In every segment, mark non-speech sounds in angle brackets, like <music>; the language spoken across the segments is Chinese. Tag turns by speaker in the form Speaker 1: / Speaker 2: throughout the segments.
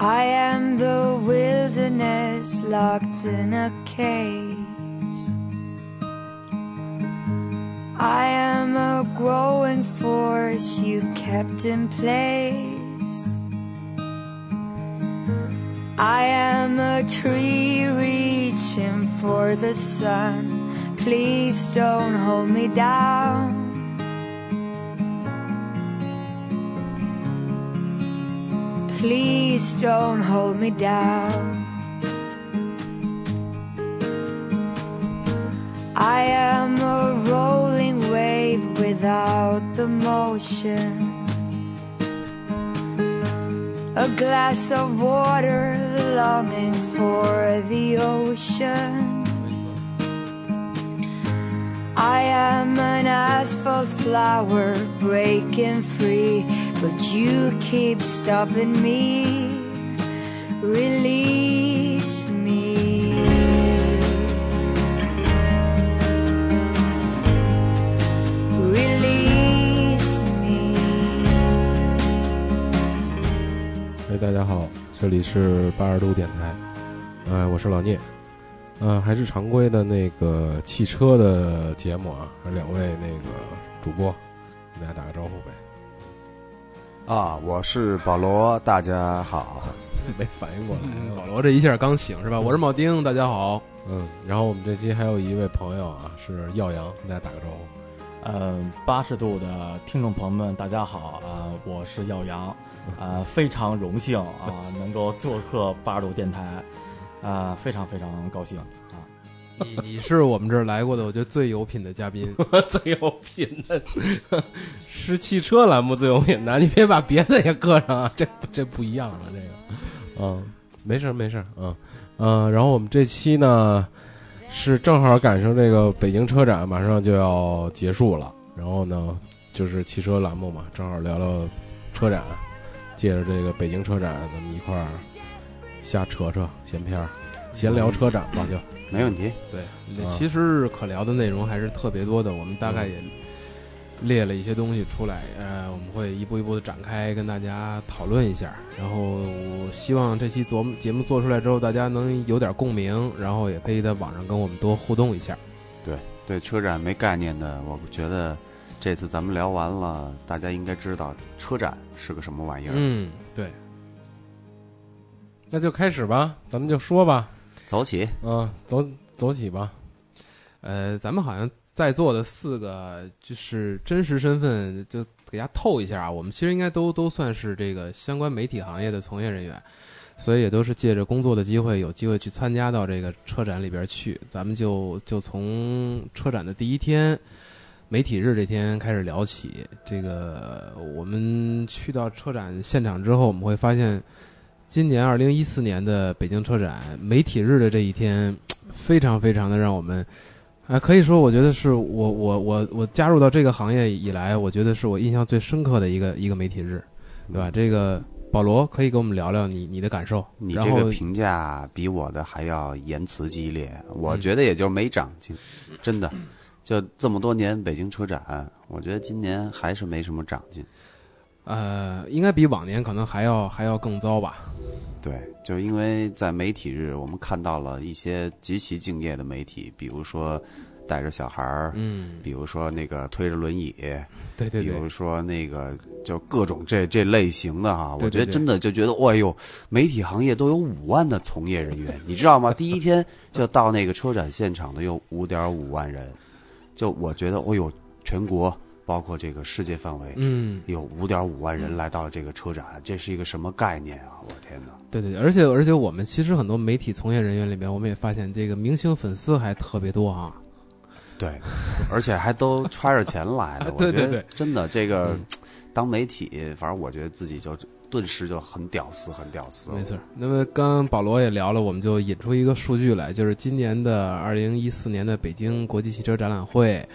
Speaker 1: I am the wilderness locked in a cage. I am a growing force you kept in place. I am a tree reaching for the sun. Please don't hold me down. Please don't hold me down. I am a rolling wave without the motion. A glass of water longing for the ocean. I am an asphalt flower breaking free, but you keep stopping me. Release me. Release me.
Speaker 2: 哎，大家好，这里是八十度电台，呃，我是老聂，呃，还是常规的那个汽车的节目啊，两位那个主播，给大家打个招呼
Speaker 3: <laughs>
Speaker 2: 呗，
Speaker 4: 啊，我是保罗，大家好。
Speaker 2: 没反应过来，
Speaker 3: 嗯保罗这一下刚醒是吧？我是铆钉，大家好。
Speaker 2: 嗯，然后我们这期还有一位朋友啊，是耀阳，给大家打个招呼，
Speaker 5: 呃，八十度的听众朋友们，大家好啊、我是耀阳，
Speaker 2: <laughs>
Speaker 5: 啊、非常荣幸啊、能够做客八十度电台，啊、非常非常高兴啊。
Speaker 3: 你你是我们这儿来过的，我觉得最有品的嘉宾。
Speaker 2: <laughs> 最有品的是汽车栏目最有品的，你别把别的也搁上啊，这这不一样了，这个，嗯，没事儿没事儿，嗯嗯，然后我们这期呢是正好赶上这个北京车展马上就要结束了，然后呢就是汽车栏目嘛，正好聊聊车展，借着这个北京车展，咱们一块儿瞎扯扯闲篇儿，闲聊车展吧就。
Speaker 4: 没问题，
Speaker 3: 对
Speaker 2: 啊，嗯
Speaker 3: 其实可聊的内容还是特别多的，我们大概也列了一些东西出来，呃，我们会一步一步的展开跟大家讨论一下。然后我希望这期琢磨节目做出来之后，大家能有点共鸣，然后也可以在网上跟我们多互动一下。
Speaker 4: 对车展没概念的，我觉得这次咱们聊完了，大家应该知道车展是个什么玩意儿。
Speaker 3: 嗯，对，
Speaker 2: 那就开始吧，咱们就说吧，
Speaker 4: 走起，
Speaker 2: 嗯，走走起吧，
Speaker 3: 呃，咱们好像在座的四个就是真实身份，就给大家透一下啊。我们其实应该都都算是这个相关媒体行业的从业人员，所以也都是借着工作的机会，有机会去参加到这个车展里边去。咱们就就从车展的第一天。媒体日这天开始聊起，这个我们去到车展现场之后，我们会发现，今年二零一四年的北京车展媒体日的这一天，非常非常的让我们啊，可以说，我觉得是我我我我加入到这个行业以来，我觉得是我印象最深刻的一个一个媒体日，对吧？这个保罗可以给我们聊聊你你的感受，
Speaker 4: 你
Speaker 3: 然
Speaker 4: 这
Speaker 3: 后
Speaker 4: 个评价比我的还要言辞激烈，我觉得也就没长进，真的。就这么多年北京车展，我觉得今年还是没什么长进。
Speaker 3: 呃，应该比往年可能还要还要更糟吧？
Speaker 4: 对，就因为在媒体日，我们看到了一些极其敬业的媒体，比如说带着小孩儿，
Speaker 3: 嗯，
Speaker 4: 比如说那个推着轮椅，
Speaker 3: 对对
Speaker 4: 比
Speaker 3: 对
Speaker 4: 如说那个就各种这这类型的哈，
Speaker 3: 对
Speaker 4: 我觉
Speaker 3: 对
Speaker 4: 得
Speaker 3: 对
Speaker 4: 真的就觉得，哎呦，媒体行业都有五万的从业人员，你知道吗？第一天就到那个车展现场的有五点五万人，就我觉得，哎呦，全国包括这个世界范围。
Speaker 3: 嗯，
Speaker 4: 有五点五万人来到这个车展，这是一个什么概念啊！我天哪！
Speaker 3: 对对对，而且而且我们其实很多媒体从业人员里面，我们也发现这个明星粉丝还特别多啊。。
Speaker 4: <laughs> 对，而且还都揣着钱来的
Speaker 3: <laughs>
Speaker 4: 我
Speaker 3: 对
Speaker 4: 觉
Speaker 3: 对
Speaker 4: 得
Speaker 3: 对嗯
Speaker 4: 真的这个当媒体，反正我觉得自己就顿时就很屌丝，很屌丝。
Speaker 3: 没错。那么刚刚保罗也聊了，我们就引出一个数据来，就是今年的二零一四年的北京国际汽车展览会，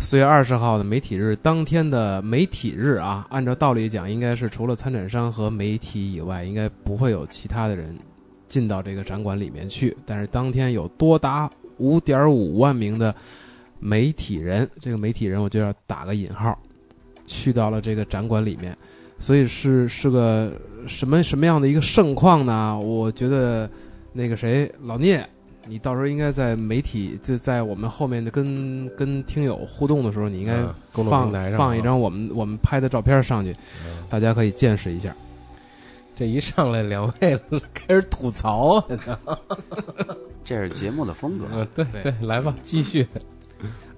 Speaker 3: 四月二十号的媒体日当天的媒体日啊，按照道理讲，应该是除了参展商和媒体以外，应该不会有其他的人进到这个展馆里面去。但是当天有多达五点五万名的媒体人，这个媒体人我就要打个引号，去到了这个展馆里面。所以是是个什么什么样的一个盛况呢？我觉得那个谁老聂，你到时候应该在媒体就在我们后面的跟跟听友互动的时候，你应该
Speaker 2: 嗯公众
Speaker 3: 放
Speaker 2: 平台上
Speaker 3: 放一
Speaker 2: 啊
Speaker 3: 张我们我们拍的照片上去，
Speaker 2: 嗯
Speaker 3: 大家可以见识一下。
Speaker 2: 这一上来两位 <laughs> 开始吐槽，啊
Speaker 4: 这是节目的风格。
Speaker 2: 嗯，对
Speaker 3: 对
Speaker 2: 对，来吧，继续，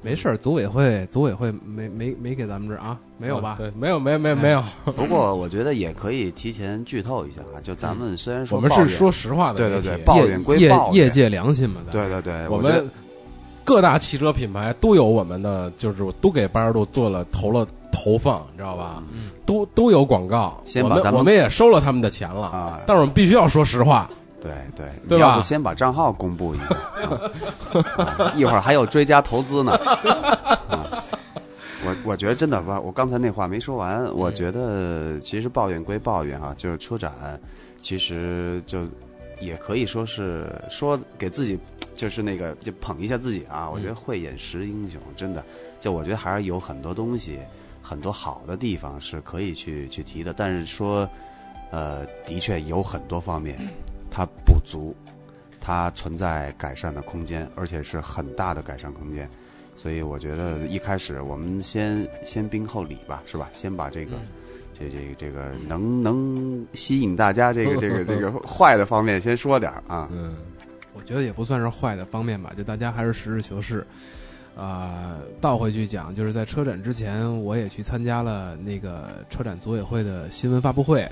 Speaker 3: 没事儿，组委会组委会没没没给咱们这儿啊，没有吧？
Speaker 2: 对，没有，没有，没有，没有，
Speaker 4: 不过我觉得也可以提前剧透一下啊，就咱们虽然说
Speaker 3: 嗯我们
Speaker 4: 抱
Speaker 3: 是
Speaker 4: 怨
Speaker 3: 说实话的
Speaker 4: 对
Speaker 3: 媒体，
Speaker 4: 对对抱怨归
Speaker 3: 业
Speaker 4: 抱怨
Speaker 3: 业界良心嘛，咱
Speaker 4: 对
Speaker 3: 们
Speaker 4: 对对，
Speaker 2: 我
Speaker 4: 觉得
Speaker 2: 们各大汽车品牌都有我们的，就是都给八十度做了投了投放，你知道吧？都都有广告，
Speaker 4: 嗯先
Speaker 2: 我
Speaker 4: 把
Speaker 2: 们
Speaker 4: 咱们
Speaker 2: 我们也收了他们的钱了，
Speaker 4: 啊，
Speaker 2: 但是我们必须要说实话，
Speaker 4: 对对，你
Speaker 2: 对吧
Speaker 4: 要不先把账号公
Speaker 2: <laughs>
Speaker 4: 布一下，啊一会儿还有追加投资呢。 <laughs> 啊我我觉得真的吧，我刚才那话没说完。我觉得其实抱怨归抱怨啊，就是车展，其实就也可以说是说给自己就是那个就捧一下自己啊。
Speaker 2: 嗯
Speaker 4: 我觉得慧眼识英雄，真的，就我觉得还是有很多东西，很多好的地方是可以去去提的。但是说，呃，的确有很多方面它不足，它存在改善的空间，而且是很大的改善空间。所以我觉得一开始我们先先兵后礼吧，是吧？先把这个。这这这个能能吸引大家这个这个这个坏的方面先说点儿啊，
Speaker 2: 嗯，
Speaker 3: 我觉得也不算是坏的方面吧，就大家还是实事求是。啊、倒回去讲，就是在车展之前，我也去参加了那个车展组委会的新闻发布会。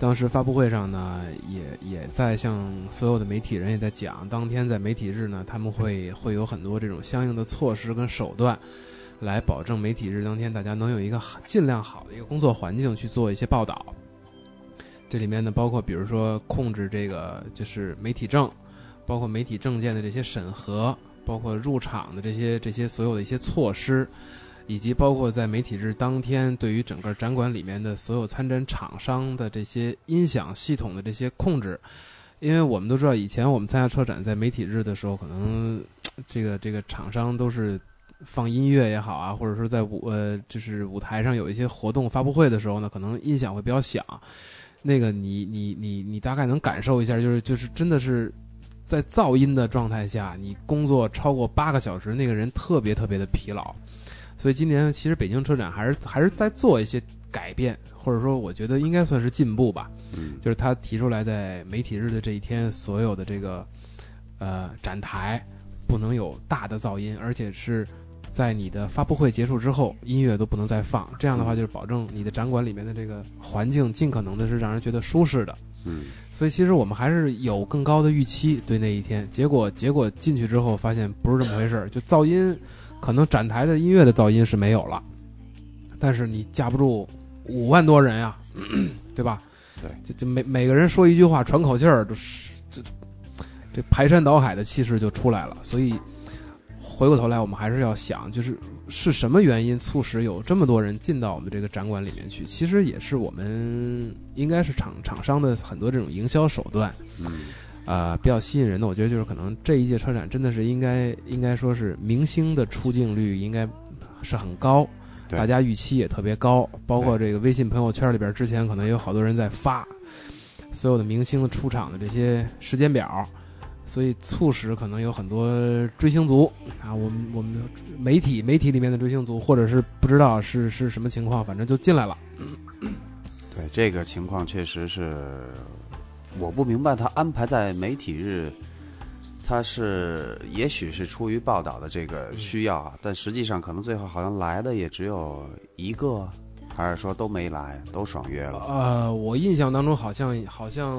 Speaker 3: 当时发布会上呢，也也在向所有的媒体人也在讲，当天在媒体日呢，他们会会有很多这种相应的措施跟手段，来保证媒体日当天大家能有一个好尽量好的一个工作环境去做一些报道。这里面呢，包括比如说控制这个就是媒体证，包括媒体证件的这些审核，包括入场的这些这些所有的一些措施，以及包括在媒体日当天对于整个展馆里面的所有参展厂商的这些音响系统的这些控制。因为我们都知道，以前我们参加车展，在媒体日的时候，可能呃这个这个厂商都是放音乐也好啊，或者说在舞呃就是舞台上有一些活动发布会的时候呢，可能音响会比较响。那个你你你你大概能感受一下，就是就是真的是在噪音的状态下，你工作超过八个小时，那个人特别特别的疲劳。所以今年其实北京车展还是还是在做一些改变，或者说我觉得应该算是进步吧。
Speaker 4: 嗯，
Speaker 3: 就是他提出来，在媒体日的这一天，所有的这个呃展台不能有大的噪音，而且是在你的发布会结束之后，音乐都不能再放。这样的话，就是保证你的展馆里面的这个环境尽可能的是让人觉得舒适的。
Speaker 4: 嗯，
Speaker 3: 所以其实我们还是有更高的预期对那一天。结果结果进去之后发现不是这么回事儿，就噪音，可能展台的音乐的噪音是没有了，但是你架不住五万多人呀、对吧？
Speaker 4: 对，
Speaker 3: 就就每每个人说一句话，喘口气儿，就是这这排山倒海的气势就出来了。所以回过头来，我们还是要想，就是是什么原因促使有这么多人进到我们这个展馆里面去？其实也是我们应该是厂厂商的很多这种营销手段，
Speaker 4: 嗯，
Speaker 3: 呃，比较吸引人的。我觉得就是可能这一届车展真的是应该应该说是明星的出镜率应该是很高。
Speaker 4: 对
Speaker 3: 大家预期也特别高，包括这个微信朋友圈里边，之前可能也有好多人在发所有的明星出场的这些时间表，所以促使可能有很多追星族啊，我们我们媒体媒体里面的追星族，或者是不知道是是什么情况，反正就进来了。
Speaker 4: 对，这个情况确实是，我不明白他安排在媒体日，他是也许是出于报道的这个需要啊，但实际上可能最后好像来的也只有一个，还是说都没来，都爽约了。
Speaker 3: 呃，我印象当中好像好像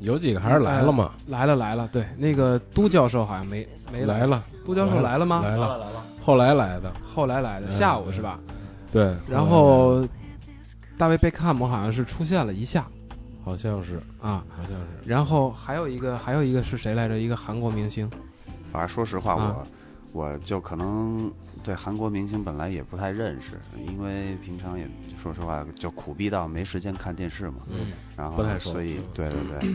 Speaker 2: 有几个还是来了嘛，
Speaker 3: 来了来了，对，那个都教授好像没哎没
Speaker 2: 来，了，
Speaker 3: 都教授来了吗？
Speaker 2: 来了，
Speaker 5: 来了，
Speaker 2: 后来来的，
Speaker 3: 后来来的，
Speaker 2: 嗯
Speaker 3: 下午
Speaker 2: 嗯
Speaker 3: 是吧？
Speaker 2: 对，
Speaker 3: 然
Speaker 2: 来了
Speaker 3: 后大卫贝克汉姆好像是出现了一下
Speaker 2: 好像是，
Speaker 3: 啊，
Speaker 2: 好像是，
Speaker 3: 然后还有一个还有一个是谁来着？一个韩国明星，
Speaker 4: 反正说实话，
Speaker 3: 啊
Speaker 4: 我我就可能对韩国明星本来也不太认识，因为平常也说实话就苦逼到没时间看电视嘛。
Speaker 2: 嗯，
Speaker 4: 然后
Speaker 2: 不太熟
Speaker 4: 所以
Speaker 2: 嗯
Speaker 4: 对对对，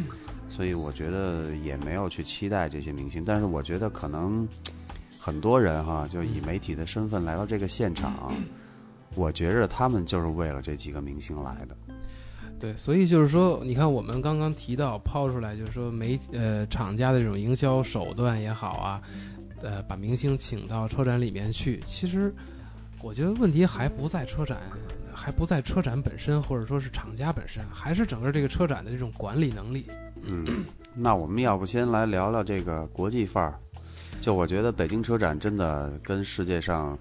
Speaker 4: 所以我觉得也没有去期待这些明星，但是我觉得
Speaker 2: 嗯
Speaker 4: 可能很多人哈，就以媒体的身份来到这个现场，我觉着他们就是为了这几个明星来的。
Speaker 3: 对，所以就是说，你看我们刚刚提到抛出来，就是说媒呃厂家的这种营销手段也好啊，呃，把明星请到车展里面去，其实我觉得问题还不在车展，还不在车展本身，或者说是厂家本身，还是整个这个车展的这种管理能力。
Speaker 4: 嗯，那我们要不先来聊聊这个国际范儿？就我觉得北京车展真的跟世界上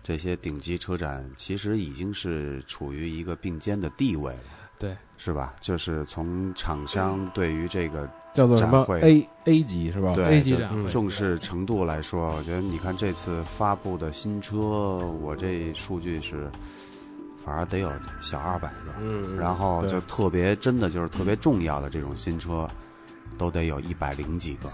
Speaker 4: 这些顶级车展其实已经是处于一个并肩的地位了，
Speaker 3: 对，
Speaker 4: 是吧？就是从厂商对于这个
Speaker 2: 叫做什么
Speaker 4: 展会
Speaker 2: A A 级是吧？嗯
Speaker 4: 对
Speaker 3: A 级
Speaker 4: 就
Speaker 3: 展会
Speaker 4: 重视程度来说，我觉得你看这次发布的新车，我这数据是反而得有小二百个，
Speaker 2: 嗯，
Speaker 4: 然后
Speaker 2: 对
Speaker 4: 就特别真的就是特别重要的这种新车，都得有一百零几个，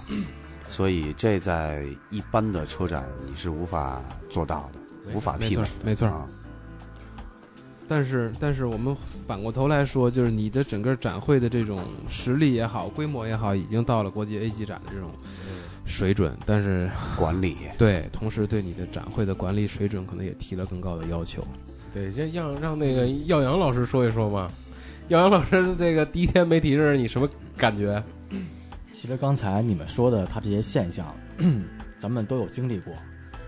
Speaker 4: 所以这在一般的车展你是无法做到的，无法
Speaker 3: 没
Speaker 4: 媲
Speaker 3: 错
Speaker 4: 美，
Speaker 3: 没
Speaker 4: 的
Speaker 3: 错。
Speaker 4: 啊。
Speaker 3: 但是，但是我们反过头来说，就是你的整个展会的这种实力也好，规模也好，已经到了国际 A 级展的这种水准。但是，
Speaker 4: 管理，
Speaker 3: 对，同时对你的展会的管理水准可能也提了更高的要求。
Speaker 2: 对，先让让那个耀阳老师说一说吧。耀阳老师，这个第一天媒体日你什么感觉？
Speaker 5: 其实刚才你们说的他这些现象， <clears throat> 咱们都有经历过，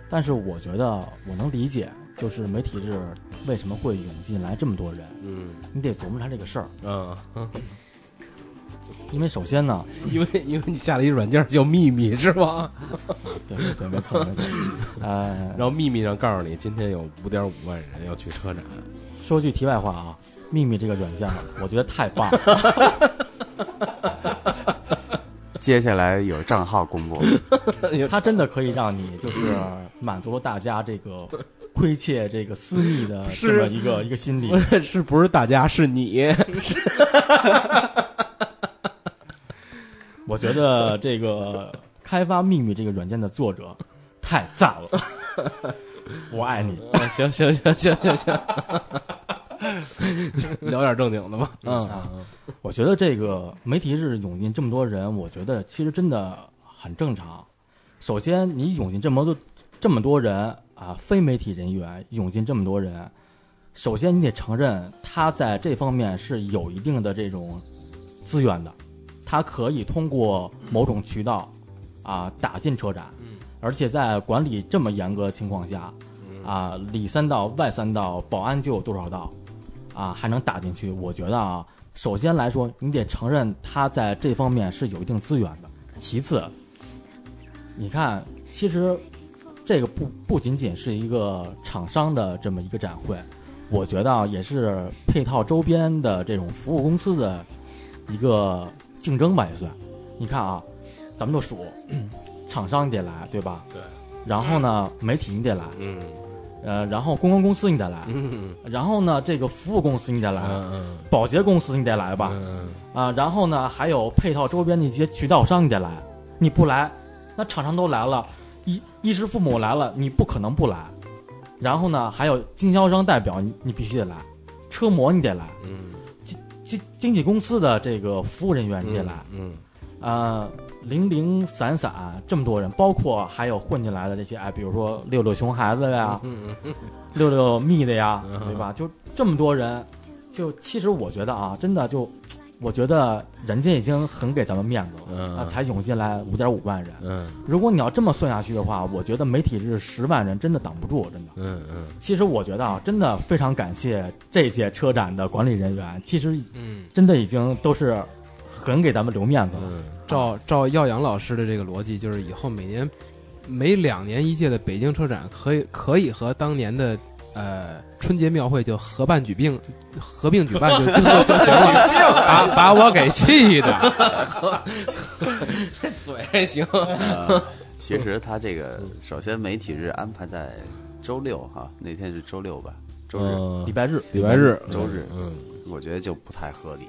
Speaker 5: 但是我觉得我能理解，就是媒体日为什么会涌进来这么多人，
Speaker 2: 嗯
Speaker 5: 你得琢磨他这个事儿，
Speaker 4: 嗯
Speaker 2: 啊，
Speaker 5: 因为首先呢， <laughs>
Speaker 2: 因为因为你下了一软件叫秘密是吧？
Speaker 5: 对对对，没错没错，呃
Speaker 2: 然，后秘密上告诉你，今天有五点五万人要去车展。
Speaker 5: 说句题外话啊，秘密这个软件儿，我觉得太棒了，
Speaker 4: 接下来有账号公
Speaker 3: <laughs>
Speaker 4: 布，
Speaker 5: 它真的可以让你就是满足了大家这个窥窃这个私密的这么一个一个心理
Speaker 2: <laughs> 不。是是不是大家是你？
Speaker 5: 我觉得这个开发秘密这个软件的作者太赞了，我爱你。
Speaker 2: 啊行行行行行 <laughs> 行，聊点正经的吧。嗯，
Speaker 5: <laughs> 我觉得这个媒体日涌进这么多人，我觉得其实真的很正常。首先，你涌进这么多这么多人啊，非媒体人员涌进这么多人，首先你得承认他在这方面是有一定的这种资源的，他可以通过某种渠道啊打进车展，而且在管理这么严格的情况下，啊里三道外三道，保安就有多少道，啊还能打进去，我觉得啊。首先来说，你得承认他在这方面是有一定资源的。其次，你看，其实这个不不仅仅是一个厂商的这么一个展会，我觉得啊也是配套周边的这种服务公司的一个竞争吧，也算。你看啊，咱们就数，厂商你得来，对吧？
Speaker 2: 对。
Speaker 5: 然后呢，媒体你得来，
Speaker 2: 嗯
Speaker 5: 呃，然后公关公司你得来，
Speaker 2: 嗯
Speaker 5: 然后呢，这个服务公司你得来，
Speaker 2: 嗯，
Speaker 5: 保洁公司你得来吧。
Speaker 2: 嗯
Speaker 5: 啊，然后呢，还有配套周边的一些渠道商你得来，你不来，那厂商都来了，衣衣食父母来了，你不可能不来。然后呢，还有经销商代表，你你必须得来，车模你得来，
Speaker 2: 嗯，
Speaker 5: 经经纪公司的这个服务人员你得来，
Speaker 2: 嗯
Speaker 5: 呃，零零散散这么多人，包括还有混进来的这些，哎，比如说六六熊孩子呀，
Speaker 2: 嗯
Speaker 5: 六六蜜的呀
Speaker 2: 嗯，
Speaker 5: 对吧？就这么多人，就其实我觉得啊，真的就，我觉得人家已经很给咱们面子了，
Speaker 2: 嗯
Speaker 5: 啊，才涌进来五点五万人。
Speaker 2: 嗯
Speaker 5: 如果你要这么算下去的话，我觉得媒体日十万人真的挡不住，真的。
Speaker 2: 嗯嗯。
Speaker 5: 其实我觉得啊，真的非常感谢这届车展的管理人员，其实
Speaker 3: 嗯，
Speaker 5: 真的已经都是很给咱们留面子了。
Speaker 2: 嗯
Speaker 3: 照照耀阳老师的这个逻辑，就是以后每年每两年一届的北京车展，可以可以和当年的呃春节庙会就合办举并合并举办就就就就行了，把把我给气的。
Speaker 2: <laughs> 嘴行，
Speaker 4: 呃，其实他这个
Speaker 3: 嗯
Speaker 4: 首先媒体日安排在周六哈，那天是周六吧，周日，
Speaker 5: 礼拜日，
Speaker 2: 嗯礼拜日，
Speaker 4: 周日
Speaker 2: 嗯，
Speaker 4: 我觉得就不太合理。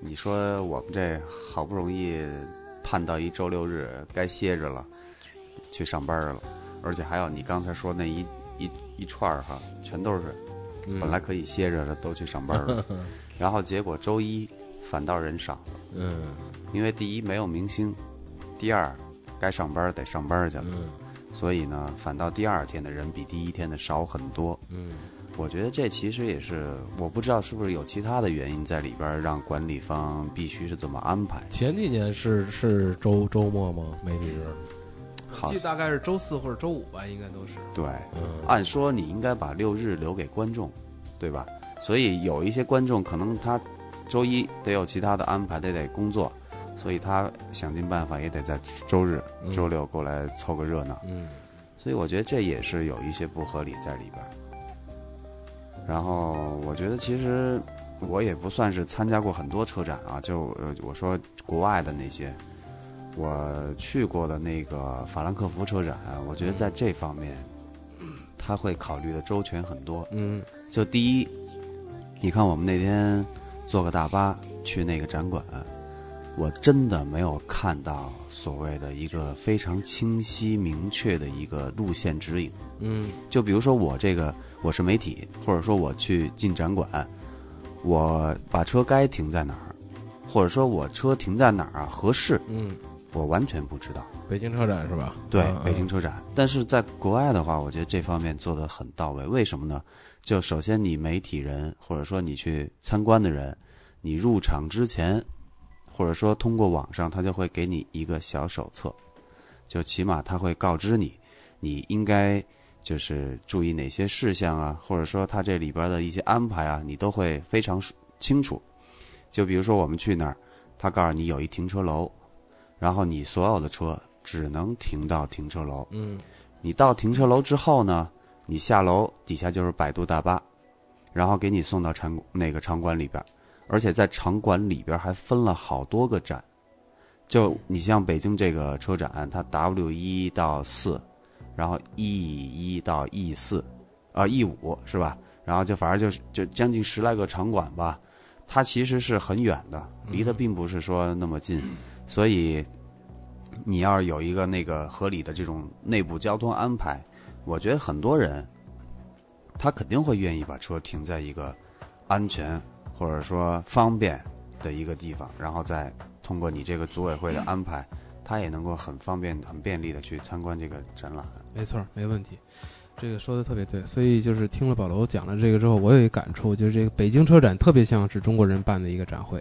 Speaker 4: 你说我们这好不容易盼到一周六日，该歇着了，去上班了，而且还有你刚才说那一一一串儿哈，全都是
Speaker 2: 嗯
Speaker 4: 本来可以歇着的都去上班了，然后结果周一反倒人少了，
Speaker 2: 嗯
Speaker 4: 因为第一没有明星，第二该上班得上班去了，
Speaker 2: 嗯
Speaker 4: 所以呢，反倒第二天的人比第一天的少很多。
Speaker 2: 嗯
Speaker 4: 我觉得这其实也是，我不知道是不是有其他的原因在里边儿，让管理方必须是怎么安排。
Speaker 2: 前几年是是周周末吗？媒体日，
Speaker 4: 好
Speaker 3: 记得大概是周四或者周五吧，应该都是。
Speaker 4: 对，
Speaker 2: 嗯，
Speaker 4: 按说你应该把六日留给观众，对吧？所以有一些观众可能他周一得有其他的安排，得得工作，所以他想尽办法也得在周日、
Speaker 2: 嗯
Speaker 4: 周六过来凑个热闹。
Speaker 2: 嗯，
Speaker 4: 所以我觉得这也是有一些不合理在里边儿。然后我觉得其实我也不算是参加过很多车展啊，就呃我说国外的那些，我去过的那个法兰克福车展，啊我觉得
Speaker 2: 嗯
Speaker 4: 在这方面，他会考虑的周全很多。
Speaker 2: 嗯，
Speaker 4: 就第一，你看我们那天坐个大巴去那个展馆，我真的没有看到所谓的一个非常清晰明确的一个路线指引。
Speaker 2: 嗯，
Speaker 4: 就比如说我这个我是媒体，或者说我去进展馆，我把车该停在哪儿，或者说我车停在哪儿啊合适，
Speaker 2: 嗯，
Speaker 4: 我完全不知道。
Speaker 2: 北京车展是吧？
Speaker 4: 对
Speaker 2: 嗯，
Speaker 4: 北京，车展。但是在国外的话，我觉得这方面做得很到位。为什么呢？就首先你媒体人，或者说你去参观的人，你入场之前，或者说通过网上，他就会给你一个小手册，就起码他会告知你，你应该就是注意哪些事项啊，或者说他这里边的一些安排啊，你都会非常清楚。就比如说我们去那儿，他告诉你有一停车楼，然后你所有的车只能停到停车楼。
Speaker 2: 嗯
Speaker 4: 你到停车楼之后呢，你下楼底下就是百度大巴，然后给你送到场那个场馆里边儿，而且在场馆里边儿还分了好多个站。就你像北京这个车展，它 W 一到四，然后 E 一到 E 四，啊 E 五是吧？然后就反正就是就将近十来个场馆吧，它其实是很远的，离得并不是说那么近，所以你要是有一个那个合理的这种内部交通安排，我觉得很多人他肯定会愿意把车停在一个安全或者说方便的一个地方，然后再通过你这个组委会的安排，他也能够很方便、很便利的去参观这个展览。
Speaker 3: 没错，没问题。这个说的特别对，所以就是听了保罗讲了这个之后，我有一感触，就是这个北京车展特别像是中国人办的一个展会，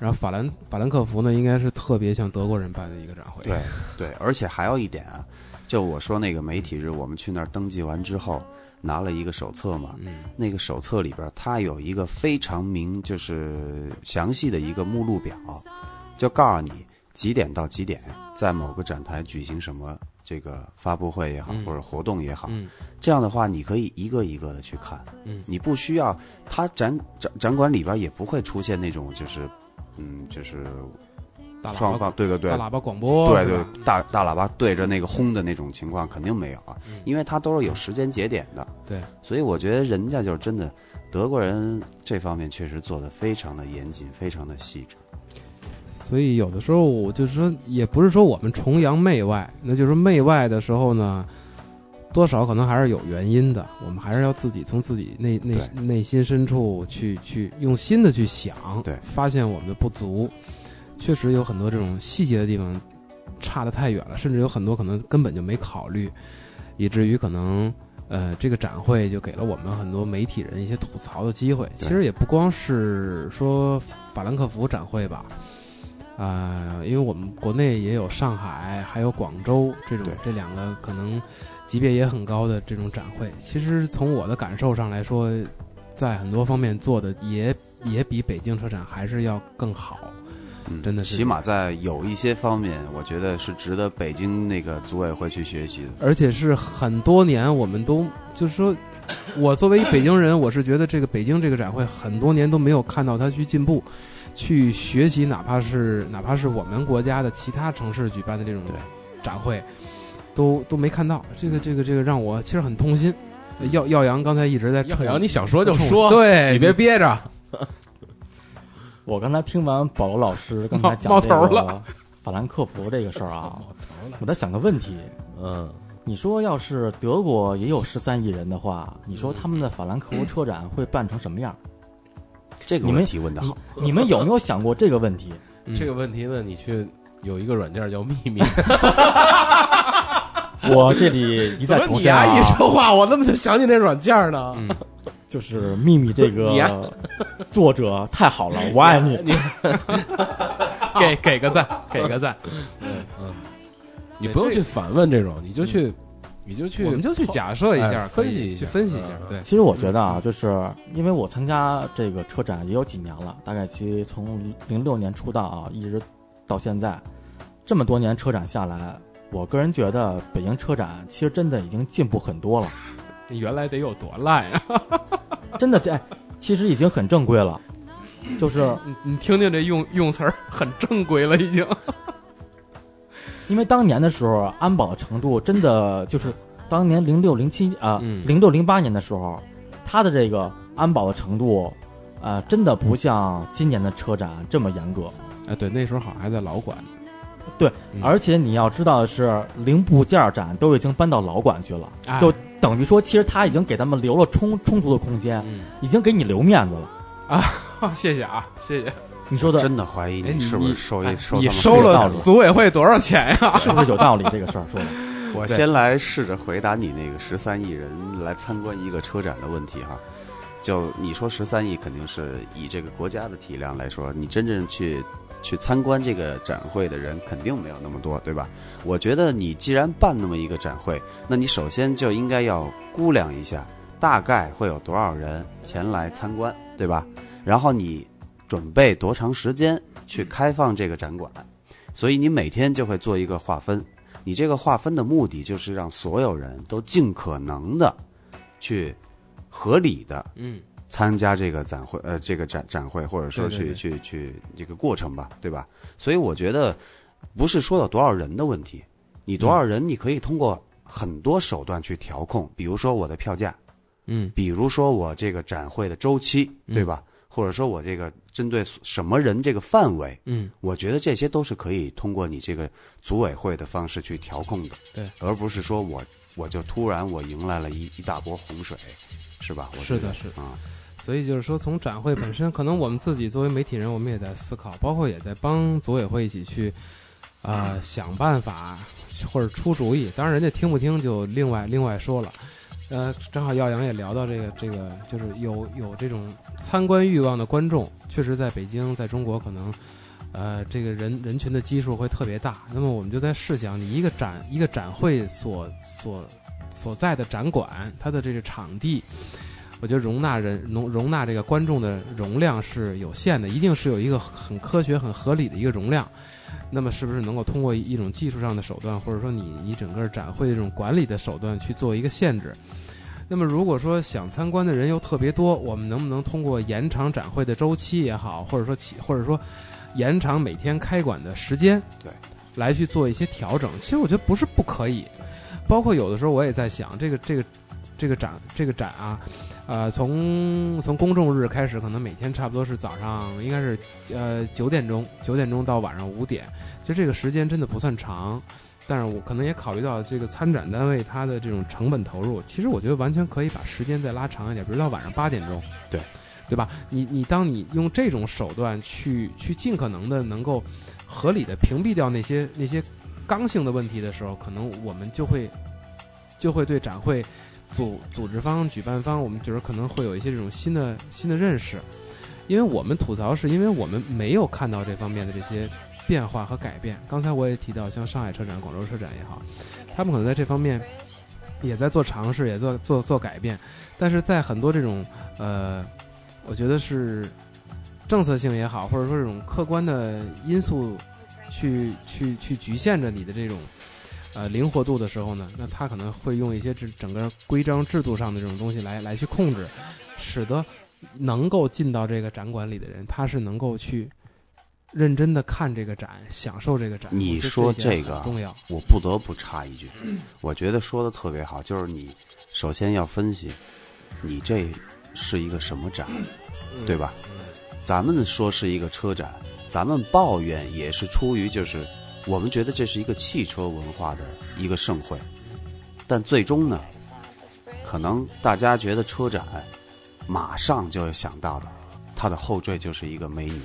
Speaker 3: 然后法兰法兰克福呢，应该是特别像德国人办的一个展会。
Speaker 4: 对对，而且还有一点啊，就我说那个媒体日，我们去那儿登记完之后，拿了一个手册嘛，
Speaker 3: 嗯，
Speaker 4: 那个手册里边儿它有一个非常明，就是详细的一个目录表，就告诉你几点到几点在某个展台举行什么这个发布会也好，
Speaker 3: 嗯
Speaker 4: 或者活动也好。
Speaker 3: 嗯
Speaker 4: 这样的话，你可以一个一个的去看，
Speaker 3: 嗯
Speaker 4: 你不需要它展展展馆里边儿也不会出现那种就是，嗯，就是
Speaker 3: 大喇
Speaker 4: 双
Speaker 3: 叭
Speaker 4: 方对对对
Speaker 3: 大，喇叭广播，
Speaker 4: 对
Speaker 3: 是
Speaker 4: 对
Speaker 3: 吧，
Speaker 4: 大大喇叭对着那个轰的那种情况肯定没有啊
Speaker 3: 嗯，
Speaker 4: 因为它都是有时间节点的。
Speaker 3: 对，
Speaker 4: 所以我觉得人家就是真的，德国人这方面确实做的非常的严谨，非常的细致。
Speaker 3: 所以有的时候我就是说，也不是说我们崇洋媚外，那就是说媚外的时候呢，多少可能还是有原因的。我们还是要自己从自己内内
Speaker 4: 对
Speaker 3: 内心深处去去用心的去想，
Speaker 4: 对
Speaker 3: 发现我们的不足，确实有很多这种细节的地方差得太远了，甚至有很多可能根本就没考虑，以至于可能。呃，这个展会就给了我们很多媒体人一些吐槽的机会。
Speaker 4: 对
Speaker 3: 其实也不光是说法兰克福展会吧，啊、因为我们国内也有上海，还有广州这种
Speaker 4: 对
Speaker 3: 这两个可能级别也很高的这种展会。其实从我的感受上来说，在很多方面做的也也比北京车展还是要更好。
Speaker 4: 嗯，
Speaker 3: 真的是
Speaker 4: 起码在有一些方面，我觉得是值得北京那个组委会去学习的。
Speaker 3: 而且是很多年，我们都就是说，我作为一北京人，我是觉得这个北京这个展会很多年都没有看到它去进步，去学习，哪怕是哪怕是我们国家的其他城市举办的这种
Speaker 4: 对
Speaker 3: 展会，都都没看到。这个这个这个让我其实很痛心。耀耀阳刚才一直在
Speaker 2: 耀
Speaker 3: 冲
Speaker 2: 阳，你想说就
Speaker 3: 冲
Speaker 2: 说，
Speaker 3: 对，
Speaker 2: 你别憋着，
Speaker 5: 我刚才听完保罗老师刚才讲
Speaker 2: 冒冒
Speaker 5: 这
Speaker 2: 头
Speaker 5: 个法兰克福这个事儿啊，我在想个问题：
Speaker 2: 嗯
Speaker 5: 你说要是德国也有十三亿人的话，你说他们的法兰克福车展会办成什么样？
Speaker 4: 这个
Speaker 5: 你们
Speaker 4: 问题问的好，
Speaker 5: 你你们有没有想过这个问题？ <laughs>
Speaker 3: 嗯
Speaker 2: 这个问题呢，你去有一个软件叫秘
Speaker 3: <laughs>
Speaker 2: 密，
Speaker 5: 我这里一再
Speaker 2: 怎么
Speaker 5: 重
Speaker 2: 你
Speaker 5: 申
Speaker 2: 呀一
Speaker 5: 啊，
Speaker 3: <laughs>
Speaker 2: 说话，我怎么就想起那软件呢？
Speaker 3: 嗯，
Speaker 5: 就是秘密这
Speaker 2: 你呀
Speaker 5: 个作者太 <laughs> 好了，我爱啊你。
Speaker 3: 给给个赞，给个 <laughs> 赞，
Speaker 2: 你不用去反问这种，你就去，你就去，
Speaker 3: 嗯我们就去假设一下，
Speaker 2: 哎
Speaker 3: 可
Speaker 2: 分析一下
Speaker 3: 以去分析一下，对，
Speaker 5: 其实我觉得啊，就是因为我参加这个车展也有几年了，大概其从零六年出道啊，一直到现在，这么多年车展下来，我个人觉得北京车展其实真的已经进步很多了，
Speaker 3: 你原来得有多烂呀？
Speaker 5: <laughs> 真的哎，其实已经很正规了，就是
Speaker 3: 你你听听这用用词儿很正规了，已经。
Speaker 5: 因为当年的时候，安保的程度真的就是当年零六零七啊
Speaker 3: 嗯，
Speaker 5: 零六零八年的时候，它的这个安保的程度，呃，真的不像今年的车展这么严格。
Speaker 3: 啊，对，那时候好像还在老馆呢。嗯
Speaker 5: 而且你要知道的是，零部件展都已经搬到老馆去了，
Speaker 3: 哎
Speaker 5: 就等于说，其实他已经给他们留了充充足的空间，
Speaker 3: 嗯，
Speaker 5: 已经给你留面子了。
Speaker 3: 好， <laughs> 谢谢啊，谢谢。
Speaker 5: 你说的
Speaker 4: 真的怀疑
Speaker 3: 哎
Speaker 4: 你是不
Speaker 3: 你
Speaker 4: 是收
Speaker 3: 哎
Speaker 4: 一收
Speaker 3: 你
Speaker 4: 他们
Speaker 3: 收
Speaker 5: 肥皂
Speaker 3: 了
Speaker 5: 了
Speaker 3: 组委会多少钱呀？
Speaker 5: 是不是有道理？这个事儿说的，
Speaker 4: 我
Speaker 3: 对
Speaker 4: 先来试着回答你那个十三亿人来参观一个车展的问题哈。就你说十三亿，肯定是以这个国家的体量来说，你真正去去参观这个展会的人肯定没有那么多，对吧？我觉得你既然办那么一个展会，那你首先就应该要估量一下，大概会有多少人前来参观，对吧？然后你准备多长时间去开放这个展馆，所以你每天就会做一个划分。你这个划分的目的就是让所有人都尽可能的去合理的
Speaker 3: 嗯，
Speaker 4: 参加这个展会，呃，这个展展会，或者说
Speaker 3: 对
Speaker 4: 去
Speaker 3: 对
Speaker 4: 去去这个过程吧，对吧？所以我觉得不是说有多少人的问题，你多少人你可以通过很多手段去调控，比如说我的票价，
Speaker 3: 嗯，
Speaker 4: 比如说我这个展会的周期，对吧？或者说我这个针对什么人这个范围，
Speaker 3: 嗯，
Speaker 4: 我觉得这些都是可以通过你这个组委会的方式去调控的，
Speaker 3: 对，
Speaker 4: 而不是说我我就突然我迎来了一一大波洪水，是吧？我觉
Speaker 3: 是
Speaker 4: 得
Speaker 3: 的，是的。
Speaker 4: 啊，
Speaker 3: 所以就是说，从展会本身，可能我们自己作为媒体人，我们也在思考，包括也在帮组委会一起去，呃，想办法或者出主意。当然，人家听不听就另外另外说了。呃，正好耀阳也聊到这个这个，就是有有这种参观欲望的观众，确实在北京，在中国可能，呃，这个人人群的基数会特别大。那么我们就在试想，你一个展一个展会所所所在的展馆，它的这个场地，我觉得容纳人容容纳这个观众的容量是有限的，一定是有一个很科学、很合理的一个容量。那么，是不是能够通过一种技术上的手段，或者说你你整个展会这种管理的手段去做一个限制？那么，如果说想参观的人又特别多，我们能不能通过延长展会的周期也好，或者说起或者说延长每天开馆的时间，
Speaker 4: 对，
Speaker 3: 来去做一些调整？其实我觉得不是不可以。包括有的时候我也在想，这个这个这个展这个展啊，呃，从从公众日开始，可能每天差不多是早上，应该是呃九点钟，九点钟到晚上五点，其实这个时间真的不算长。但是我可能也考虑到这个参展单位它的这种成本投入，其实我觉得完全可以把时间再拉长一点，比如到晚上八点钟，
Speaker 4: 对，
Speaker 3: 对吧？你你当你用这种手段去去尽可能的能够合理的屏蔽掉那些那些刚性的问题的时候，可能我们就会就会对展会组组织方、举办方，我们觉得可能会有一些这种新的新的认识，因为我们吐槽是因为我们没有看到这方面的这些变化和改变。刚才我也提到，像上海车展、广州车展也好，他们可能在这方面也在做尝试，也做做做改变，但是在很多这种呃，我觉得是政策性也好，或者说这种客观的因素去去去局限着你的这种呃灵活度的时候呢，那他可能会用一些这整个规章制度上的这种东西来来去控制，使得能够进到这个展馆里的人，他是能够去认真的看这个展，享受这个展。
Speaker 4: 你
Speaker 3: 我觉得
Speaker 4: 说
Speaker 3: 一点
Speaker 4: 这个啊
Speaker 3: 很重要，
Speaker 4: 我不得不插一句，我觉得说的特别好，就是你首先要分析，你这是一个什么展，对吧？咱们说是一个车展，咱们抱怨也是出于就是我们觉得这是一个汽车文化的一个盛会，但最终呢，可能大家觉得车展，马上就想到的，它的后缀就是一个美女，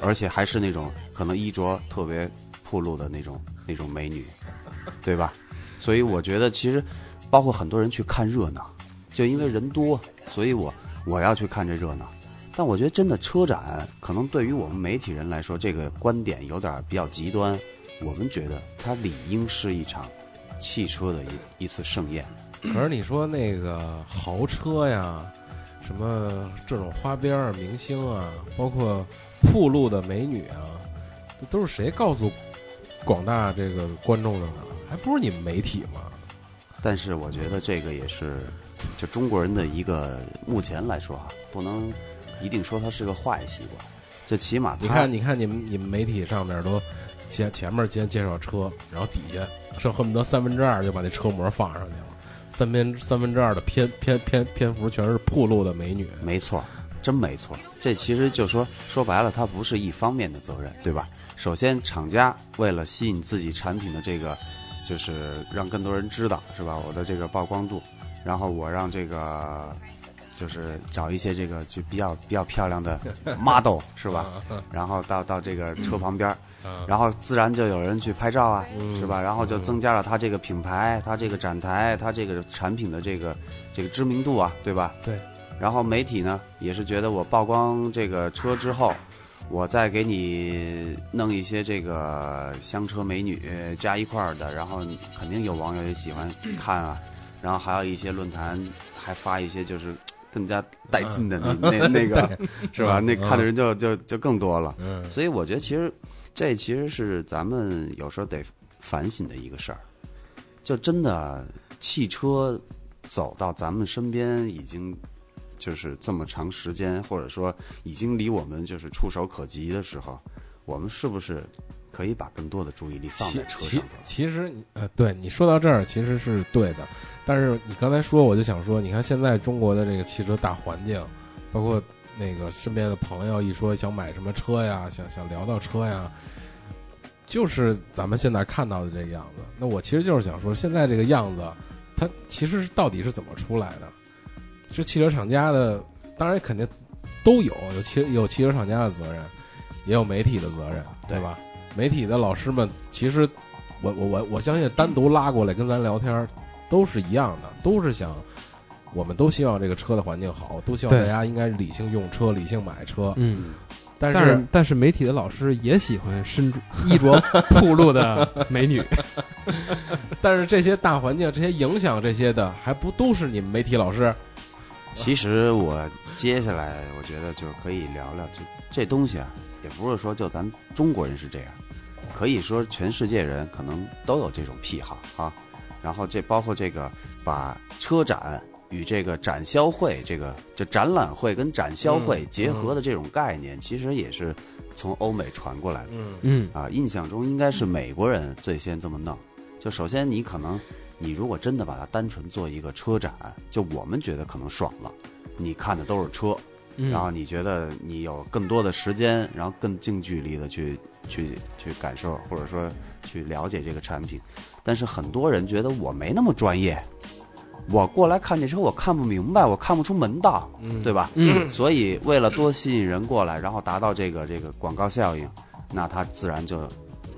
Speaker 4: 而且还是那种可能衣着特别暴露的那种那种美女，对吧？所以我觉得其实包括很多人去看热闹，就因为人多，所以我我要去看这热闹。但我觉得真的车展，可能对于我们媒体人来说，这个观点有点比较极端。我们觉得它理应是一场汽车的一一次盛宴。
Speaker 2: 可是你说那个豪车呀，什么这种花边儿明星啊，包括铺路的美女啊，这都是谁告诉广大这个观众的呢？还不是你们媒体吗？
Speaker 4: 但是我觉得这个也是，就中国人的一个目前来说哈，不能一定说它是个坏习惯。就起码他
Speaker 2: 你看，你看你们你们媒体上面都前前面先介绍车，然后底下剩恨不得三分之二就把那车模放上去了，三分三分之二的篇篇篇篇幅全是铺路的美女。
Speaker 4: 没错，真没错。这其实就说说白了，它不是一方面的责任，对吧？首先，厂家为了吸引自己产品的这个，就是让更多人知道，是吧？我的这个曝光度，然后我让这个，就是找一些这个就比较比较漂亮的 model，是吧？然后到到这个车旁边儿，然后自然就有人去拍照啊，是吧？然后就增加了它这个品牌、它这个展台、它这个产品的这个这个知名度啊，对吧？
Speaker 2: 对。
Speaker 4: 然后媒体呢，也是觉得我曝光这个车之后，我再给你弄一些这个香车美女加一块儿的，然后你肯定有网友也喜欢看啊。然后还有一些论坛还发一些就是更加带劲的那、那那个是吧？啊那看的人就就就更多了。
Speaker 2: 嗯，
Speaker 4: 所以我觉得其实这其实是咱们有时候得反省的一个事儿，就真的汽车走到咱们身边已经就是这么长时间，或者说已经离我们就是触手可及的时候，我们是不是可以把更多的注意力放
Speaker 2: 其
Speaker 4: 在车
Speaker 2: 其
Speaker 4: 上头？
Speaker 2: 其实你呃，对你说到这儿，其实是对的。但是你刚才说，我就想说，你看现在中国的这个汽车大环境，包括那个身边的朋友一说想买什么车呀，想想聊到车呀，就是咱们现在看到的这个样子。那我其实就是想说，现在这个样子，它其实是到底是怎么出来的？是汽车厂家的，当然肯定都有，有汽有汽车厂家的责任，也有媒体的责任，对吧？媒体的老师们，其实我我我我相信单独拉过来跟咱聊天儿，都是一样的，都是想，我们都希望这个车的环境好，都希望
Speaker 3: 对
Speaker 2: 大家应该理性用车，理性买车。
Speaker 3: 嗯，
Speaker 2: 但
Speaker 3: 但是但是媒体的老师也喜欢
Speaker 4: <laughs>
Speaker 3: 身着衣着暴露的美女，
Speaker 2: 但是这些大环境、这些影响这些的，还不都是你们媒体老师？
Speaker 4: 其实我接下来我觉得就是可以聊聊这这东西啊，也不是说就咱中国人是这样，可以说全世界人可能都有这种癖好啊。然后这包括这个把车展与这个展销会这个这展览会跟展销会结合的这种概念，其实也是从欧美传过来的。
Speaker 2: 嗯
Speaker 3: 嗯，
Speaker 4: 啊，印象中应该是美国人最先这么弄。就首先你可能，你如果真的把它单纯做一个车展，就我们觉得可能爽了，你看的都是车，
Speaker 3: 嗯
Speaker 4: 然后你觉得你有更多的时间，然后更近距离的去去去感受，或者说去了解这个产品。但是很多人觉得我没那么专业，我过来看这车我看不明白，我看不出门道，对吧？
Speaker 3: 嗯
Speaker 4: 所以为了多吸引人过来，然后达到这个这个广告效应，那它自然就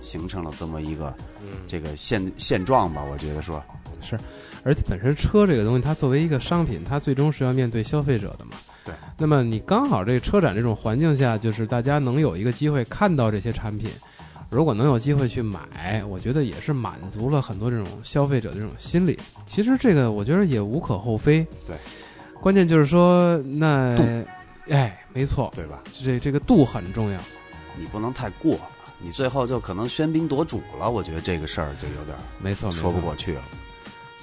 Speaker 4: 形成了这么一个
Speaker 2: 嗯
Speaker 4: 这个现现状吧。我觉得说，
Speaker 3: 而且本身车这个东西，它作为一个商品，它最终是要面对消费者的嘛。
Speaker 4: 对。
Speaker 3: 那么你刚好这个车展这种环境下，就是大家能有一个机会看到这些产品，如果能有机会去买，我觉得也是满足了很多这种消费者的这种心理。其实这个我觉得也无可厚非。
Speaker 4: 对。
Speaker 3: 关键就是说，那
Speaker 4: 度，
Speaker 3: 哎，没错，
Speaker 4: 对吧？
Speaker 3: 这这个度很重要。
Speaker 4: 你不能太过了，你最后就可能喧宾夺主了。我觉得这个事儿就有点儿
Speaker 3: 没错，没错
Speaker 4: 说不过去了。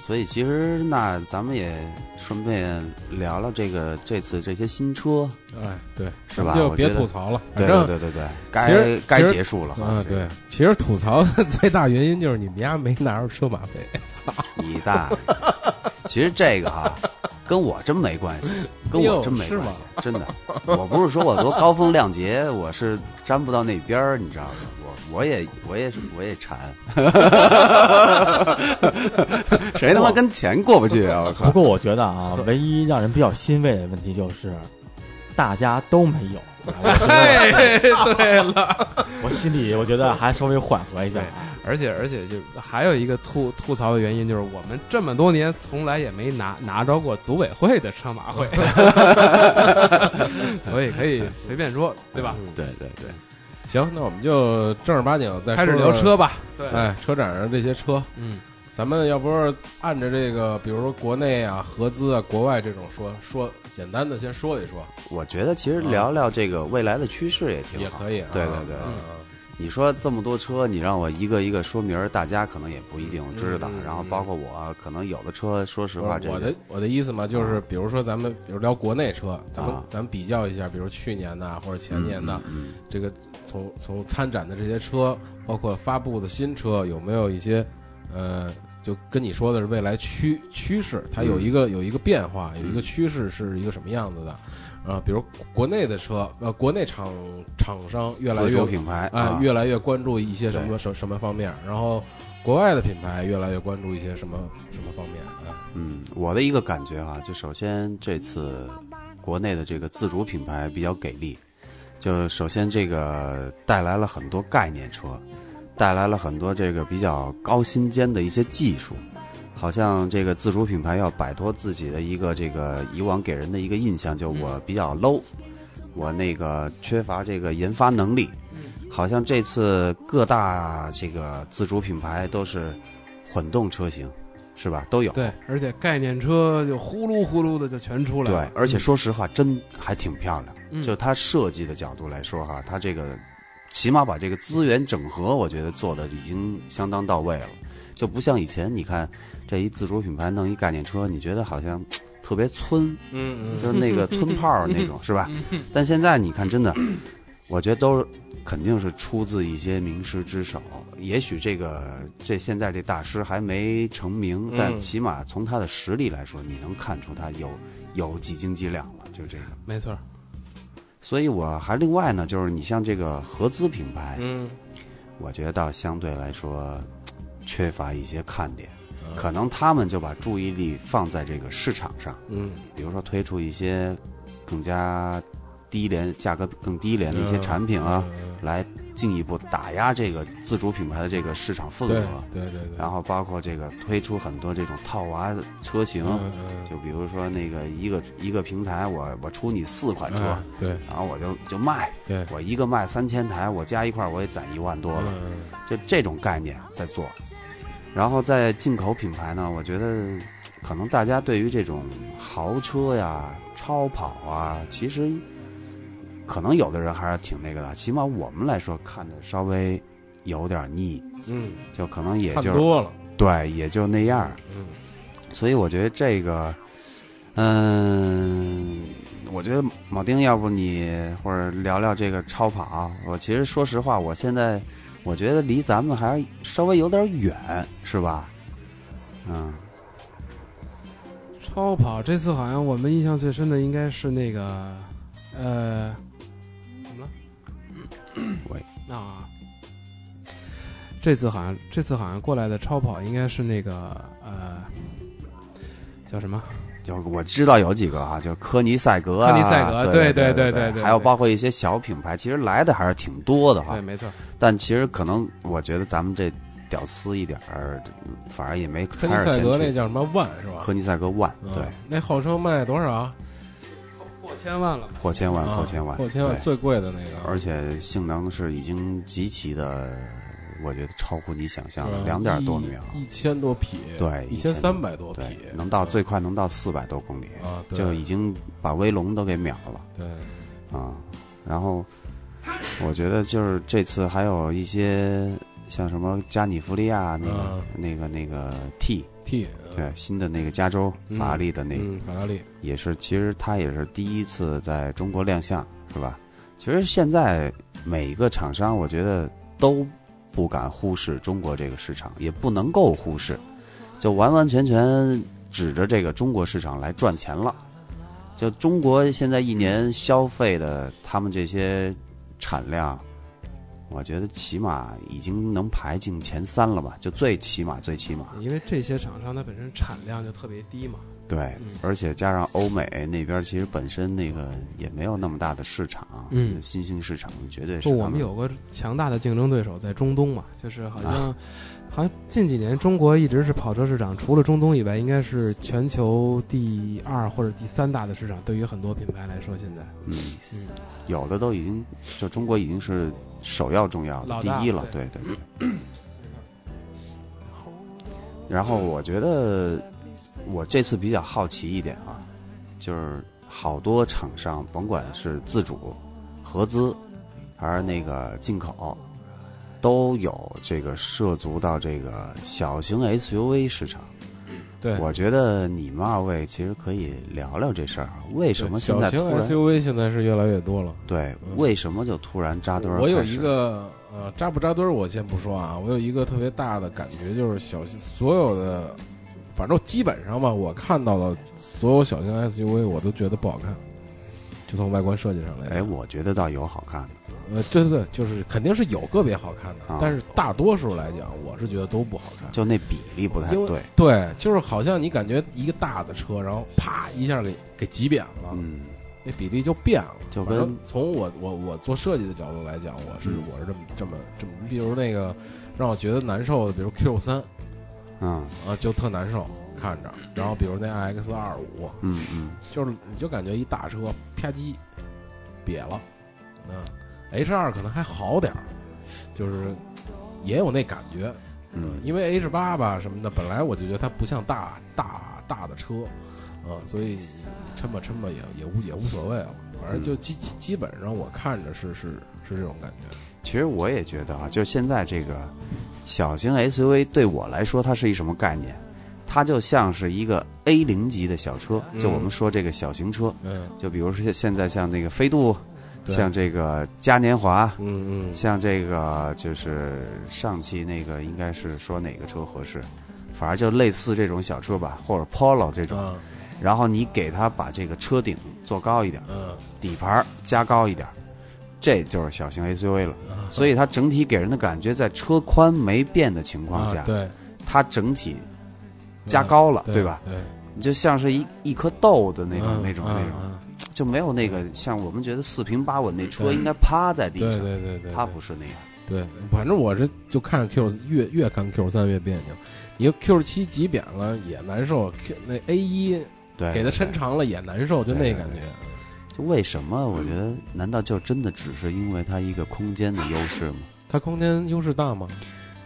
Speaker 4: 所以其实那咱们也顺便聊聊这个这次这些新车，
Speaker 2: 哎，对，
Speaker 4: 是吧
Speaker 2: 就
Speaker 4: 我
Speaker 2: 别
Speaker 4: 觉得
Speaker 2: 吐槽了，
Speaker 4: 对
Speaker 2: 反
Speaker 4: 对
Speaker 2: 正
Speaker 4: 对对对，
Speaker 2: 其
Speaker 4: 该
Speaker 2: 实
Speaker 4: 该
Speaker 2: 其实
Speaker 4: 结束了哈
Speaker 2: 啊，。对，其实吐槽的最大原因就是你们家没拿着车马费。
Speaker 4: 这个你大爷！其实这个啊，跟我真没关系，跟我真没
Speaker 2: 哟
Speaker 4: 关
Speaker 2: 是吗
Speaker 4: 系，真的。我不是说我多高风亮节，我是沾不到那边儿，你知道吗？我我也我也是我也馋， <laughs> 谁他妈跟钱过不去啊？
Speaker 2: <laughs>
Speaker 4: 我
Speaker 5: 不
Speaker 4: 靠！
Speaker 5: 过我觉得啊，唯一让人比较欣慰的问题就是，大家都没 <laughs> 有。我觉得
Speaker 3: 哎，对了，
Speaker 5: 我心里我觉得还稍微缓和一下。
Speaker 3: 而且而且就还有一个吐吐槽的原因就是，我们这么多年从来也没拿拿着过组委会 <laughs> 的车马费，所以可以随便说，对吧？
Speaker 4: 对对对，
Speaker 2: 行，那我们就正儿八经再
Speaker 3: 开始
Speaker 2: 说
Speaker 3: 聊
Speaker 2: 说
Speaker 3: 车，吧。对，
Speaker 2: 哎，车展上这些车，
Speaker 3: 嗯，
Speaker 2: 咱们要不是按着这个，比如说国内啊、合资啊、国外这种说说，简单的先说一说
Speaker 4: 我觉得其实聊聊这个未来的趋势也挺
Speaker 2: 也
Speaker 4: 好。
Speaker 2: 可以啊。
Speaker 4: 对对对
Speaker 2: 嗯
Speaker 4: 你说这么多车，你让我一个一个说明儿，大家可能也不一定知道。
Speaker 2: 嗯嗯
Speaker 4: 然后包括我，啊可能有的车，说实话，
Speaker 2: 不
Speaker 4: 这
Speaker 2: 是我
Speaker 4: 个
Speaker 2: 的我的意思嘛，就是比如说咱们，比如聊国内车，咱们
Speaker 4: 啊
Speaker 2: 咱们比较一下，比如去年的或者前年的，
Speaker 4: 嗯
Speaker 2: 这个从从参展的这些车，包括发布的新车，有没有一些呃，就跟你说的是未来趋趋势，它
Speaker 4: 嗯
Speaker 2: 有一个、有一个变化，有一个趋势是一个什么样子的？啊，比如国内的车，呃，国内厂厂商越来
Speaker 4: 自
Speaker 2: 越
Speaker 4: 主品牌
Speaker 2: 啊，越来越关注一些什么
Speaker 4: 对
Speaker 2: 什什么方面，然后国外的品牌越来越关注一些什么什么方面啊？
Speaker 4: 嗯，我的一个感觉啊，就首先这次国内的这个自主品牌比较给力，就首先这个带来了很多概念车，带来了很多这个比较高新尖的一些技术，好像这个自主品牌要摆脱自己的一个这个以往给人的一个印象，就我比较 low，我那个缺乏这个研发能力，好像这次各大这个自主品牌都是混动车型，是吧？都有。
Speaker 3: 对，而且概念车就呼噜呼噜的就全出来
Speaker 4: 对
Speaker 3: 了。，
Speaker 4: 而且说实话，真还挺漂亮。
Speaker 3: 嗯
Speaker 4: 就它设计的角度来说哈，它这个起码把这个资源整合，我觉得做的已经相当到位了。就不像以前，你看这一自主品牌弄一概念车，你觉得好像特别村，
Speaker 2: 嗯
Speaker 4: 就是那个村炮儿
Speaker 2: <laughs>
Speaker 4: 那种，是吧？但现在你看，真的， <clears throat> 我觉得都是肯定是出自一些名师之手。也许这个这现在这大师还没成名，但
Speaker 2: 嗯
Speaker 4: 起码从他的实力来说，你能看出他有有几斤几两了，就这个。
Speaker 3: 没错，
Speaker 4: 所以我还另外呢，就是你像这个合资品牌，
Speaker 2: 嗯
Speaker 4: 我觉得倒相对来说缺乏一些看点，
Speaker 2: 嗯
Speaker 4: 可能他们就把注意力放在这个市场上。
Speaker 2: 嗯
Speaker 4: 比如说推出一些更加低廉、价格更低廉的一
Speaker 2: 呃
Speaker 4: 些产品啊，来进一步打压这个自主品牌的这个市场份
Speaker 2: 对
Speaker 4: 额。
Speaker 2: 对对对，
Speaker 4: 然后包括这个推出很多这种套娃的车型，
Speaker 2: 嗯嗯
Speaker 4: 就比如说那个一个一个平台我，我出你四款车，
Speaker 2: 嗯，对
Speaker 4: 然后我就就卖，
Speaker 2: 对，
Speaker 4: 我一个卖三千台，我加一块儿我也攒一万多了。
Speaker 2: 嗯
Speaker 4: 就这种概念在做。然后在进口品牌呢，我觉得嘖可能大家对于这种豪车呀、超跑啊，其实可能有的人还是挺那个的，起码我们来说看着稍微有点腻，
Speaker 2: 嗯，
Speaker 4: 就可能也
Speaker 2: 看
Speaker 4: 就
Speaker 2: 多了，
Speaker 4: 对，也就那样儿。
Speaker 2: 嗯
Speaker 4: 所以我觉得这个，嗯，我觉得铆钉，要不你或者聊聊这个超跑。啊我其实说实话，我现在我觉得离咱们还稍微有点远，是吧？嗯，
Speaker 3: 超跑这次好像我们印象最深的应该是那个，呃，怎么了？
Speaker 4: 喂，
Speaker 3: 啊，这次好像这次好像过来的超跑应该是那个呃，叫什么？
Speaker 4: 就是我知道有几个哈、就科尼赛格啊，
Speaker 3: 科尼赛格
Speaker 4: 对对
Speaker 3: 对对对对
Speaker 4: 还有包括一些小品牌，其实来的还是挺多的哈、
Speaker 3: 对，没错，
Speaker 4: 但其实可能我觉得咱们这屌丝一点儿，反而也没
Speaker 2: 科
Speaker 4: 穿
Speaker 2: 尼
Speaker 4: 着
Speaker 2: 赛
Speaker 4: 先
Speaker 2: 格那
Speaker 4: 去。
Speaker 2: 叫什么万是吧？
Speaker 4: 科尼赛格 One，
Speaker 2: 嗯
Speaker 4: 对，，
Speaker 2: 那号称卖多少？
Speaker 3: 破千万了吧？
Speaker 4: 破千万，
Speaker 2: 啊
Speaker 4: 破嗯千万，
Speaker 2: 破千万
Speaker 4: 对
Speaker 2: 最贵的那个，
Speaker 4: 而且性能是已经极其的，我觉得超乎你想象的，
Speaker 2: 嗯
Speaker 4: 两点多秒，
Speaker 2: 一一千多匹，
Speaker 4: 对
Speaker 2: 一
Speaker 4: 1300
Speaker 2: 三百多匹
Speaker 4: 对，，能到最快能到四百多公里，
Speaker 2: 啊，对
Speaker 4: 就已经把威龙都给秒了
Speaker 2: 对，
Speaker 4: 啊。然后我觉得就是这次还有一些像什么加尼福利亚那个
Speaker 2: 嗯
Speaker 4: 那个那个 T，
Speaker 2: T
Speaker 4: 对，新的那个加州
Speaker 2: 啊嗯
Speaker 4: 法拉利的那个
Speaker 2: 嗯，法拉利，
Speaker 4: 也是，其实它也是第一次在中国亮相，是吧？其实现在每个厂商，我觉得都不敢忽视中国这个市场，也不能够忽视，就完完全全指着这个中国市场来赚钱了。就中国现在一年消费的他们这些产量，我觉得起码已经能排进前三了吧，就最起码最起码。
Speaker 3: 因为这些厂商它本身产量就特别低嘛，嗯
Speaker 4: 对，而且加上欧美那边其实本身那个也没有那么大的市场，
Speaker 3: 嗯
Speaker 4: 新兴市场绝对是
Speaker 3: 不，
Speaker 4: 他
Speaker 3: 我们有个强大的竞争对手在中东嘛，就是
Speaker 4: 啊
Speaker 3: 好像、好像近几年中国一直是跑车市场，除了中东以外，应该是全球第二或者第三大的市场。对于很多品牌来说，现在
Speaker 4: 嗯
Speaker 3: 嗯，
Speaker 4: 有的都已经就中国已经是首要重要的
Speaker 3: 老
Speaker 4: 第
Speaker 3: 大
Speaker 4: 一了，对
Speaker 3: 对
Speaker 4: 对对。然后我觉得我这次比较好奇一点啊，就是好多厂商，甭管是自主、合资，还是那个进口，都有这个涉足到这个小型 SUV 市场。
Speaker 3: 对
Speaker 4: 我觉得你们二位其实可以聊聊这事儿啊，为什么现
Speaker 2: 小
Speaker 4: 在
Speaker 2: 型
Speaker 4: 突然
Speaker 2: SUV 现在是越来越多了？
Speaker 4: 对，
Speaker 2: 嗯
Speaker 4: 为什么就突然扎堆儿？
Speaker 2: 我有一，个呃扎不扎堆儿，我先不说啊，我有一个特别大的感觉就是小型所有的，反正基本上吧，我看到的所有小型 SUV 我都觉得不好看，就从外观设计上来
Speaker 4: 哎，
Speaker 2: 讲，
Speaker 4: 我觉得倒有好看的，
Speaker 2: 呃，对对对，就是肯定是有个别好看的
Speaker 4: 啊，
Speaker 2: 但是大多数来讲，我是觉得都不好看。
Speaker 4: 就那比例不太
Speaker 2: 因为
Speaker 4: 对。
Speaker 2: 对，就是好像你感觉一个大的车，然后啪一下给给挤扁了，
Speaker 4: 嗯，
Speaker 2: 那比例就变了。
Speaker 4: 就
Speaker 2: 反
Speaker 4: 跟嗯
Speaker 2: 正从我我我做设计的角度来讲，我是我是这么这么这么，比如那个让我觉得难受的，比如 Q 三
Speaker 4: 嗯
Speaker 2: 啊，就特难受看着。然后比如那 X 二五，
Speaker 4: 嗯嗯，
Speaker 2: 就是你就感觉一大车啪叽瘪了，嗯，H 二可能还好点儿，就是也有那感觉，
Speaker 4: 嗯
Speaker 2: 呃因为 H 八吧什么的，本来我就觉得它不像大大大的车，啊、所以你抻吧抻吧也也无也无所谓了，反正就
Speaker 4: 嗯
Speaker 2: 基基基本上我看着是是是这种感觉，
Speaker 4: 其实我也觉得啊，就是现在这个小型 SUV 对我来说，它是一什么概念？它就像是一个 A 零级的小车，就我们说这个小型车，
Speaker 2: 嗯，
Speaker 4: 就比如说现在像那个飞度，
Speaker 2: 对
Speaker 4: 像这个嘉年华，
Speaker 2: 嗯嗯，
Speaker 4: 像这个就是上期那个应该是说哪个车合适，反正就类似这种小车吧，或者 Polo 这种，
Speaker 2: 啊
Speaker 4: 然后你给它把这个车顶做高一点，
Speaker 2: 嗯
Speaker 4: 底盘加高一点，这就是小型 SUV 了。
Speaker 2: 啊
Speaker 4: 所以它整体给人的感觉，在车宽没变的情况下，
Speaker 2: 啊对嗯
Speaker 4: 它整体加高了，
Speaker 2: 对
Speaker 4: 对吧？？
Speaker 2: 对
Speaker 4: 你就像是一一颗豆的那种、
Speaker 2: 嗯
Speaker 4: 那种、
Speaker 2: 嗯
Speaker 4: 那种，
Speaker 2: 嗯
Speaker 4: 就没有那个像我们觉得四平八稳那车
Speaker 2: 对
Speaker 4: 应该趴在地
Speaker 2: 对
Speaker 4: 上，
Speaker 2: 对对对，
Speaker 4: 它不是那样。
Speaker 2: 对，反正我是就看 Q 越越看 Q 三越别扭，你 Q 七挤扁了也难受，Q 那 A 一
Speaker 4: 对，
Speaker 2: 给它
Speaker 4: 对
Speaker 2: 抻长了也难受，就那
Speaker 4: 对对
Speaker 2: 感觉。
Speaker 4: 就为什么？我觉得，难道就真的只是因为它一个空间的优势吗？
Speaker 2: 它空间优势大吗？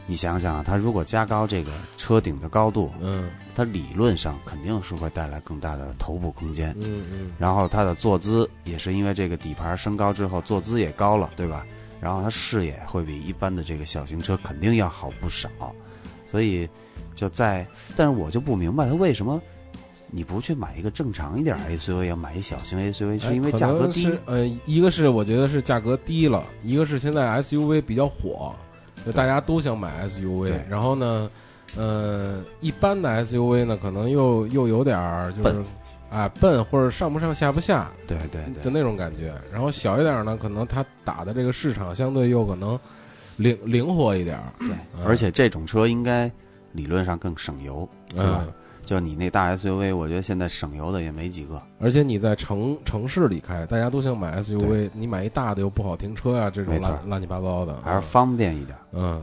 Speaker 4: 你想想啊，它如果加高这个车顶的高度，
Speaker 2: 嗯
Speaker 4: 它理论上肯定是会带来更大的头部空间。
Speaker 2: 嗯嗯，
Speaker 4: 然后它的坐姿也是因为这个底盘升高之后，坐姿也高了，对吧？然后它视野会比一般的这个小型车肯定要好不少，所以就在，但是我就不明白它为什么你不去买一个正常一点儿 SUV，要买一小型 SUV，是因为
Speaker 2: 哎可
Speaker 4: 价格
Speaker 2: 能
Speaker 4: 低
Speaker 2: 是呃，一个是我觉得是价格低了，一个是现在 SUV 比较火，就大家都想买 SUV
Speaker 4: 对。
Speaker 2: 然后呢，呃，一般的 SUV 呢，可能又又有点儿就是
Speaker 4: 笨
Speaker 2: 啊笨，或者上不上下不下，
Speaker 4: 对对
Speaker 2: 就
Speaker 4: 对，
Speaker 2: 那种感觉。然后小一点儿呢，可能它打的这个市场相对又可能灵灵活一点儿，对，
Speaker 4: 而且这种车应该理论上更省油，是吧
Speaker 2: 嗯，？
Speaker 4: 就你那大 SUV，我觉得现在省油的也没几个，
Speaker 2: 而且你在城城市里开，大家都想买 SUV，
Speaker 4: 对
Speaker 2: 你买一大的又不好停车呀、这种
Speaker 4: 没错
Speaker 2: 乱乱七八糟的，
Speaker 4: 还是
Speaker 2: 嗯
Speaker 4: 方便一点。
Speaker 2: 嗯。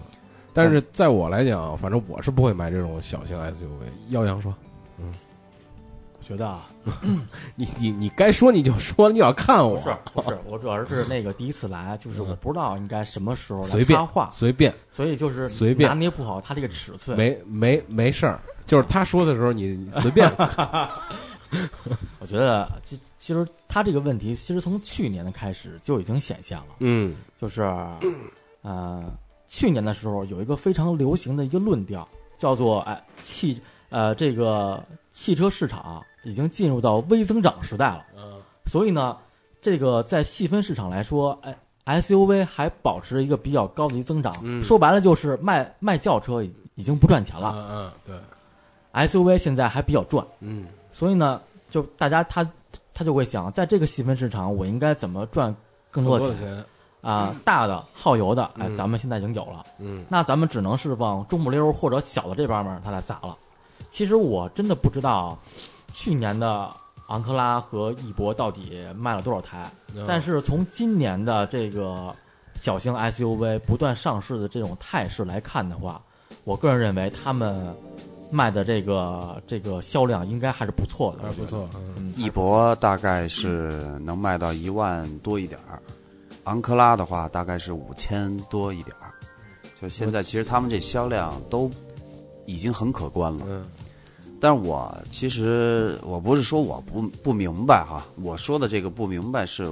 Speaker 2: 但是在我来讲，反正我是不会买这种小型 SUV。耀阳说
Speaker 5: 我觉得啊，：“
Speaker 2: 你你你该说你就说，你老看
Speaker 5: 不
Speaker 2: 我，
Speaker 5: 是不 <laughs> 是，我主要是那个第一次来，就是我不知道应该什么时候来
Speaker 2: 随便
Speaker 5: 插话，
Speaker 2: 随便
Speaker 5: 所以就是
Speaker 2: 随便
Speaker 5: 拿捏不好他这个尺寸。
Speaker 2: 没没没事儿。”就是他说的时候，你
Speaker 5: 嗯
Speaker 2: 你随
Speaker 5: <laughs>
Speaker 2: 便
Speaker 5: 我觉得这其实他这个问题，其实从去年的开始就已经显现了，
Speaker 2: 嗯
Speaker 5: 就是呃，去年的时候有一个非常流行的一个论调，叫做哎汽呃这个汽车市场已经进入到微增长时代了。
Speaker 2: 嗯
Speaker 5: 所以呢，这个在细分市场来说，哎，SUV 还保持一个比较高的一个增长。
Speaker 2: 嗯
Speaker 5: 说白了就是卖卖轿车已已经不赚钱了、
Speaker 2: 嗯嗯，对，
Speaker 5: s u v 现在还比较赚。
Speaker 2: 嗯
Speaker 5: 所以呢，就大家他他就会想，在这个细分市场，我应该怎么赚更多的钱
Speaker 2: 钱，
Speaker 5: 啊、大的耗油的，哎、
Speaker 3: 嗯
Speaker 5: 咱们现在已经有了，
Speaker 3: 嗯
Speaker 5: 那咱们只能是往中不溜儿或者小的这帮面儿它来砸了。其实我真的不知道去年的昂克拉和翼博到底卖了多少台，
Speaker 2: 嗯
Speaker 5: 但是从今年的这个小型 SUV 不断上市的这种态势来看的话，我个人认为他们卖的这个这个销量应该还是不错的，
Speaker 2: 还
Speaker 5: 我
Speaker 2: 是
Speaker 5: 觉得
Speaker 2: 不。错，
Speaker 5: 嗯，
Speaker 4: 翼博大概是能卖到一万多一点儿，昂克拉的话大概是五千多一点儿。就现在，其实他们这销量都已经很可观了。
Speaker 2: 嗯
Speaker 4: 但是我其实我不是说我不不明白哈，我说的这个不明白是，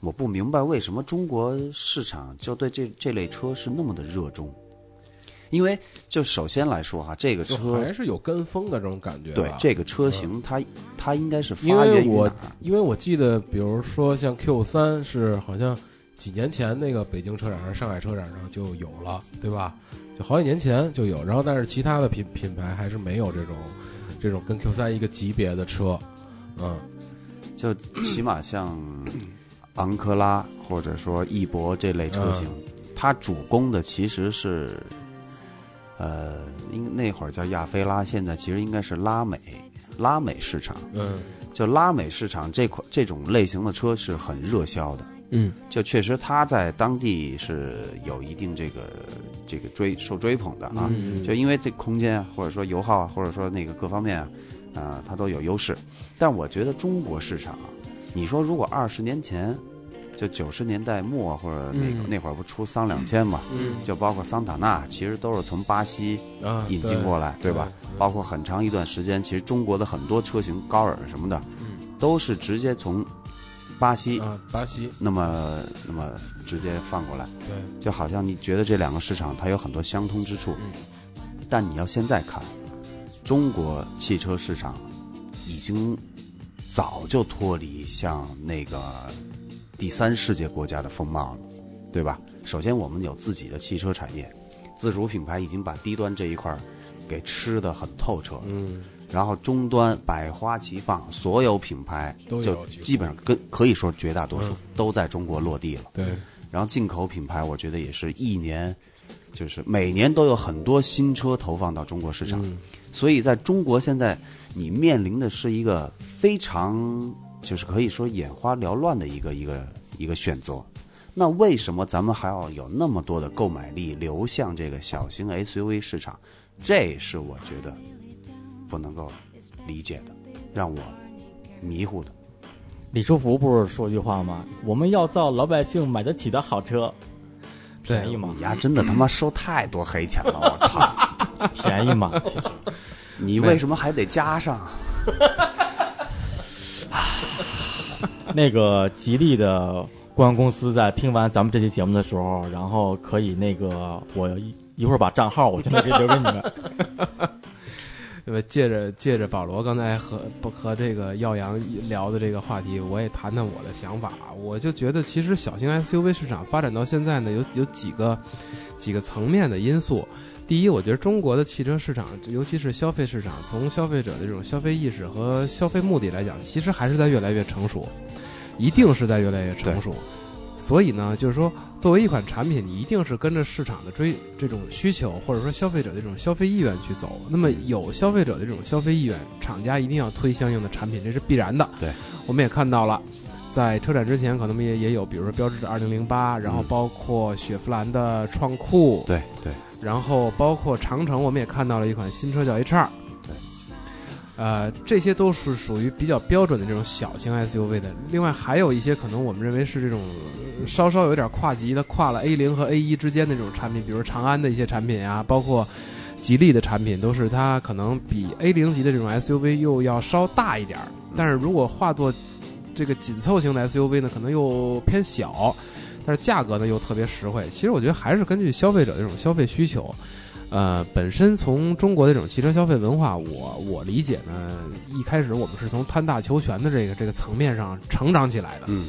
Speaker 4: 我不明白为什么中国市场就对这这类车是那么的热衷，因为就首先来说哈，这个
Speaker 2: 就
Speaker 4: 车
Speaker 2: 嗯还是有跟风的这种感觉吧。
Speaker 4: 对这个车型它、它应该是
Speaker 2: 因
Speaker 4: 发
Speaker 2: 为
Speaker 4: 源于
Speaker 2: 我
Speaker 4: 哪儿？
Speaker 2: 因为我记得，比如说像 Q 三是好像几年前那个北京车展上、上海车展上就有了，对吧？就好几年前就有，然后但是其他的品品牌还是没有这种这种跟 Q 三一个级别的车，嗯，
Speaker 4: 就起码像昂克拉或者说翼博这类车型，它主攻的其实是，呃，应那会儿叫亚非拉，现在其实应该是拉美拉美市场。
Speaker 2: 嗯，
Speaker 4: 就拉美市场这款这种类型的车是很热销的，
Speaker 3: 嗯，
Speaker 4: 就确实它在当地是有一定这个这个追受追捧的啊，
Speaker 3: 嗯
Speaker 4: 就因为这空间啊，或者说油耗啊，或者说那个各方面啊，啊、它都有优势。但我觉得中国市场啊，你说如果二十年前，就九十年代末或者那个、
Speaker 3: 嗯
Speaker 4: 那会儿不出桑两千嘛，
Speaker 3: 嗯
Speaker 4: 就包括桑塔纳，其实都是从巴西
Speaker 2: 啊，
Speaker 4: 引进过来，对吧？包括很长一段时间，其实中国的很多车型，高尔什么的，
Speaker 3: 嗯
Speaker 4: 都是直接从巴
Speaker 2: 对
Speaker 4: 西，
Speaker 2: 啊，巴西，
Speaker 4: 那么那么直接放过来，
Speaker 2: 对，
Speaker 4: 就好像你觉得这两个市场它有很多相通之处，
Speaker 3: 嗯
Speaker 4: 但你要现在看，中国汽车市场已经早就脱离像那个第三世界国家的风貌了，对吧？首先，我们有自己的汽车产业，自主品牌已经把低端这一块儿给吃得很透彻，
Speaker 2: 嗯，
Speaker 4: 然后终端百花齐放，所有品牌
Speaker 2: 都有
Speaker 4: 就
Speaker 2: 几乎
Speaker 4: 基本上跟可以说绝大多数
Speaker 2: 嗯
Speaker 4: 都在中国落地了。
Speaker 2: 对，
Speaker 4: 然后进口品牌，我觉得也是一年，就是每年都有很多新车投放到中国市场，
Speaker 2: 嗯
Speaker 4: 所以在中国现在你面临的是一个非常就是可以说眼花缭乱的一个一个一个选择。那为什么咱们还要有那么多的购买力流向这个小型 SUV 市场？这是我觉得不能够理解的，让我迷糊的。
Speaker 5: 李书福不是说句话吗？我们要造老百姓买得起的好车，便宜嘛
Speaker 4: 你，丫真的他妈收太多黑钱了，我靠！
Speaker 5: 便宜嘛。其实
Speaker 4: 你为什么还得加上？
Speaker 5: <laughs> 那个吉利的公关公司在听完咱们这期节目的时候，然后可以那个我一一会儿把账号我现在给留给你们。
Speaker 3: 对吧？借着借着保罗刚才和不和这个耀阳聊的这个话题，我也谈谈我的想法。啊我就觉得，其实小型 SUV 市场发展到现在呢，有有几个几个层面的因素。第一，我觉得中国的汽车市场，尤其是消费市场，从消费者的这种消费意识和消费目的来讲，其实还是在越来越成熟，一定是在越来越成熟。所以呢，就是说，作为一款产品，你一定是跟着市场的追这种需求，或者说消费者的这种消费意愿去走。那
Speaker 4: 嗯
Speaker 3: 么有消费者的这种消费意愿，厂家一定要推相应的产品，这是必然的。
Speaker 4: 对，
Speaker 3: 我们也看到了，在车展之前，可能也也有，比如说标致的二零零八，然后
Speaker 4: 嗯
Speaker 3: 包括雪佛兰的创酷，
Speaker 4: 对对，
Speaker 3: 然后包括长城，我们也看到了一款新车叫 H 二。
Speaker 4: 对，
Speaker 3: 呃，这些都是属于比较标准的这种小型 SUV 的。另外还有一些可能我们认为是这种呃稍稍有点跨级的，跨了 A 零和 A 一之间的这种产品，比如长安的一些产品啊，包括吉利的产品，都是它可能比 A 零级的这种 SUV 又要稍大一点儿。但是如果化作这个紧凑型的 SUV 呢，可能又偏小。但是价格呢又特别实惠。其实我觉得还是根据消费者这种消费需求，呃，本身从中国的这种汽车消费文化，我我理解呢，一开始我们是从贪大求全的这个这个层面上成长起来的，
Speaker 4: 嗯，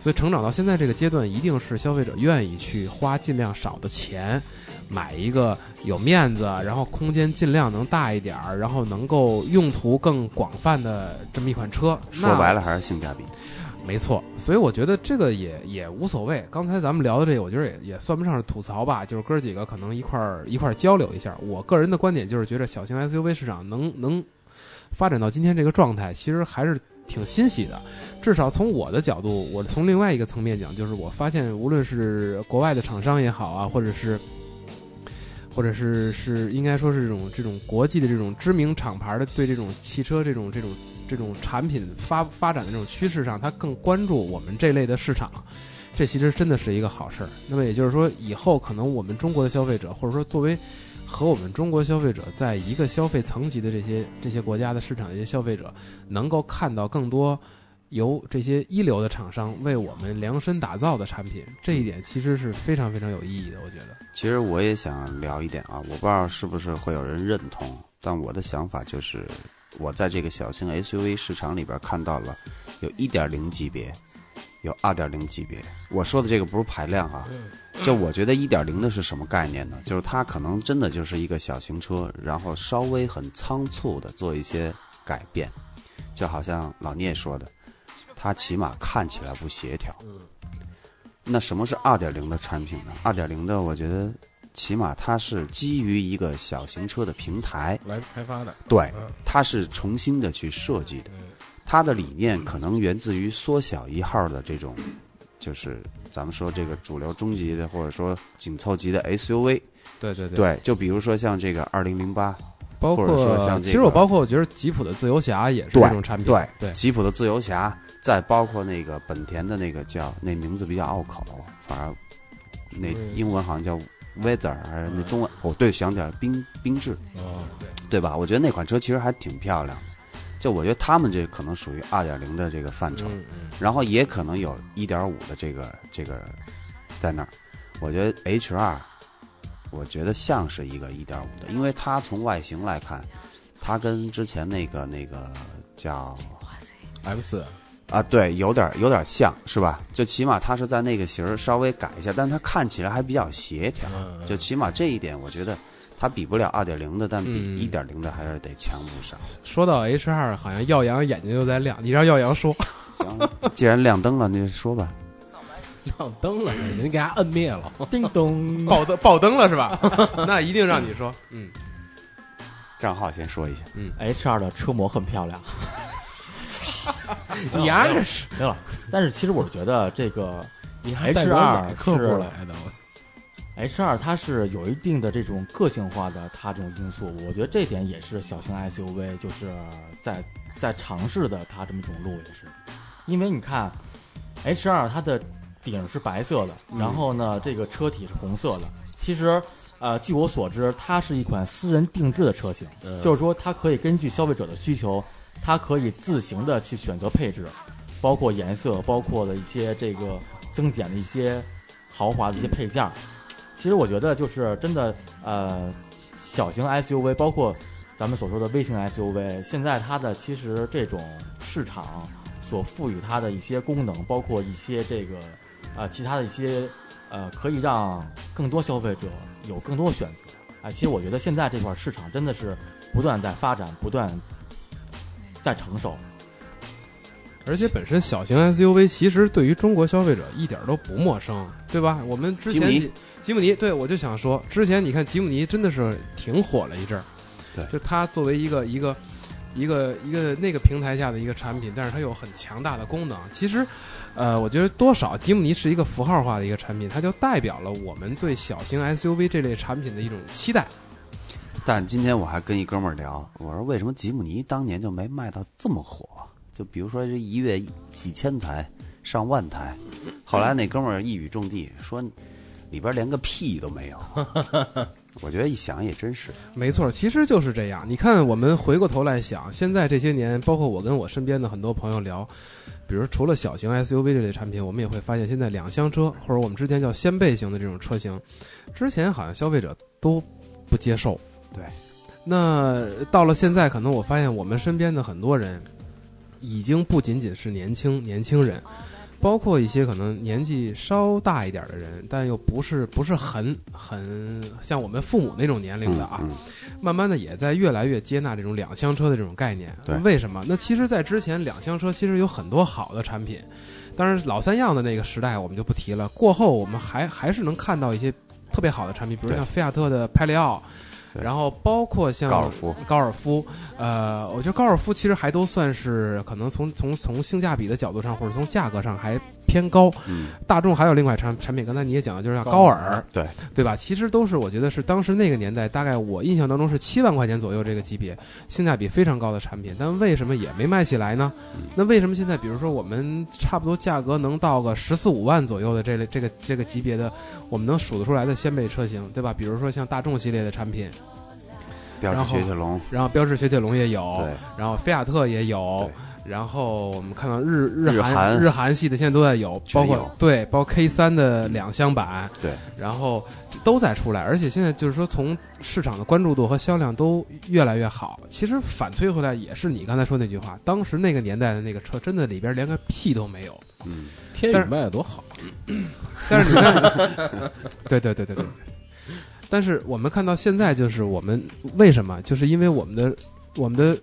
Speaker 3: 所以成长到现在这个阶段，一定是消费者愿意去花尽量少的钱，买一个有面子，然后空间尽量能大一点儿，然后能够用途更广泛的这么一款车。
Speaker 4: 说白
Speaker 3: 了，
Speaker 4: 了还是性价比。
Speaker 3: 没错，所以我觉得这个也也无所谓。刚才咱们聊的这个，我觉得也也算不上是吐槽吧，就是哥几个可能一块儿一块儿交流一下。我个人的观点就是，觉得小型 SUV 市场能能发展到今天这个状态，其实还是挺欣喜的。至少从我的角度，我从另外一个层面讲，就是我发现，无论是国外的厂商也好啊，或者是或者是是应该说是这种这种国际的这种知名厂牌的对这种汽车这种这种这种产品发发展的这种趋势上，它更关注我们这类的市场，这其实真的是一个好事儿。那么也就是说，以后可能我们中国的消费者，或者说作为和我们中国消费者在一个消费层级的这些这些国家的市场，这些消费者能够看到更多。由这些一流的厂商为我们量身打造的产品，这一点其实是非常非常有意义的。我觉得，
Speaker 4: 其实我也想聊一点啊，我不知道是不是会有人认同，但我的想法就是，我在这个小型 SUV 市场里边看到了有1.0级别，有2.0级别。我说的这个不是排量哈、就我觉得1.0的是什么概念呢？就是它可能真的就是一个小型车，然后稍微很仓促的做一些改变，就好像老聂说的，它起码看起来不协调。那什么是2.0的产品呢？2.0的，我觉得起码它是基于一个小型车的平台，
Speaker 2: 来开发的，
Speaker 4: 对
Speaker 2: 嗯，
Speaker 4: 它是重新的去设计的。它的理念可能源自于缩小一号的这种，就是咱们说这个主流中级的，或者说紧凑级的 SUV。
Speaker 3: 对对对，
Speaker 4: 对，就比如说像这个2008，
Speaker 3: 包
Speaker 4: 或者说
Speaker 3: 括
Speaker 4: 像这
Speaker 3: 其实我
Speaker 4: 个
Speaker 3: 包括我觉得吉普的自由侠也是
Speaker 4: 对
Speaker 3: 这种产品，
Speaker 4: 对
Speaker 3: 对
Speaker 4: 吉普的自由侠，再包括那个本田的那个叫那名字比较拗口，反而那英文好像叫 Weather，还是那中文哦，对，想起来了缤缤智，
Speaker 2: 哦，
Speaker 4: 对吧？我觉得那款车其实还挺漂亮的，就我觉得他们这可能属于二点零的这个范畴，然后也可能有一点五的这个这个在那儿。我觉得 H 二，我觉得像是一个一点五的，因为它从外形来看，它跟之前那个那个叫
Speaker 2: M 四，
Speaker 4: 啊，对，有点有点像是吧？就起码它是在那个型儿稍微改一下，但它看起来还比较协调。就起码这一点，我觉得它比不了二点零的，但比
Speaker 3: 嗯
Speaker 4: 一点零的还是得强不少。
Speaker 3: 说到 H 二，好像耀阳眼睛又在亮，你让耀阳说， <laughs>
Speaker 4: 行，既然亮灯了，你就说吧。
Speaker 2: 亮灯了，人给它摁灭了。
Speaker 5: <laughs> 叮咚，
Speaker 3: 爆灯爆灯了
Speaker 2: <laughs>
Speaker 3: 是吧？那一定让你说，嗯，
Speaker 4: 账号先说一下，
Speaker 5: H 二的车模很漂亮，
Speaker 2: <laughs> 你丫这是
Speaker 5: 没有了。但是其实我觉得这个
Speaker 2: 你还带着哪儿
Speaker 5: H2
Speaker 2: 客户
Speaker 5: 是
Speaker 2: 来的？我
Speaker 5: H 二它是有一定的这种个性化的它这种因素，我觉得这点也是小型 SUV 就是在在尝试的它这么一种路也是，因为你看 H 二它的顶是白色的，然后呢这个车体是红色的，其实呃据我所知，它是一款私人定制的车型，就是说它可以根据消费者的需求，它可以自行的去选择配置，包括颜色，包括的一些这个增减的一些豪华的一些配件儿。其实我觉得就是真的，呃，小型 SUV 包括咱们所说的微型 SUV，现在它的其实这种市场所赋予它的一些功能，包括一些这个呃其他的一些呃，可以让更多消费者有更多的选择。啊、其实我觉得现在这块市场真的是不断在发展，不断在成熟。
Speaker 3: 而且本身小型 SUV 其实对于中国消费者一点都不陌生，啊对吧？我们之前
Speaker 4: 吉姆尼
Speaker 3: 几吉姆尼，对我就想说，之前你看吉姆尼真的是挺火了一阵儿，
Speaker 4: 对
Speaker 3: 就它作为一个一个一个一个那个平台下的一个产品，但是它有很强大的功能。其实，呃，我觉得多少吉姆尼是一个符号化的一个产品，它就代表了我们对小型 SUV 这类产品的一种期待。
Speaker 4: 但今天我还跟一哥们儿聊，我说为什么吉姆尼当年就没卖到这么火？就比如说这一月几千台、上万台，后来那哥们儿一语中的，说里边连个屁都没有。我觉得一想也真是，
Speaker 3: 没错，其实就是这样。你看，我们回过头来想，现在这些年，包括我跟我身边的很多朋友聊，比如除了小型 SUV 这类产品，我们也会发现，现在两厢车或者我们之前叫掀背型的这种车型，之前好像消费者都不接受。
Speaker 4: 对，
Speaker 3: 那到了现在，可能我发现我们身边的很多人，已经不仅仅是年轻年轻人，包括一些可能年纪稍大一点的人，但又不是不是很很像我们父母那种年龄的啊，
Speaker 4: 嗯
Speaker 3: 慢慢的也在越来越接纳这种两厢车的这种概念
Speaker 4: 对。
Speaker 3: 为什么？那其实，在之前两厢车其实有很多好的产品，当然老三样的那个时代我们就不提了。过后我们还还是能看到一些特别好的产品，比如
Speaker 4: 对
Speaker 3: 像菲亚特的派雷奥，
Speaker 4: 对
Speaker 3: 然后包括像
Speaker 4: 高尔夫
Speaker 3: 高尔夫，呃，我觉得高尔夫其实还都算是可能从从从性价比的角度上，或者从价格上还偏高。
Speaker 4: 嗯，
Speaker 3: 大众还有另外产产品，刚才你也讲的就是叫高尔，
Speaker 4: 对
Speaker 3: 对吧？其实都是我觉得是当时那个年代，大概我印象当中是七万块钱左右这个级别，性价比非常高的产品，但为什么也没卖起来呢？那为什么现在比如说我们差不多价格能到个十四五万左右的这类这个这个级别的，我们能数得出来的掀背车型，对吧？比如说像大众系列的产品，
Speaker 4: 标
Speaker 3: 然
Speaker 4: 致
Speaker 3: 后
Speaker 4: 雪铁龙，
Speaker 3: 然后标致雪铁龙也有，
Speaker 4: 对，
Speaker 3: 然后菲亚特也有
Speaker 4: 对，
Speaker 3: 然后我们看到日日
Speaker 4: 日
Speaker 3: 韩
Speaker 4: 韩
Speaker 3: 日韩系的现在都在有，
Speaker 4: 全
Speaker 3: 包括
Speaker 4: 有
Speaker 3: 对，包括 K 三的两厢版，
Speaker 4: 对，
Speaker 3: 然后这都在出来，而且现在就是说从市场的关注度和销量都越来越好。其实反推回来也是你刚才说那句话，当时那个年代的那个车真的里边连个屁都没有，
Speaker 4: 嗯，
Speaker 2: 天
Speaker 3: 但
Speaker 2: 宇
Speaker 3: 是
Speaker 2: 卖的多好，
Speaker 3: <laughs> 但是你看， <laughs> 对对对对对。但是我们看到现在，就是我们为什么？就是因为我们的我们的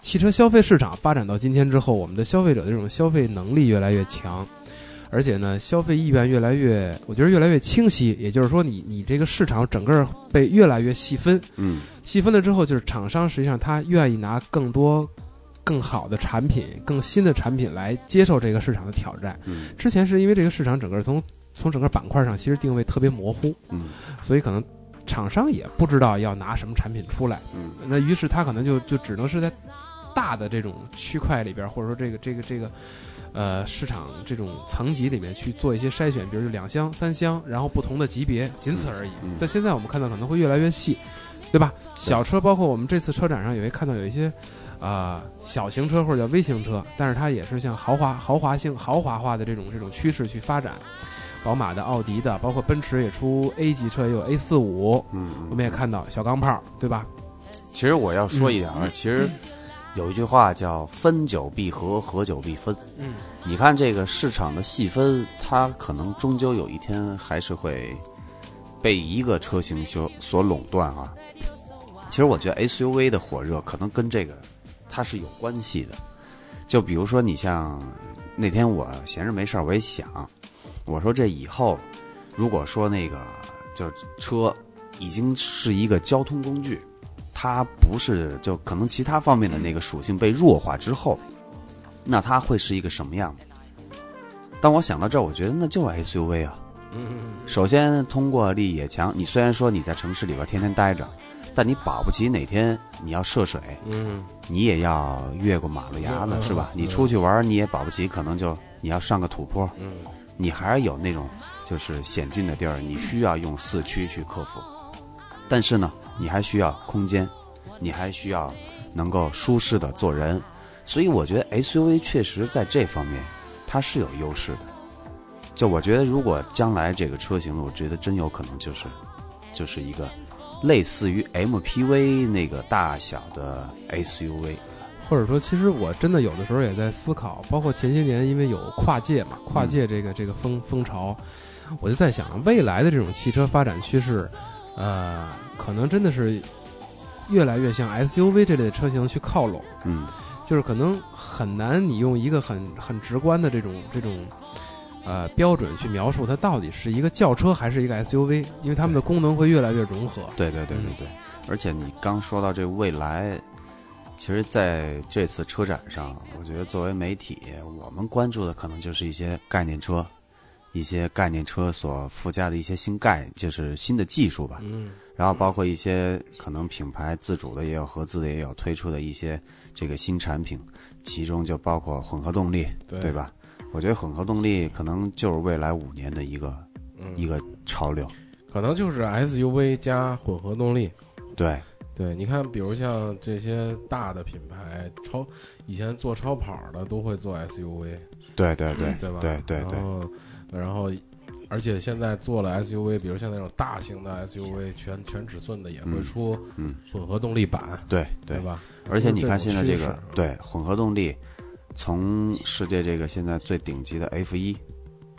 Speaker 3: 汽车消费市场发展到今天之后，我们的消费者的这种消费能力越来越强，而且呢，消费意愿越来越，我觉得越来越清晰。也就是说你，你这个市场整个被越来越细分，
Speaker 4: 嗯，
Speaker 3: 细分了之后，就是厂商实际上他愿意拿更多、更好的产品、更新的产品来接受这个市场的挑战。
Speaker 4: 嗯，
Speaker 3: 之前是因为这个市场整个从从整个板块上其实定位特别模糊，
Speaker 4: 嗯，
Speaker 3: 所以可能厂商也不知道要拿什么产品出来，
Speaker 4: 嗯，
Speaker 3: 那于是他可能就就只能是在大的这种区块里边，或者说这个这个这个。呃，市场这种层级里面去做一些筛选，比如两厢、三厢，然后不同的级别，仅此而已。
Speaker 4: 嗯嗯
Speaker 3: 但现在我们看到可能会越来越细，对吧？小车包括我们这次车展上也会看到有一些啊、小型车或者叫微型车，但是它也是向豪华、豪华性、豪华化的这种这种趋势去发展。宝马的、奥迪的，包括奔驰也出 A 级车，也有 A 四五，
Speaker 4: 嗯，嗯
Speaker 3: 我们也看到小钢炮，对吧？
Speaker 4: 其实我要说一点啊，其实有一句话叫“分久必合，合久必分”。
Speaker 3: 嗯，
Speaker 4: 你看这个市场的细分，它可能终究有一天还是会被一个车型所所垄断啊。其实我觉得 SUV 的火热可能跟这个它是有关系的。就比如说，你像那天我闲着没事儿，我也想，我说这以后如果说那个就是车已经是一个交通工具，它不是就可能其他方面的那个属性被弱化之后，那它会是一个什么样的？当我想到这儿，我觉得那就是 SUV 啊。首先通过力也强，你虽然说你在城市里边天天待着，但你保不齐哪天你要涉水，
Speaker 3: 嗯，
Speaker 4: 你也要越过马路牙子，
Speaker 3: 嗯
Speaker 4: 是吧？你出去玩儿，你也保不齐可能就你要上个土坡，嗯，你还是有那种就是险峻的地儿，你需要用四驱去克服。但是呢，你还需要空间，你还需要能够舒适的做人，所以我觉得 SUV 确实在这方面它是有优势的。就我觉得，如果将来这个车型，我觉得真有可能就是就是一个类似于 MPV 那个大小的 SUV。
Speaker 3: 或者说，其实我真的有的时候也在思考，包括前些年因为有跨界嘛，跨界这个这个风风潮，我就在想未来的这种汽车发展趋势，呃，可能真的是越来越向 SUV 这类的车型去靠拢。
Speaker 4: 嗯，
Speaker 3: 就是可能很难你用一个很很直观的这种这种呃标准去描述它到底是一个轿车还是一个 SUV，因为它们的功能会越来越融合。
Speaker 4: 对对对对
Speaker 3: 嗯
Speaker 4: 对。而且你刚说到这未来，其实在这次车展上，我觉得作为媒体，我们关注的可能就是一些概念车，一些概念车所附加的一些新概，就是新的技术吧。
Speaker 3: 嗯
Speaker 4: 然后包括一些可能品牌自主的也有，合资的也有推出的一些这个新产品，其中就包括混合动力，
Speaker 3: 对
Speaker 4: 吧？我觉得混合动力可能就是未来五年的一个、
Speaker 3: 嗯
Speaker 4: 一个潮流。
Speaker 2: 可能就是 SUV 加混合动力。
Speaker 4: 对，
Speaker 2: 对，你看，比如像这些大的品牌，超以前做超跑的都会做 SUV，
Speaker 4: 对对对
Speaker 2: 对吧？
Speaker 4: 对对对
Speaker 2: 然后，然后，而且现在做了 SUV，比如像那种大型的 SUV，全全尺寸的也会
Speaker 4: 嗯
Speaker 2: 出
Speaker 4: 嗯
Speaker 2: 混合动力版，
Speaker 4: 对对
Speaker 2: 吧？
Speaker 4: 而且你看现在
Speaker 2: 都
Speaker 4: 这
Speaker 2: 是这
Speaker 4: 个
Speaker 2: 种趋势
Speaker 4: 对混合动力，从世界这个现在最顶级的 F 一，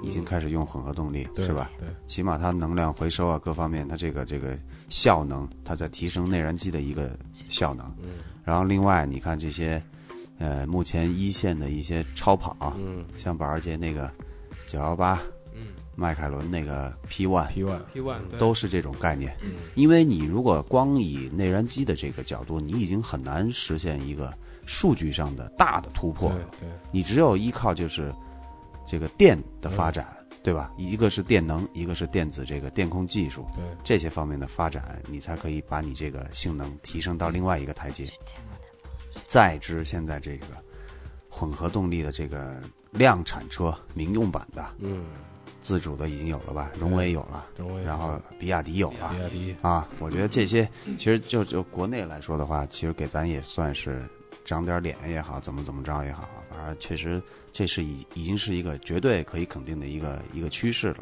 Speaker 4: 已经开始用混合动力，
Speaker 2: 嗯对
Speaker 4: 是吧？？
Speaker 2: 对，
Speaker 4: 起码它能量回收啊，各方面它这个这个效能，它在提升内燃机的一个效能。
Speaker 2: 嗯
Speaker 4: 然后另外你看这些，呃，目前一线的一些超跑啊，
Speaker 2: 嗯
Speaker 4: 像保时捷那个九幺八，
Speaker 3: 嗯
Speaker 4: 迈凯伦那个 P One，
Speaker 2: ，P one
Speaker 3: ，P one
Speaker 4: 都是这种概念
Speaker 3: 嗯。
Speaker 4: 因为你如果光以内燃机的这个角度，你已经很难实现一个数据上的大的突破。
Speaker 2: 对对，
Speaker 4: 你只有依靠就是这个电的发展，
Speaker 2: 嗯
Speaker 4: 对吧？一个是电能，一个是电子这个电控技术，
Speaker 2: 对
Speaker 4: 这些方面的发展，你才可以把你这个性能提升到另外一个台阶。再之，现在这个混合动力的这个量产车民用版的
Speaker 2: 嗯，
Speaker 4: 自主的已经有了吧？荣威有了，
Speaker 2: 中威，
Speaker 4: 然后比亚迪有了
Speaker 2: 比，亚迪，
Speaker 4: 啊，我觉得这些其实就就国内来说的话，其实给咱也算是长点脸也好，怎么怎么着也好，反正确实这是已已经是一个绝对可以肯定的一个一个趋势了。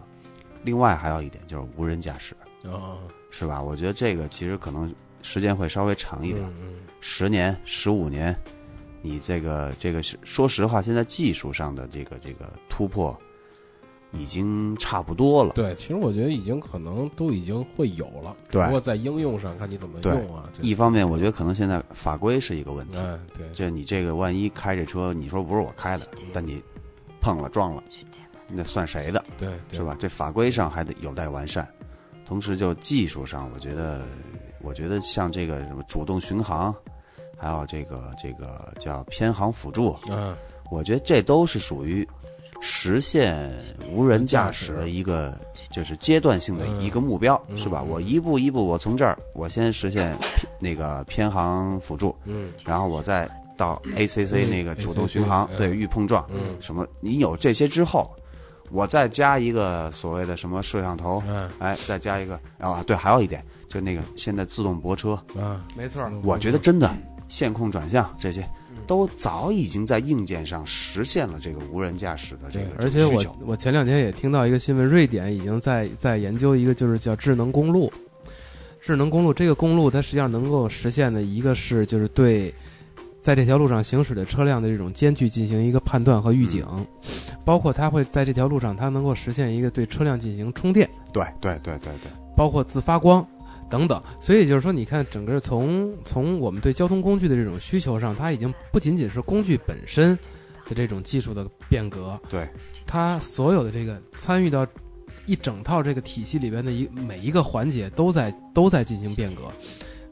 Speaker 4: 另外还有一点就是无人驾驶，
Speaker 2: 啊，
Speaker 4: 是吧？我觉得这个其实可能时间会稍微长一点，
Speaker 2: 嗯
Speaker 4: 十年、十五年，你这个这个是说实话，现在技术上的这个这个突破已经差不多了。
Speaker 2: 对，其实我觉得已经可能都已经会有了，
Speaker 4: 对
Speaker 2: 只不过在应用上看你怎么
Speaker 4: 对
Speaker 2: 用啊。这
Speaker 4: 一方面，我觉得可能现在法规是一个问题，
Speaker 2: 哎，对，
Speaker 4: 这你这个万一开这车，你说不是我开的，但你碰了撞了，那算谁的，
Speaker 2: 对，对
Speaker 4: 是？吧？这法规上还得有待完善。同时，就技术上，我觉得，我觉得像这个什么主动巡航，还有这个这个叫偏航辅助，
Speaker 2: 嗯，
Speaker 4: 我觉得这都是属于实现无人驾驶的一个就是阶段性的一个目标，
Speaker 2: 嗯
Speaker 4: 是吧？
Speaker 2: 嗯
Speaker 4: 我一步一步，我从这儿，我先实现偏那个偏航辅助，
Speaker 2: 嗯，
Speaker 4: 然后我再到 ACC
Speaker 2: 嗯
Speaker 4: 那个
Speaker 2: ACC
Speaker 4: 主动巡航，
Speaker 2: 嗯
Speaker 4: 对预碰撞，
Speaker 2: 嗯
Speaker 4: 什么？你有这些之后，我再加一个所谓的什么摄像头，
Speaker 2: 嗯
Speaker 4: 哎，再加一个啊，对，还有一点就那个现在自动泊车，
Speaker 2: 啊，
Speaker 3: 没错，
Speaker 4: 我觉得真的线控转向这些，都早已经在硬件上实现了这个无人驾驶的这
Speaker 2: 对
Speaker 4: 个这
Speaker 3: 而且
Speaker 4: 个需
Speaker 3: 我
Speaker 4: 求。
Speaker 3: 我前两天也听到一个新闻，瑞典已经在在研究一个就是叫智能公路。智能公路这个公路它实际上能够实现的一个是就是对在这条路上行驶的车辆的这种间距进行一个判断
Speaker 4: 嗯
Speaker 3: 和预警，包括它会在这条路上它能够实现一个对车辆进行充电，
Speaker 4: 对对对对对，
Speaker 3: 包括自发光等等。所以就是说，你看整个从从我们对交通工具的这种需求上，它已经不仅仅是工具本身的这种技术的变革，
Speaker 4: 对，
Speaker 3: 它所有的这个参与到一整套这个体系里边的一每一个环节都在都在进行变革。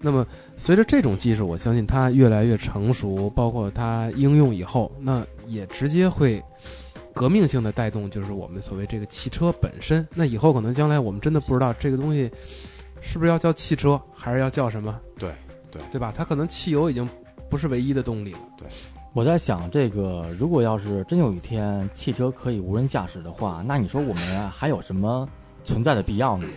Speaker 3: 那么，随着这种技术，我相信它越来越成熟，包括它应用以后，那也直接会革命性的带动，就是我们所谓这个汽车本身。那以后可能将来我们真的不知道这个东西是不是要叫汽车，还是要叫什么？
Speaker 4: 对对
Speaker 3: 对吧？它可能汽油已经不是唯一的动力了。
Speaker 5: 我在想，这个如果要是真有一天汽车可以无人驾驶的话，那你说我们还有什么存在的必要呢？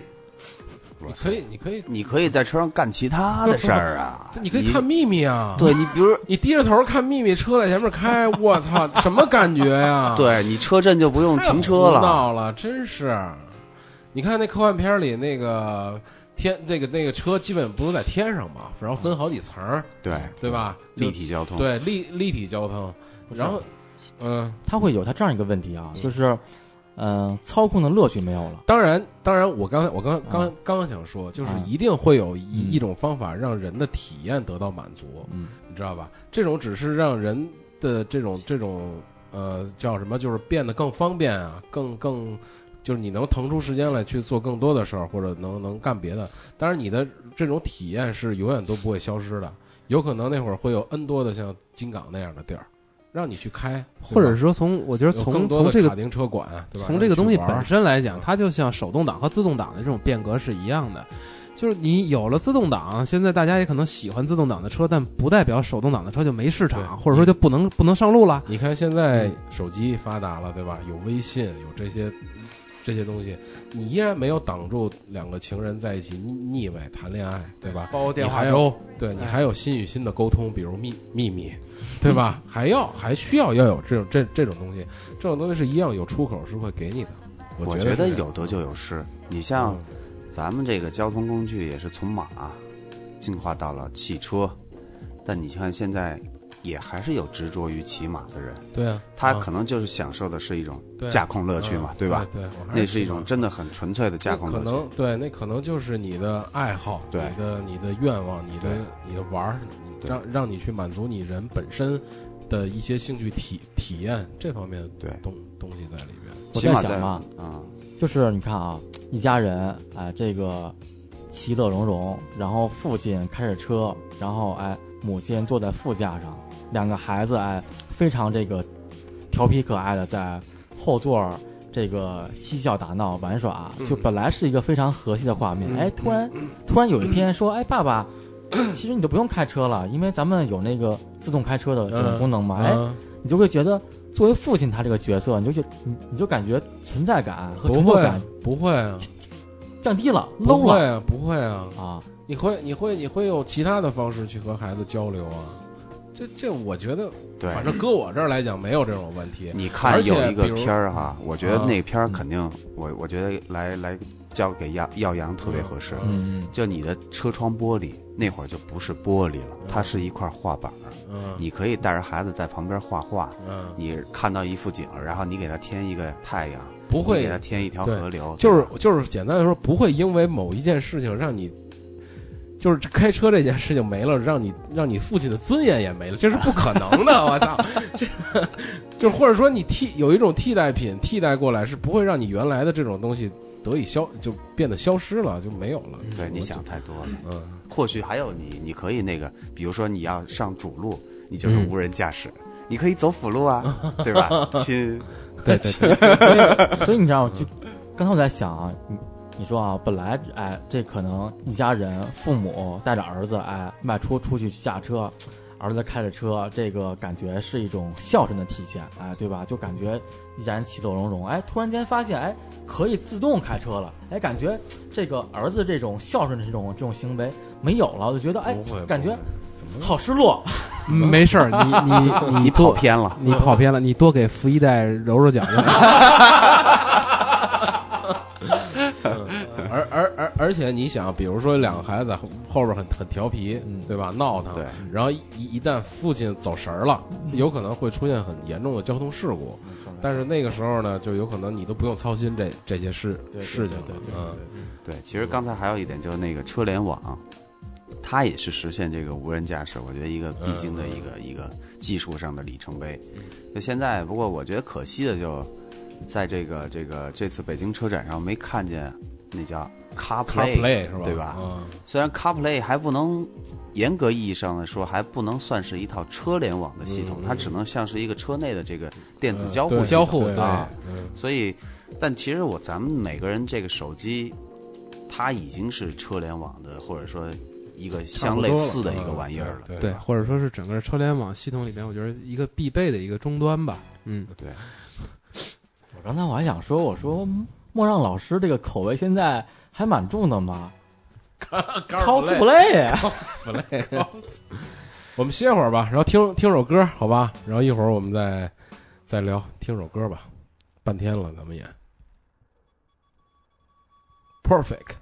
Speaker 4: 我
Speaker 2: 你可以，你可以，
Speaker 4: 你可以在车上干其他的事儿啊
Speaker 2: <laughs> ，你可以看秘密啊。，
Speaker 4: 对你比如。
Speaker 2: 你低着头看秘密，车在前面开，我操，什么感觉呀？，
Speaker 4: 对你车震就不用停车了，
Speaker 2: 闹了，真是。你看那科幻片里那个天，那个那个车基本不是在天上嘛，然后分好几层儿，
Speaker 4: 对
Speaker 2: 对？吧？就
Speaker 4: 嗯立体交通，啊
Speaker 2: 对立立体交通，
Speaker 5: 不是
Speaker 2: 然后嗯。
Speaker 5: 它会有它这样一个问题啊
Speaker 2: 嗯，
Speaker 5: 就是，嗯、操控的乐趣没有了。
Speaker 2: 当然，当然，我刚才我刚
Speaker 5: 啊
Speaker 4: 嗯
Speaker 2: 刚刚想说，就是
Speaker 5: 啊
Speaker 2: 一定会有一、
Speaker 5: 嗯
Speaker 2: 一种方法让人的体验得到满足，
Speaker 5: 嗯，
Speaker 2: 你知道吧？这种只是让人的这种这种呃叫什么，就是变得更方便啊，更更就是你能腾出时间来去做更多的事儿，或者能能干别的。当然，你的这种体验是永远都不会消失的，有可能那会儿会有 N 多的像金港那样的地儿，让你去开，
Speaker 3: 或者
Speaker 2: 是
Speaker 3: 说从我觉得
Speaker 2: 更
Speaker 3: 从
Speaker 2: 多
Speaker 3: 从
Speaker 2: 的
Speaker 3: 这
Speaker 2: 卡
Speaker 3: 个
Speaker 2: 丁车馆，对吧？
Speaker 3: 从这个东西
Speaker 2: 让你去玩
Speaker 3: 本
Speaker 2: 儿
Speaker 3: 身来讲，它就像手动挡和自动挡的这种变革是一样的。就是你有了自动挡，啊现在大家也可能喜欢自动挡的车，但不代表手动挡的车就没市场，
Speaker 2: 对
Speaker 3: 或者说就不能不能上路了。
Speaker 2: 你看现在手机发达了，对吧？有微信，有这些这些东西，你依然没有挡住两个情人在一起腻腻歪谈恋爱，对吧？
Speaker 3: 包括
Speaker 2: 你还有对你还有心与心的沟通，比如秘秘密，对吧？还要还需要要有这种这这种东西，这种东西是一样有出口是会给你的。
Speaker 4: 我
Speaker 2: 觉
Speaker 4: 觉得
Speaker 2: 是这嗯样
Speaker 4: 有得就有失。你像咱们这个交通工具也是从马进化到了汽车，但你看现在也还是有执着于骑马的人，
Speaker 2: 对啊，
Speaker 4: 他
Speaker 2: 啊
Speaker 4: 可能就是享受的是一种
Speaker 2: 对
Speaker 4: 驾控乐趣嘛，
Speaker 2: 嗯
Speaker 4: 对吧？
Speaker 2: 对，我还
Speaker 4: 那是一
Speaker 2: 喜
Speaker 4: 种
Speaker 2: 欢
Speaker 4: 真的很纯粹的驾控
Speaker 2: 可
Speaker 4: 乐趣
Speaker 2: 能。对，那可能就是你的爱好，
Speaker 4: 对
Speaker 2: 你的你的愿望，你的你的玩儿，
Speaker 4: 对
Speaker 2: 让让你去满足你人本身的一些兴趣体体验这方面
Speaker 4: 对
Speaker 2: 东东西在里边。
Speaker 5: 我
Speaker 4: 骑
Speaker 5: 在
Speaker 4: 马
Speaker 5: 想
Speaker 4: 在
Speaker 5: 嘛，
Speaker 4: 嗯，
Speaker 5: 就是你看啊，一家人啊、哎这个其乐融融，然后父亲开着车，然后哎，母亲坐在副驾上，两个孩子哎，非常这个调皮可爱的在后座儿这个嬉笑打闹玩耍，
Speaker 2: 嗯
Speaker 5: 就本来是一个非常和谐的画面，哎，突然突然有一天说，哎，爸爸。 <coughs> 其实你都不用开车了，因为咱们有那个自动开车的这种功能嘛。哎、
Speaker 2: 嗯，
Speaker 5: 你就会觉得作为父亲他这个角色，你就觉你你就感觉存在感和
Speaker 2: 不
Speaker 5: 成就
Speaker 2: 会
Speaker 5: 感
Speaker 2: 啊，不会啊，
Speaker 5: 降低了
Speaker 2: 不
Speaker 5: ，low
Speaker 2: 会
Speaker 5: 了
Speaker 2: 啊，不会啊，
Speaker 5: 啊。
Speaker 2: 你会你会你会用其他的方式去和孩子交流啊。这这，我觉得，
Speaker 4: 对。
Speaker 2: 反正搁我这儿来讲，没有这种问题。
Speaker 4: 你
Speaker 2: 而
Speaker 4: 看
Speaker 2: 且
Speaker 4: 有一个
Speaker 2: 比如
Speaker 4: 片儿哈，我觉得
Speaker 2: 啊
Speaker 4: 那片儿肯定，我我觉得来来交给耀耀阳特别合适。
Speaker 5: 嗯，
Speaker 4: 就你的车窗玻璃那会儿就不是玻璃了，它是一块画板儿，
Speaker 2: 嗯，
Speaker 4: 你可以带着孩子在旁边画画。
Speaker 2: 嗯，
Speaker 4: 你看到一幅景儿，然后你给它添一个太阳，
Speaker 2: 不
Speaker 4: 你
Speaker 2: 会
Speaker 4: 给它添一条
Speaker 2: 对
Speaker 4: 河流，
Speaker 2: 就是
Speaker 4: 对吧
Speaker 2: 就是简单的说，不会因为某一件事情让你，就是开车这件事情没了，让你让你父亲的尊严也没了，这是不可能的。我
Speaker 5: <laughs>
Speaker 2: 操，这就是或者说你替有一种替代品替代过来，是不会让你原来的这种东西得以消就变得消失了，就没有了。
Speaker 4: 对，你想太多了。
Speaker 2: 嗯，
Speaker 4: 或许还有你，你可以那个，比如说你要上主路，你就是
Speaker 2: 嗯
Speaker 4: 无人驾驶，你可以走辅路啊，
Speaker 2: <laughs>
Speaker 4: 对吧？亲，
Speaker 2: 对对对，
Speaker 5: 所以你知道，就刚才我在想啊，你你说啊，本来哎，这可能一家人父母带着儿子哎外出出去下车，儿子开着车，这个感觉是一种孝顺的体现，哎，对吧？就感觉依然其乐融融，哎，突然间发现哎可以自动开车了，哎，感觉这个儿子这种孝顺的这种这种行为没有了，我就觉得哎
Speaker 2: 不会，
Speaker 5: 感觉
Speaker 2: 不会怎么
Speaker 5: 好失落。
Speaker 3: 嗯没事儿，你
Speaker 2: 啊
Speaker 3: 你
Speaker 4: 你跑
Speaker 3: 多
Speaker 4: 偏了。
Speaker 3: 你跑偏了，你多给福一代揉揉脚就行。
Speaker 2: 而而而而且你想，比如说两个孩子在后后边很很调皮，
Speaker 5: 嗯
Speaker 2: 对吧？闹腾，
Speaker 4: 对
Speaker 2: 然后一一旦父亲走神儿了，
Speaker 5: 嗯
Speaker 2: 有可能会出现很严重的交通事故。
Speaker 5: <laughs>
Speaker 2: 但是那个时候呢，就有可能你都不用操心这这些事事情了。嗯，
Speaker 4: 对，其实刚才还有一点，就是那个车联网，它也是实现这个无人驾驶，我觉得一个必
Speaker 2: 嗯
Speaker 4: 经的一个、一个技术上的里程碑。就现在，不过我觉得可惜的就在这个这个这次北京车展上没看见那叫
Speaker 2: CarPlay 是吧？
Speaker 4: 对吧？
Speaker 2: 嗯，
Speaker 4: 虽然 CarPlay 还不能严格意义上的说，还不能算是一套车联网的系统，它只能像是一个车内的这个电子交
Speaker 2: 嗯
Speaker 4: 互系
Speaker 2: 对
Speaker 4: 统
Speaker 2: 交互对
Speaker 4: 啊。
Speaker 2: 嗯
Speaker 4: 所以，但其实我咱们每个人这个手机，它已经是车联网的，或者说一个相类似的一个玩意儿了。
Speaker 2: 对
Speaker 3: 对，
Speaker 2: 吧
Speaker 3: 或者说是整个车联网系统里面，我觉得一个必备的一个终端吧。嗯，
Speaker 4: 对，
Speaker 5: 我刚才我还想说，我说莫让老师这个口味现在还蛮重
Speaker 2: <laughs>
Speaker 5: 的嘛，cosplay，
Speaker 2: 我们歇会儿吧，然后听听首歌，好吧？然后一会儿我们再再聊，听首歌吧。半天了，咱们也 perfect。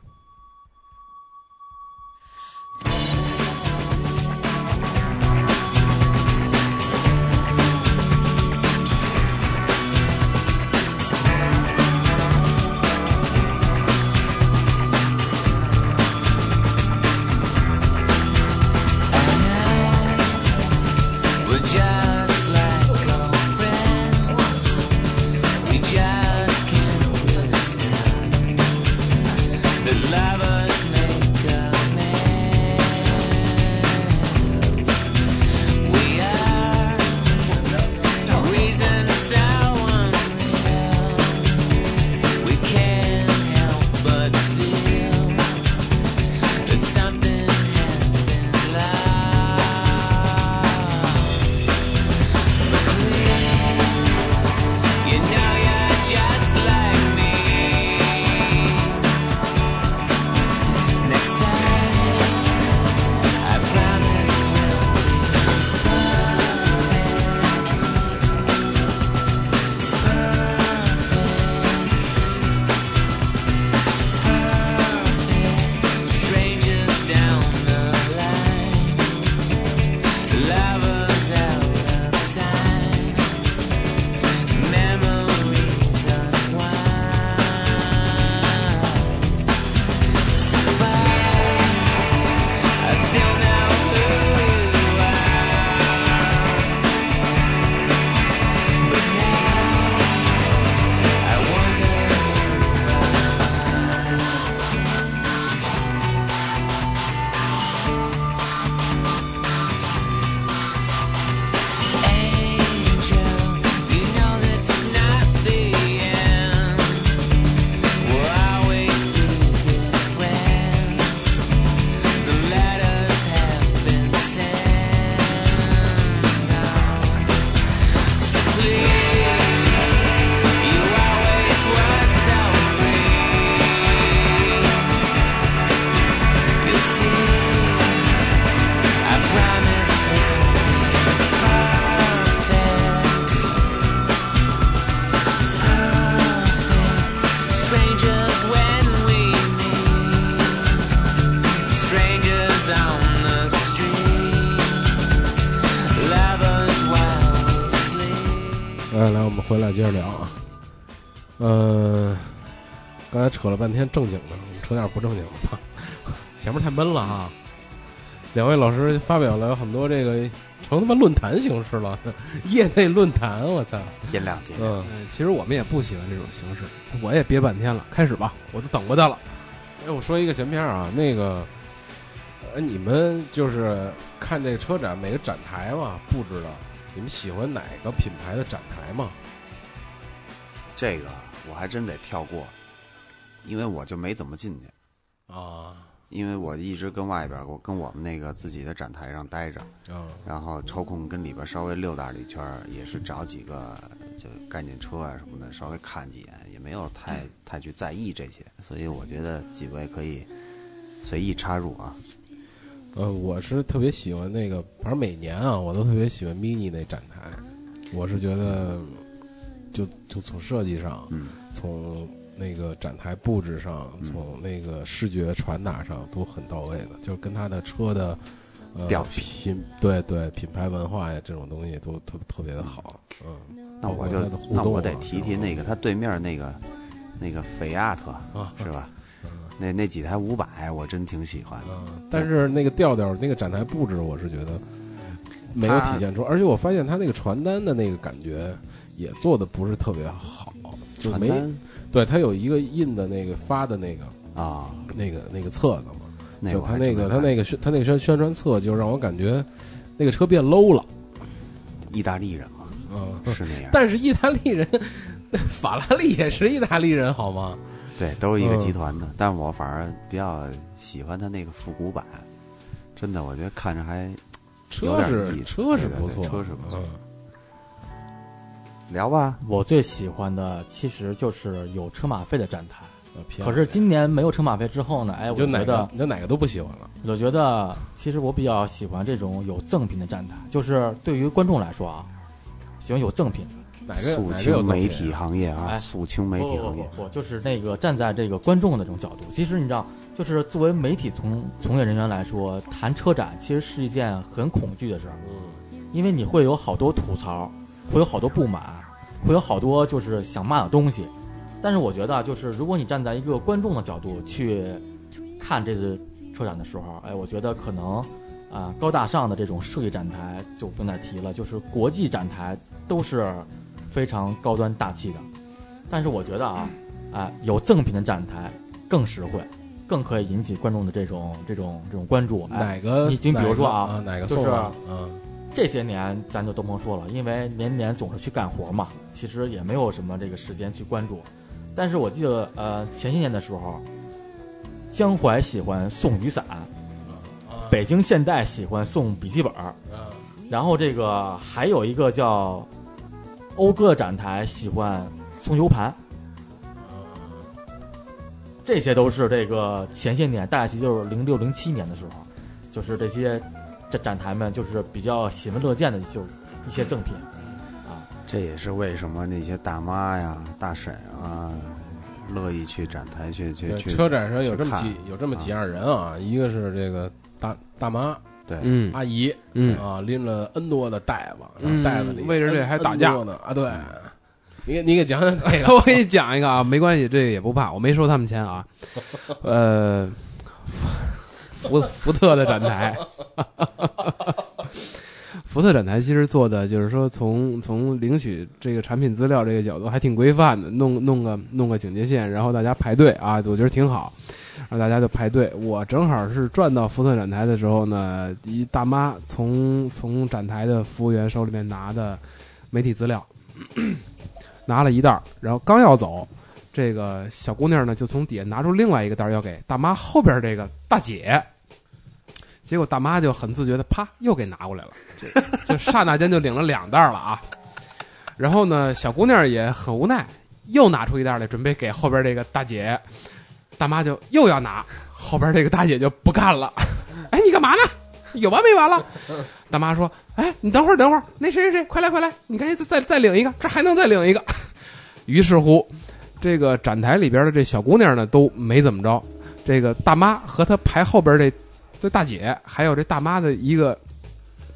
Speaker 6: We're just like old friends. We just can't put it down. The
Speaker 2: 呃，来，我们回来接着聊啊。呃，刚才扯了半天正经的，我们扯点不正经的吧。 <laughs> 前面太闷了啊。两位老师发表了很多这个成他妈论坛形式了， <laughs> 业内论坛，我操！
Speaker 4: 见谅见谅。
Speaker 2: 嗯，
Speaker 3: 嗯，其实我们也不喜欢这种形式，我也憋半天了，开始吧，我都等不到了。
Speaker 2: 哎，我说一个闲篇儿啊，那个，呃，你们就是看这车展每个展台嘛，布置的，你们喜欢哪个品牌的展台吗？
Speaker 4: 这个我还真得跳过，因为我就没怎么进去，
Speaker 2: 啊
Speaker 4: 因为我一直跟外边儿，我跟我们那个自己的展台上待着，
Speaker 2: 啊
Speaker 4: 然后抽空跟里边稍微溜达了一圈儿，也是找几个就概念车啊什么的，稍微看几眼，也没有太太去在意这些，所以我觉得几位可以随意插入啊。
Speaker 2: 呃，我是特别喜欢那个，反正每年啊，我都特别喜欢 MINI 那展台。我是觉得就，就从设计上，
Speaker 4: 嗯
Speaker 2: 从那个展台布置上，从那个视觉传达上都很到位的，就是跟它的车的呃
Speaker 4: 调性
Speaker 2: 品，对对，品牌文化呀这种东西都特特别的好。嗯，
Speaker 4: 那我
Speaker 2: 包括
Speaker 4: 就
Speaker 2: 它的互动啊
Speaker 4: 那我得提提那个他对面那个那个菲亚特
Speaker 2: 啊
Speaker 4: 是吧？那那几台五百我真挺喜欢的，
Speaker 2: 嗯，但是那个调调、那个展台布置，我是觉得没有体现出，而且我发现他那个传单的那个感觉也做的不是特别好，就
Speaker 4: 传
Speaker 2: 没
Speaker 4: 单
Speaker 2: 对他有一个印的那个发的那个
Speaker 4: 啊，
Speaker 2: 那个那个册子嘛，
Speaker 4: 那
Speaker 2: 就
Speaker 4: 我
Speaker 2: 他
Speaker 4: 还
Speaker 2: 那
Speaker 4: 真
Speaker 2: 个
Speaker 4: 没
Speaker 2: 他
Speaker 4: 看
Speaker 2: 那个宣他那个宣宣传册，就让我感觉那个车变 low 了，
Speaker 4: 意大利人嘛，
Speaker 2: 嗯。
Speaker 4: 是那样，
Speaker 2: 但是意大利人，法拉利也是意大利人，好吗？
Speaker 4: 对，都是一个集团
Speaker 2: 嗯
Speaker 4: 的。但是我反而比较喜欢他那个复古版，真的，我觉得看着还有
Speaker 2: 车
Speaker 4: 点
Speaker 2: 是
Speaker 4: 意思
Speaker 2: 车是
Speaker 4: 对对
Speaker 2: 不
Speaker 4: 对
Speaker 2: 错，
Speaker 4: 车是不错
Speaker 2: 嗯
Speaker 4: 聊吧。
Speaker 5: 我最喜欢的其实就是有车马费的展台，
Speaker 2: 呃偏
Speaker 5: 可是今年没有车马费之后呢，哎，
Speaker 2: 你
Speaker 5: 我
Speaker 2: 就哪
Speaker 5: 觉
Speaker 2: 个
Speaker 5: 得
Speaker 2: 你就哪个都不喜欢了。
Speaker 5: 我觉得其实我比较喜欢这种有赠品的站台，就是对于观众来说啊，喜欢有赠品。
Speaker 2: 哪个哪个
Speaker 4: 肃
Speaker 2: 有
Speaker 4: 清
Speaker 2: 作
Speaker 4: 媒
Speaker 2: 品
Speaker 4: 体行业啊，
Speaker 5: 哎
Speaker 4: 肃清媒体
Speaker 5: 不不
Speaker 4: 行
Speaker 5: 不
Speaker 2: 哦
Speaker 4: 业，
Speaker 5: 不，哦就是那个站在这个观众的这种角度，其实你知道，就是作为媒体从从业人员来说，谈车展其实是一件很恐惧的事儿，
Speaker 2: 嗯
Speaker 5: 因为你会有好多吐槽，会有好多不满，会有好多就是想骂的东西。但是我觉得啊，就是如果你站在一个观众的角度去看这次车展的时候，哎，我觉得可能啊、高大上的这种设计展台就不用再提了，就是国际展台都是非常高端大气的。但是我觉得啊，啊、有赠品的展台更实惠，更可以引起观众的这种这种这种关注。
Speaker 2: 哪
Speaker 5: 哎、
Speaker 2: 个？
Speaker 5: 你就比如说啊
Speaker 2: 哪个哪个
Speaker 5: 就是
Speaker 2: 送啊？嗯，
Speaker 5: 这些年咱就都甭说了，因为年年总是去干活嘛，其实也没有什么这个时间去关注。但是我记得，呃，前些年的时候，江淮喜欢送雨伞，北京现代喜欢送笔记本儿，然后这个还有一个叫讴歌展台喜欢送 U 盘，这些都是这个前些年，大概其实就是零六零七年的时候，就是这些这展台们就是比较喜闻乐见的，就是一些赠
Speaker 3: <laughs>
Speaker 5: 品。
Speaker 4: 这也是为什么那些大妈呀、大婶啊，乐意去展台去去
Speaker 2: 对，
Speaker 4: 去
Speaker 2: 车展上有这么
Speaker 4: 去
Speaker 2: 几有这么几样人啊，一个是这个大大妈
Speaker 4: 对，
Speaker 3: 嗯
Speaker 2: 阿姨
Speaker 3: 嗯，
Speaker 2: 啊，拎了 N 多的袋子，然后
Speaker 3: 嗯
Speaker 2: 袋子里
Speaker 3: 为着这
Speaker 2: N-
Speaker 3: 还打架
Speaker 2: N 多呢啊，对。
Speaker 4: 嗯
Speaker 2: 你给你给讲讲那
Speaker 4: <laughs>
Speaker 2: 个，
Speaker 3: <laughs> 我给你讲一个啊，没关系，这个也不怕，我没收他们钱啊。呃，福福特的展台， <laughs> 福特展台其实做的就是说从，从领取这个产品资料这个角度还挺规范的，弄弄个弄个警戒线，然后大家排队啊，我觉得挺好。然后大家就排队，我正好是转到福特展台的时候呢，一大妈从从展台的服务员手里面拿的媒体资料，拿了一袋儿，然后刚要走，这个小姑娘呢就从底下拿出另外一个袋儿要给大妈后边这个大姐，结果大妈就很自觉的啪又给拿过来了，就就刹那间就领了两袋儿了啊。然后呢，小姑娘也很无奈，又拿出一袋儿来准备给后边这个大姐，大妈就又要拿，后边这个大姐就不干了，哎，你干嘛呢？有完没完了？大妈说：“哎，你等会儿，等会儿，那谁谁谁，快来快来，你赶紧再再再领一个，这还能再领一个。”于是乎，这个展台里边的这小姑娘呢都没怎么着，这个大妈和她排后边这这大姐，还有这大妈的一个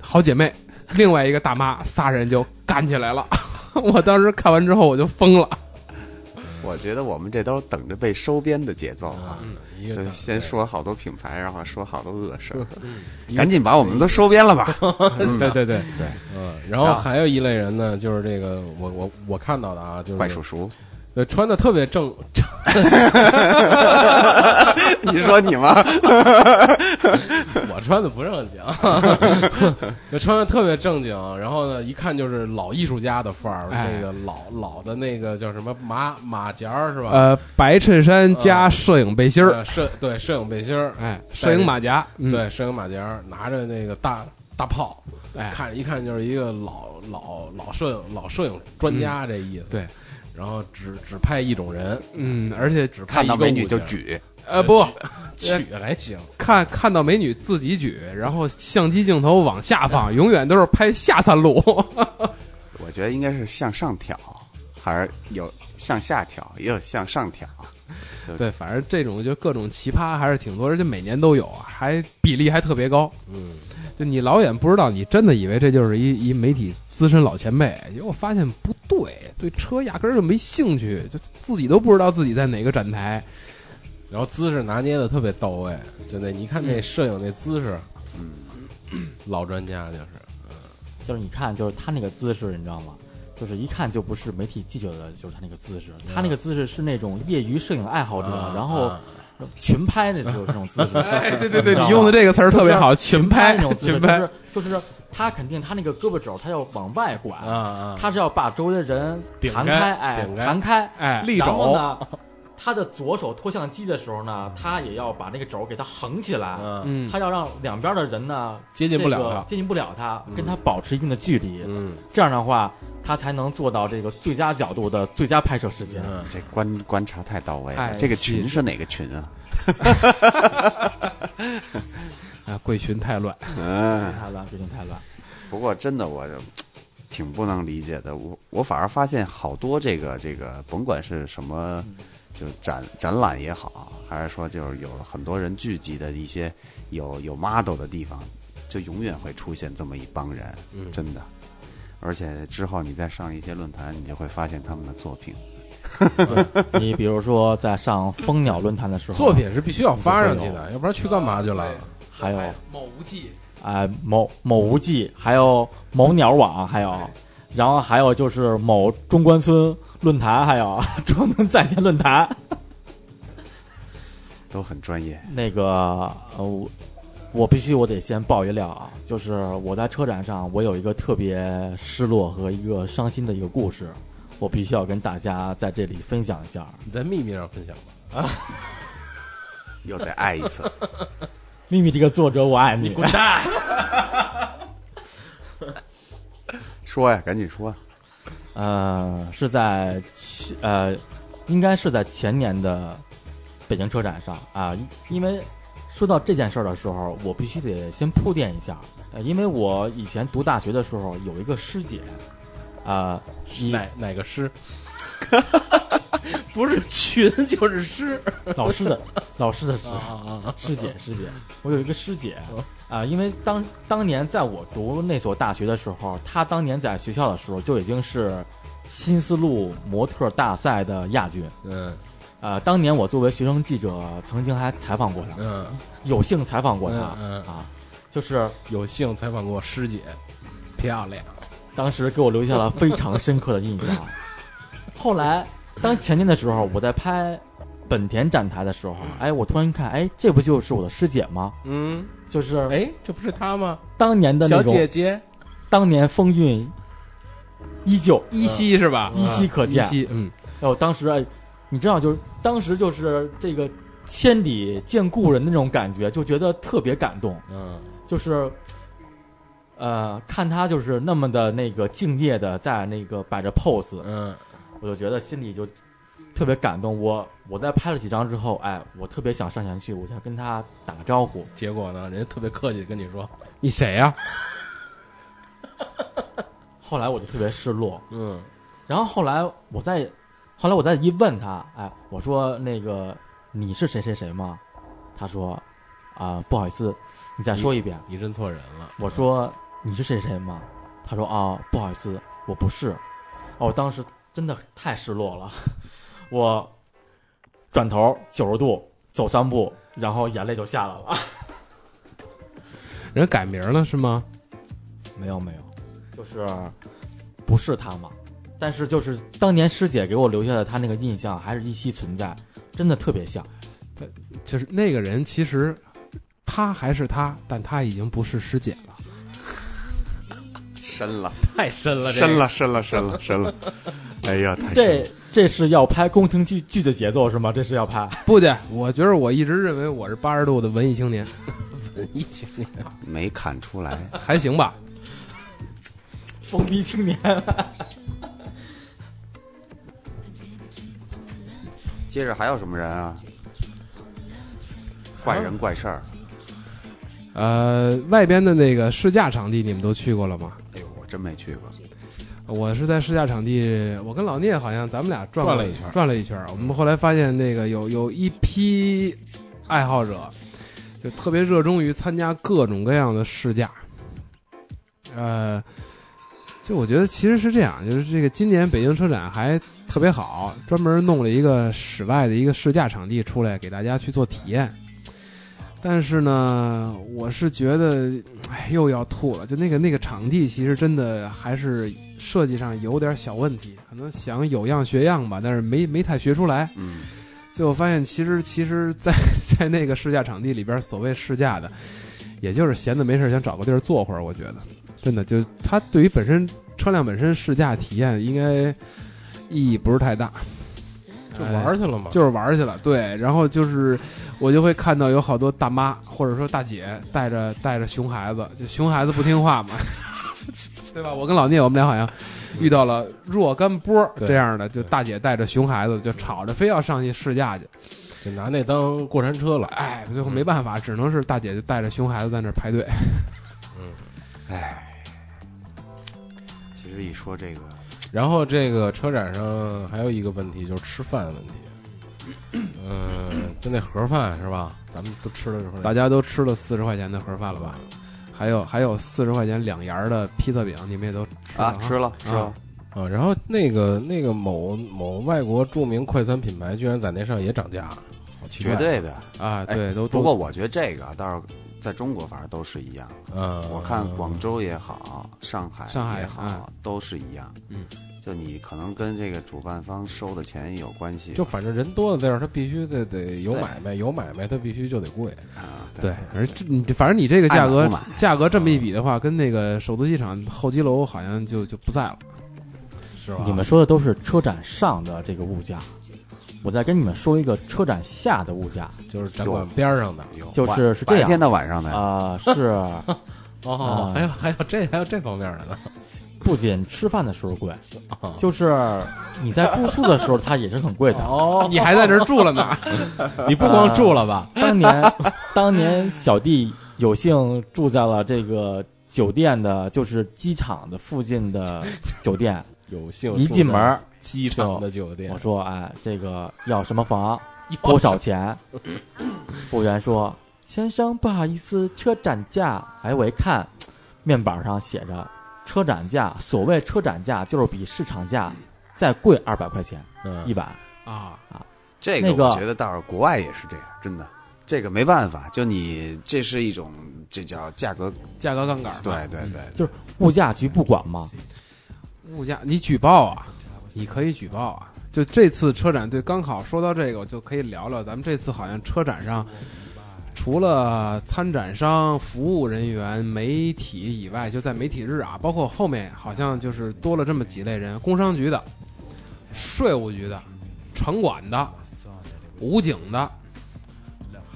Speaker 3: 好姐妹，另外一个大妈，仨人就干起来了。 <laughs> 我当时看完之后我就疯了。
Speaker 4: 我觉得我们这都是等着被收编的节奏啊！
Speaker 2: 一
Speaker 4: 就
Speaker 2: 个
Speaker 4: 先说好多品牌，然后说好多恶事儿，
Speaker 2: 一个
Speaker 4: 赶紧把我
Speaker 2: 嗯
Speaker 4: 们都收编了
Speaker 2: <laughs>
Speaker 4: 吧！
Speaker 2: 对对对
Speaker 4: 对，
Speaker 2: 嗯，然
Speaker 4: 啊
Speaker 2: 后还有一类人呢，就是这个我我我看到的啊，就是
Speaker 4: 怪叔叔，
Speaker 2: 对穿的特别正，
Speaker 4: 你说
Speaker 2: <laughs>
Speaker 4: 你吗？
Speaker 2: 我穿的不正 <laughs> 经，就穿的特别正经，然后呢，一看就是老艺术家的范儿，
Speaker 3: 哎
Speaker 2: 那个老老的那个叫什么马马甲儿是吧？
Speaker 3: 呃，白衬衫加摄影背心儿，
Speaker 2: 呃摄对摄影背心儿，
Speaker 3: 哎，摄影马甲，嗯，
Speaker 2: 对摄影马甲儿，拿着那个大大炮，
Speaker 3: 哎，
Speaker 2: 看一看就是一个老老老摄影老摄影专家这意思。
Speaker 3: 对，
Speaker 2: 然后只只派一种人，
Speaker 3: 嗯，而且
Speaker 2: 只派
Speaker 4: 看
Speaker 2: 一
Speaker 4: 到
Speaker 2: 个
Speaker 4: 美女
Speaker 2: 物
Speaker 4: 就
Speaker 2: 件，
Speaker 4: 举，
Speaker 3: 呃不，
Speaker 2: 取还行。
Speaker 3: 看看到美女自己举，然后相机镜头往下放，永远都是拍下三路。
Speaker 4: 我觉得应该是向上挑，还是有向下挑，也有向上挑。
Speaker 3: 对，反正这种就各种奇葩还是挺多，而且每年都有，啊还比例还特别高。
Speaker 2: 嗯，
Speaker 3: 就你老远不知道，你真的以为这就是一一媒体资深老前辈，结果发现不对，对车压根儿就没兴趣，就自己都不知道自己在哪个展台。
Speaker 2: 然后姿势拿捏的特别到位，就那你看
Speaker 3: 嗯
Speaker 2: 那摄影那姿势， <clears throat> 嗯，老专家就是。
Speaker 5: 就是你看，就是他那个姿势，你知道吗？就是一看就不是媒体记者的，就是他那个姿势。他
Speaker 3: 嗯
Speaker 5: 那个姿势是那种业余摄影爱好者，
Speaker 2: 啊
Speaker 5: 然后
Speaker 2: 啊
Speaker 5: 群拍那种这种姿势。
Speaker 3: <laughs> 哎，
Speaker 5: <laughs>
Speaker 3: 对对对，你用的这个词儿特别好，群
Speaker 5: 拍
Speaker 3: 拍
Speaker 5: 那种，姿势，
Speaker 3: 群
Speaker 5: 就
Speaker 3: 拍
Speaker 5: 是，就是他肯定他那个胳膊肘他要往外拐，
Speaker 2: 啊啊！
Speaker 5: 他是要把周围的人
Speaker 2: 顶
Speaker 5: 弹
Speaker 2: 开
Speaker 5: 开，哎
Speaker 2: 顶，开
Speaker 5: 弹开，
Speaker 3: 哎，
Speaker 2: 立
Speaker 5: 然后
Speaker 2: 肘
Speaker 5: 呢，他的左手托相机的时候呢，他也要把那个肘给它横起来，
Speaker 2: 嗯
Speaker 3: 嗯，
Speaker 5: 他要让两边的人呢
Speaker 2: 接近不了
Speaker 5: 这个
Speaker 2: 他
Speaker 5: 接近不了他，跟他保持一定的距离，
Speaker 2: 嗯
Speaker 5: 这样的话，他才能做到这个最佳角度的最佳拍摄时间。
Speaker 2: 嗯，
Speaker 4: 这观观察太到位
Speaker 3: 哎
Speaker 4: 了。这个
Speaker 3: 是
Speaker 4: 群是哪个群啊？
Speaker 3: 啊，贵群太乱，
Speaker 4: 嗯，
Speaker 5: 太乱，最近太乱。
Speaker 4: 不过真的我挺不能理解的，我我反而发现好多这个这个，甭管是什么，就是展展览也好，还是说就是有很多人聚集的一些有有 model 的地方，就永远会出现这么一帮人，
Speaker 2: 嗯
Speaker 4: 真的。而且之后你再上一些论坛，你就会发现他们的作品。
Speaker 5: 你比如说在上蜂鸟论坛的时候，
Speaker 2: 作品是必须要发上去的，要不然去干嘛去了？
Speaker 5: 还有
Speaker 3: 某无忌，
Speaker 5: 哎某某无忌，还有某鸟网，还有，然后还有就是某中关村论坛，还有 <laughs> 中关村在线论坛。
Speaker 4: 都很专业，
Speaker 5: 那个呃，我我必须我得先爆一料啊，就是我在车展上，我有一个特别失落和一个伤心的一个故事，我必须要跟大家在这里分享一下。
Speaker 2: 你在秘密上分享吧。
Speaker 4: 又得爱一次。
Speaker 5: 秘密这个作者，我爱你。
Speaker 4: 说呀，赶紧说。
Speaker 5: 呃，是在去呃，应该是在前年的北京车展上啊、因因为说到这件事儿的时候，我必须得先铺垫一下，呃，因为我以前读大学的时候有一个师姐，啊、你
Speaker 2: 哪哪个师？ <laughs> 不是群就是师
Speaker 5: 老师的老师的师
Speaker 2: 啊！
Speaker 5: 师姐师姐，我有一个师姐啊、因为当当年在我读那所大学的时候，她当年在学校的时候就已经是新丝路模特大赛的亚军。
Speaker 2: 嗯
Speaker 5: 呃，当年我作为学生记者，曾经还采访过她，
Speaker 2: 嗯，
Speaker 5: 有幸采访过她
Speaker 2: 嗯嗯
Speaker 5: 啊，就是
Speaker 2: 有幸采访过师姐，漂亮。
Speaker 5: 当时给我留下了非常深刻的印象。啊后来，当前年的时候，我在拍本田展台的时候，哎，我突然看，哎，这不就是我的师姐吗？
Speaker 2: 嗯，
Speaker 5: 就是
Speaker 2: 哎，这不是他吗？
Speaker 5: 当年的那种，
Speaker 2: 姐，
Speaker 5: 当年风韵依旧，
Speaker 3: 依
Speaker 2: 嗯
Speaker 3: 稀是吧？
Speaker 5: 依稀可见
Speaker 3: 依。稀，嗯，
Speaker 5: 然后当时，哎你知道，就是当时就是这个千里见故人的那种感觉，就觉得特别感动。
Speaker 2: 嗯
Speaker 5: 就是，呃，看他就是那么的那个敬业的在那个摆着 pose，
Speaker 2: 嗯
Speaker 5: 我就觉得心里就特别感动。我我在拍了几张之后，哎，我特别想上前去，我想跟他打个招呼。
Speaker 2: 结果呢，人家特别客气地跟你说，
Speaker 3: 你谁啊呀？
Speaker 5: 后来我就特别失落。
Speaker 2: 嗯
Speaker 5: 然后后来我再，后来我再一问他，哎，我说那个你是谁谁谁吗？他说，啊、不好意思，你再说一遍。
Speaker 2: 你嗯认错人了。
Speaker 5: 我说你是谁谁吗？他说啊、不好意思，我不是。哦，我当时真的太失落了， <laughs> 我转头九十度走三步，然后眼泪就下来了。
Speaker 3: 人改名了是吗？
Speaker 5: 没有没有，就是不是他嘛。但是就是当年师姐给我留下的她那个印象，还是依稀存在，真的特别像。
Speaker 3: 就是那个人，其实他还是他，但他已经不是师姐了。
Speaker 4: 深了，
Speaker 2: 太深了，这个
Speaker 4: 深了，深了，深了，深了。哎呀，太深了
Speaker 5: 这这是要拍宫廷剧剧的节奏是吗？这是要拍？ <laughs>
Speaker 3: 不对，我觉得我一直认为我是八十度的文艺青年，
Speaker 2: 一起
Speaker 4: 没砍出来。
Speaker 3: 还行吧。
Speaker 5: 疯逼青年，
Speaker 4: 接着还有什么人啊？怪人怪事儿。
Speaker 3: 呃，外边的那个试驾场地你们都去过了吗？
Speaker 4: 哎呦，我真没去过。
Speaker 3: 我是在试驾场地，我跟老聂好像咱们俩转过
Speaker 2: 转了一圈
Speaker 3: 转了一圈。我们后来发现，那个有有一批爱好者，就特别热衷于参加各种各样的试驾。呃，就我觉得其实是这样，就是这个今年北京车展还特别好，专门弄了一个室外的一个试驾场地出来给大家去做体验。但是呢，我是觉得，哎，又要吐了。就那个那个场地，其实真的还是设计上有点小问题，可能想有样学样吧，但是没没太学出来。
Speaker 4: 嗯，
Speaker 3: 最后发现其实其实在， <laughs> 在那个试驾场地里边，所谓试驾的，也就是闲的没事儿想找个地儿坐会儿。我觉得真的就它对于本身车辆本身试驾体验应该意义不是太大，
Speaker 2: 就玩儿去了嘛。
Speaker 3: 哎就是玩儿去了。对，然后就是我就会看到有好多大妈或者说大姐带着带着熊孩子，就熊孩子不听话嘛， <laughs> 对吧？我跟老聂我们俩好像遇到了若干波
Speaker 2: 对
Speaker 3: 这样的，就大姐带着熊孩子就吵着非要上去试驾去。
Speaker 2: 就拿那当过山车了。
Speaker 3: 哎，最
Speaker 4: 嗯
Speaker 3: 后没办法，只能是大姐就带着熊孩子在那儿排队。
Speaker 4: 其实一说这个，
Speaker 2: 然后这个车展上还有一个问题就是吃饭的问题，嗯，就那盒饭是吧？咱们都吃了之后，
Speaker 3: 大家都吃了四十块钱的盒饭了吧？还有还有四十块钱两牙的披萨饼，你们也都吃了
Speaker 4: 啊
Speaker 3: 哈，
Speaker 4: 吃了吃了
Speaker 3: 啊，
Speaker 2: 啊，然后那个那个某某外国著名快餐品牌居然在那上也涨价，好奇怪
Speaker 4: 绝对的。
Speaker 3: 啊？
Speaker 4: 哎
Speaker 3: 对，都
Speaker 4: 不过
Speaker 3: 都
Speaker 4: 我觉得这个倒是在中国反正都是一样。
Speaker 2: 啊！
Speaker 4: 我看广州也好，上海
Speaker 3: 上海
Speaker 4: 也好，都是一样。
Speaker 3: 嗯，
Speaker 4: 就你可能跟这个主办方收的钱也有关系。
Speaker 2: 就反正人多的地儿，它必须得得有
Speaker 4: 对
Speaker 2: 买卖，有买卖它必须就得贵。
Speaker 4: 啊，
Speaker 3: 对，而这你反正你这个价格
Speaker 4: 爱买不买
Speaker 3: 价格这么一比的话，跟那个首都机场候机楼好像就就不在了。
Speaker 2: 是吧？
Speaker 5: 你们说的都是车展上的这个物价，我再跟你们说一个车展下的物价，
Speaker 2: 就是展馆边儿上的
Speaker 4: 有
Speaker 5: 就是是这
Speaker 4: 白天
Speaker 5: 样
Speaker 4: 的晚上的呀，
Speaker 5: 啊、是
Speaker 2: 哦，
Speaker 5: 啊
Speaker 2: 还有还有这还有这方面的 <laughs> 呢。
Speaker 5: 不仅吃饭的时候
Speaker 4: <laughs>
Speaker 5: 贵，就是你在住宿的时候它也是很贵的。
Speaker 3: 哦，你还在这儿住了呢？
Speaker 2: 你不光住了吧？
Speaker 5: 当年， <laughs> 当年小弟有幸住在了这个酒店的，就是机场的附近的酒店。
Speaker 2: <laughs> 有幸
Speaker 5: 一进门儿，
Speaker 2: 机场的酒店
Speaker 5: 我，说：“哎，这个要什么房，啊多
Speaker 2: <laughs>
Speaker 5: 少钱？”服务员说：“先生，不好意思，车展价。”哎，我一看，面板上写着车展价，所谓车展价就是比市场价再贵二百块钱，
Speaker 2: 嗯
Speaker 5: 一百。
Speaker 3: 啊，
Speaker 4: 这
Speaker 5: 那个
Speaker 4: 我觉得倒是国外也是这样，真的。这个没办法，就你这是一种，这叫价格，
Speaker 3: 价格杠杆儿，
Speaker 4: 对对对，
Speaker 5: 就是物价局不管嘛，
Speaker 3: 物价你举报啊，你可以举报啊。就这次车展，对，刚好说到这个，我就可以聊聊咱们这次好像车展上，除了参展商、服务人员、媒体以外，就在媒体日啊，包括后面好像就是多了这么几类人：工商局的、税务局的、城管的、武警的，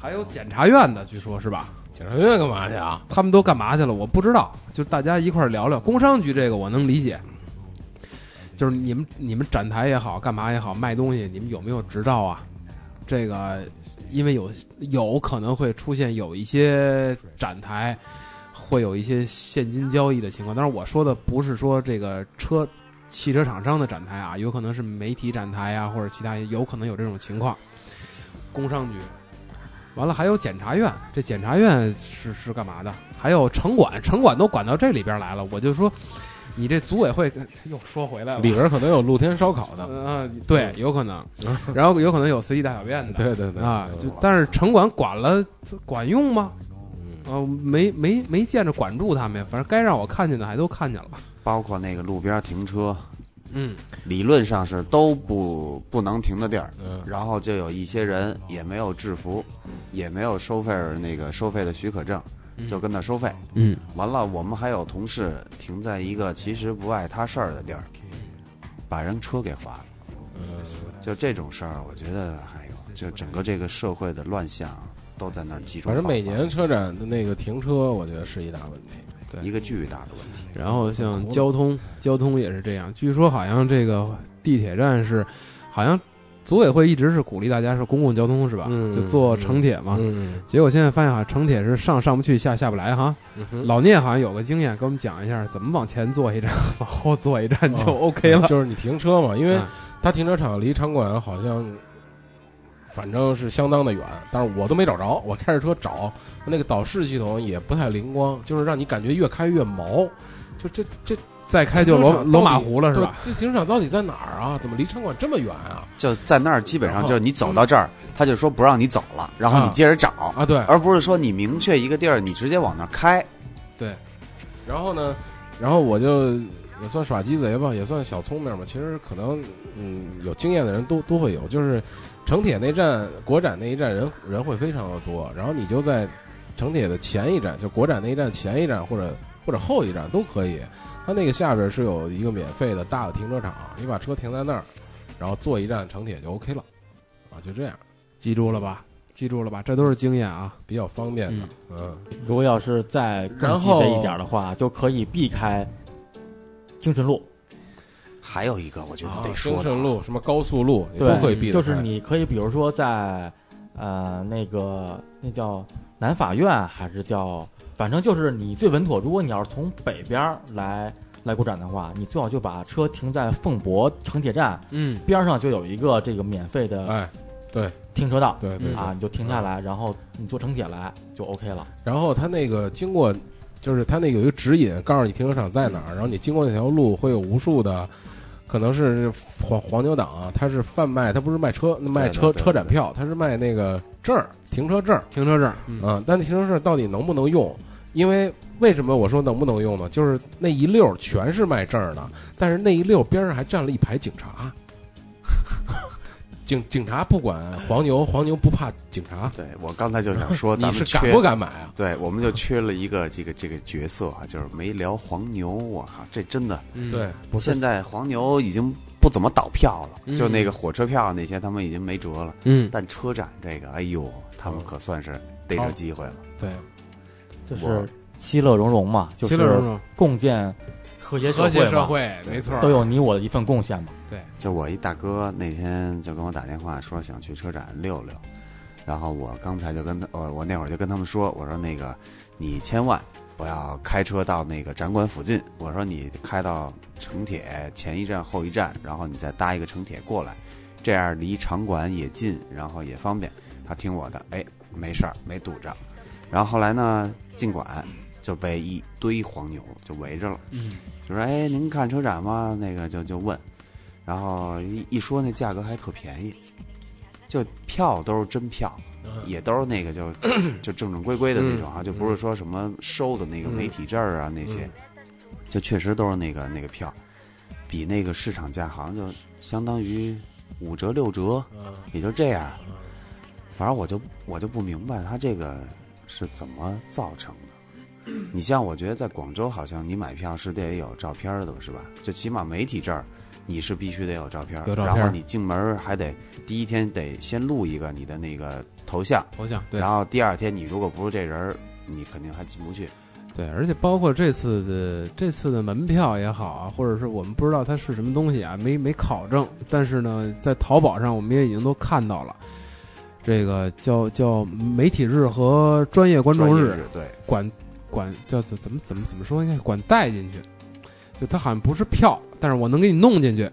Speaker 3: 还有检察院的，据说是吧？
Speaker 2: 检察院干嘛去啊？
Speaker 3: 他们都干嘛去了？我不知道，就大家一块儿聊聊。工商局这个我能理解，就是你们你们展台也好，干嘛也好，卖东西你们有没有执照啊？这个因为有有可能会出现有一些展台会有一些现金交易的情况，当然我说的不是说这个车汽车厂商的展台啊，有可能是媒体展台啊，或者其他有可能有这种情况。工商局，完了还有检察院，这检察院是是干嘛的？还有城管，城管都管到这里边来了。我就说，你这组委会 <laughs> 又说回来了，
Speaker 2: 里边可能有露天烧烤的，
Speaker 3: 啊，对，有可能，然后有可能有随地大小便的，
Speaker 2: 对对对
Speaker 3: 啊，就但是城管管了管用吗？
Speaker 2: 嗯
Speaker 3: 啊，没没没见着管住他们呀，反正该让我看见的还都看见了，
Speaker 4: 包括那个路边停车，
Speaker 3: 嗯，
Speaker 4: 理论上是都不不能停的地儿，
Speaker 2: 嗯
Speaker 4: 然后就有一些人也没有制服，也没有收费儿那个收费的许可证，就跟那收费。
Speaker 3: 嗯，
Speaker 4: 完了，我们还有同事停在一个其实不碍他事儿的地儿，把人车给划了。
Speaker 2: 嗯
Speaker 4: 就这种事儿，我觉得还有，就整个这个社会的乱象都在那儿集中
Speaker 2: 反
Speaker 4: 爆发。
Speaker 2: 正每年车展的那个停车，我觉得是一大问题。
Speaker 4: 一个巨大的问题。
Speaker 3: 然后像交
Speaker 2: 嗯
Speaker 3: 通，交通也是这样。据说好像这个地铁站是，好像组委会一直是鼓励大家是公共交通是吧？
Speaker 2: 嗯
Speaker 3: 就坐城铁嘛。
Speaker 2: 嗯，
Speaker 3: 结果现在发现好像城铁是上上不去，下下不来哈。老聂好像有个经验，给我们讲一下怎么往前坐一站， <laughs> 往后坐一站
Speaker 2: 哦
Speaker 3: 就 OK 了。
Speaker 2: 就是你停车嘛，因为
Speaker 3: 嗯
Speaker 2: 他停车场离场馆好像，反正是相当的远，但是我都没找着。我开着车找，那个导视系统也不太灵光，就是让你感觉越开越毛。就这这
Speaker 3: 再开就
Speaker 2: 停车
Speaker 3: 罗
Speaker 2: 场
Speaker 3: 罗
Speaker 2: 到底
Speaker 3: 马湖了是吧？？
Speaker 2: 对这停车场到底在哪儿啊？怎么离场馆这么远啊？
Speaker 4: 就在那儿，基本
Speaker 2: 哦
Speaker 4: 上就是你走到这儿，他就说不让你走了，然后你接着找，
Speaker 2: 啊，对，
Speaker 4: 而不是说你明确一个地儿，你直接往那儿开。
Speaker 2: 然后呢，然后我就也算耍鸡贼吧，也算小聪明吧。其实可能，嗯，有经验的人都都会有，就是城铁那站、国展那一站人人会非常的多，然后你就在城铁的前一站，就国展那一站前一站或者或者后一站都可以。它那个下边是有一个免费的大的停车场，你把车停在那儿，然后坐一站城铁就 OK 了，啊，就这样
Speaker 3: 记住了吧？记住了吧？这都是经验啊。
Speaker 2: 比较方便的，嗯
Speaker 5: 如果要是再更
Speaker 2: 然
Speaker 5: 鸡
Speaker 2: 后
Speaker 5: 贼一点的话，就可以避开京顺路，
Speaker 4: 还有一个，我觉得
Speaker 2: 啊，
Speaker 4: 得
Speaker 2: 京
Speaker 4: 说的，
Speaker 2: 顺路、什么高速路，你都
Speaker 5: 对，
Speaker 2: 可以避得
Speaker 5: 就是
Speaker 2: 开
Speaker 5: 你可以比如说在呃那个那叫南法院还是叫，反正就是你最稳妥。如果你要是从北边儿来来国展的话，你最好就把车停在凤博城铁站
Speaker 3: 嗯
Speaker 5: 边儿上，就有一个这个免费的
Speaker 2: 哎，
Speaker 5: 停车道。
Speaker 2: 对对
Speaker 3: 嗯
Speaker 2: 对。
Speaker 5: 啊，你就停下来，然后你坐城铁来就 OK 了。
Speaker 2: 然后他那个经过，就是他那有一个指引，告诉你停车场在哪儿，然后你经过那条路会有无数的，可能是黄黄牛党啊，他是贩卖，他不是卖车卖车
Speaker 4: 对对
Speaker 2: 车展票，他是卖那个证儿，停车证儿
Speaker 3: 停车证，嗯
Speaker 2: 啊。但那停车证儿到底能不能用？因为为什么我说能不能用呢？就是那一溜儿全是卖证儿的，但是那一溜儿边上还站了一排警察。警警察不管黄牛，黄牛不怕警察。
Speaker 4: 对我刚才就想说，
Speaker 2: 你
Speaker 4: 咱
Speaker 2: 是
Speaker 4: 们
Speaker 2: 敢
Speaker 4: 缺
Speaker 2: 不敢买啊？
Speaker 4: 对，我们就缺了一个这个这个角色啊，就是没聊黄牛。我靠，这真的，
Speaker 3: 嗯
Speaker 2: 对，
Speaker 5: 不是
Speaker 4: 现在黄牛已经不怎么倒票
Speaker 3: 嗯
Speaker 4: 了，就那个火车票那些，他们已经没辙了。
Speaker 3: 嗯
Speaker 4: 但车展这个，哎呦，他们可算是逮着机会了。
Speaker 3: 对，
Speaker 5: 就是
Speaker 4: 我
Speaker 5: 其乐融融嘛，就
Speaker 3: 其乐融
Speaker 5: 是
Speaker 3: 融，
Speaker 5: 共建和谐
Speaker 3: 和谐社
Speaker 5: 嘛，
Speaker 3: 会没错儿，
Speaker 5: 都有你我的一份贡献嘛。
Speaker 4: 就我一大哥那天就跟我打电话说想去车展溜溜，然后我刚才就跟他，呃，我那会儿就跟他们说，我说那个你千万不要开车到那个展馆附近，我说你开到城铁前一站后一站，然后你再搭一个城铁过来，这样离场馆也近，然后也方便。他听我的，哎，没事儿，没堵着。然后后来呢，尽管就被一堆黄牛就围着了。
Speaker 3: 嗯
Speaker 4: 就说：“哎，您看车展吗？”那个就就问，然后一一说那价格还特便宜，就票都是真票，也都是那个就是就正正规规的那种
Speaker 3: 嗯
Speaker 4: 啊，就不是说什么收的那个媒体证儿啊那些，就确实都是那个那个票，比那个市场价好像就相当于五折六折，
Speaker 3: 嗯
Speaker 4: 也就这样。反正我就我就不明白他这个是怎么造成的。你像我觉得在广州，好像你买票是得有照片儿的，是吧？就起码媒体这儿，你是必须得有照片儿，
Speaker 3: 有照片儿
Speaker 4: 然后你进门儿还得第一天得先录一个你的那个头像，
Speaker 3: 头像对
Speaker 4: 然。后第二天你如果不是这人儿，你肯定还进不去。
Speaker 3: 对，而且包括这次的这次的门票也好啊，或者是我们不知道它是什么东西啊，没没考证。但是呢，在淘宝上我们也已经都看到了，这个叫叫媒体日和专业观众
Speaker 4: 专业
Speaker 3: 日，
Speaker 4: 对，
Speaker 3: 管管叫怎怎么怎么怎么说，应该是管带进去。就它好像不是票，但是我能给你弄进去，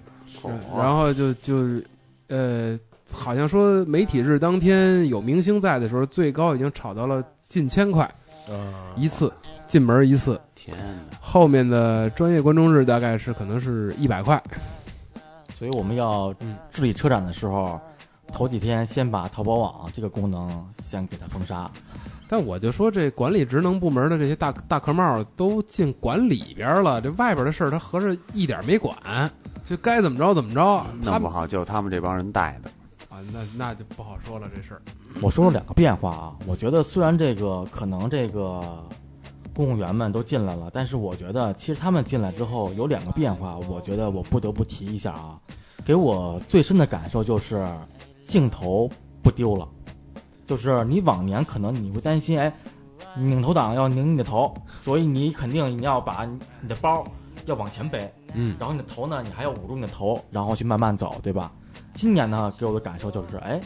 Speaker 5: 啊
Speaker 3: 然后就就是呃，好像说媒体日当天有明星在的时候，最高已经炒到了近千块。
Speaker 2: 啊，
Speaker 3: 嗯一次，进门一次。
Speaker 4: 天哪！
Speaker 3: 后面的专业观众日大概是可能是一百块，
Speaker 5: 所以我们要
Speaker 3: 嗯
Speaker 5: 治理车展的时候，头几天先把淘宝网这个功能先给它封杀。
Speaker 3: 但我就说这管理职能部门的这些大大壳帽都进管里边了，这外边的事儿他合着一点没管，就该怎么着怎么着。他
Speaker 4: 弄不
Speaker 3: 们
Speaker 4: 好就他们这帮人带的。
Speaker 3: 啊，那那就不好说了这事儿。
Speaker 5: 我说了两个变化啊，我觉得虽然这个可能这个公务员们都进来了，但是我觉得其实他们进来之后有两个变化，我觉得我不得不提一下啊，给我最深的感受就是镜头不丢了，就是你往年可能你会担心，哎，拧头党要拧你的头，所以你肯定你要把你的包要往前背，
Speaker 3: 嗯，
Speaker 5: 然后你的头呢，你还要捂住你的头，然后去慢慢走，对吧？今年呢，给我的感受就是，哎，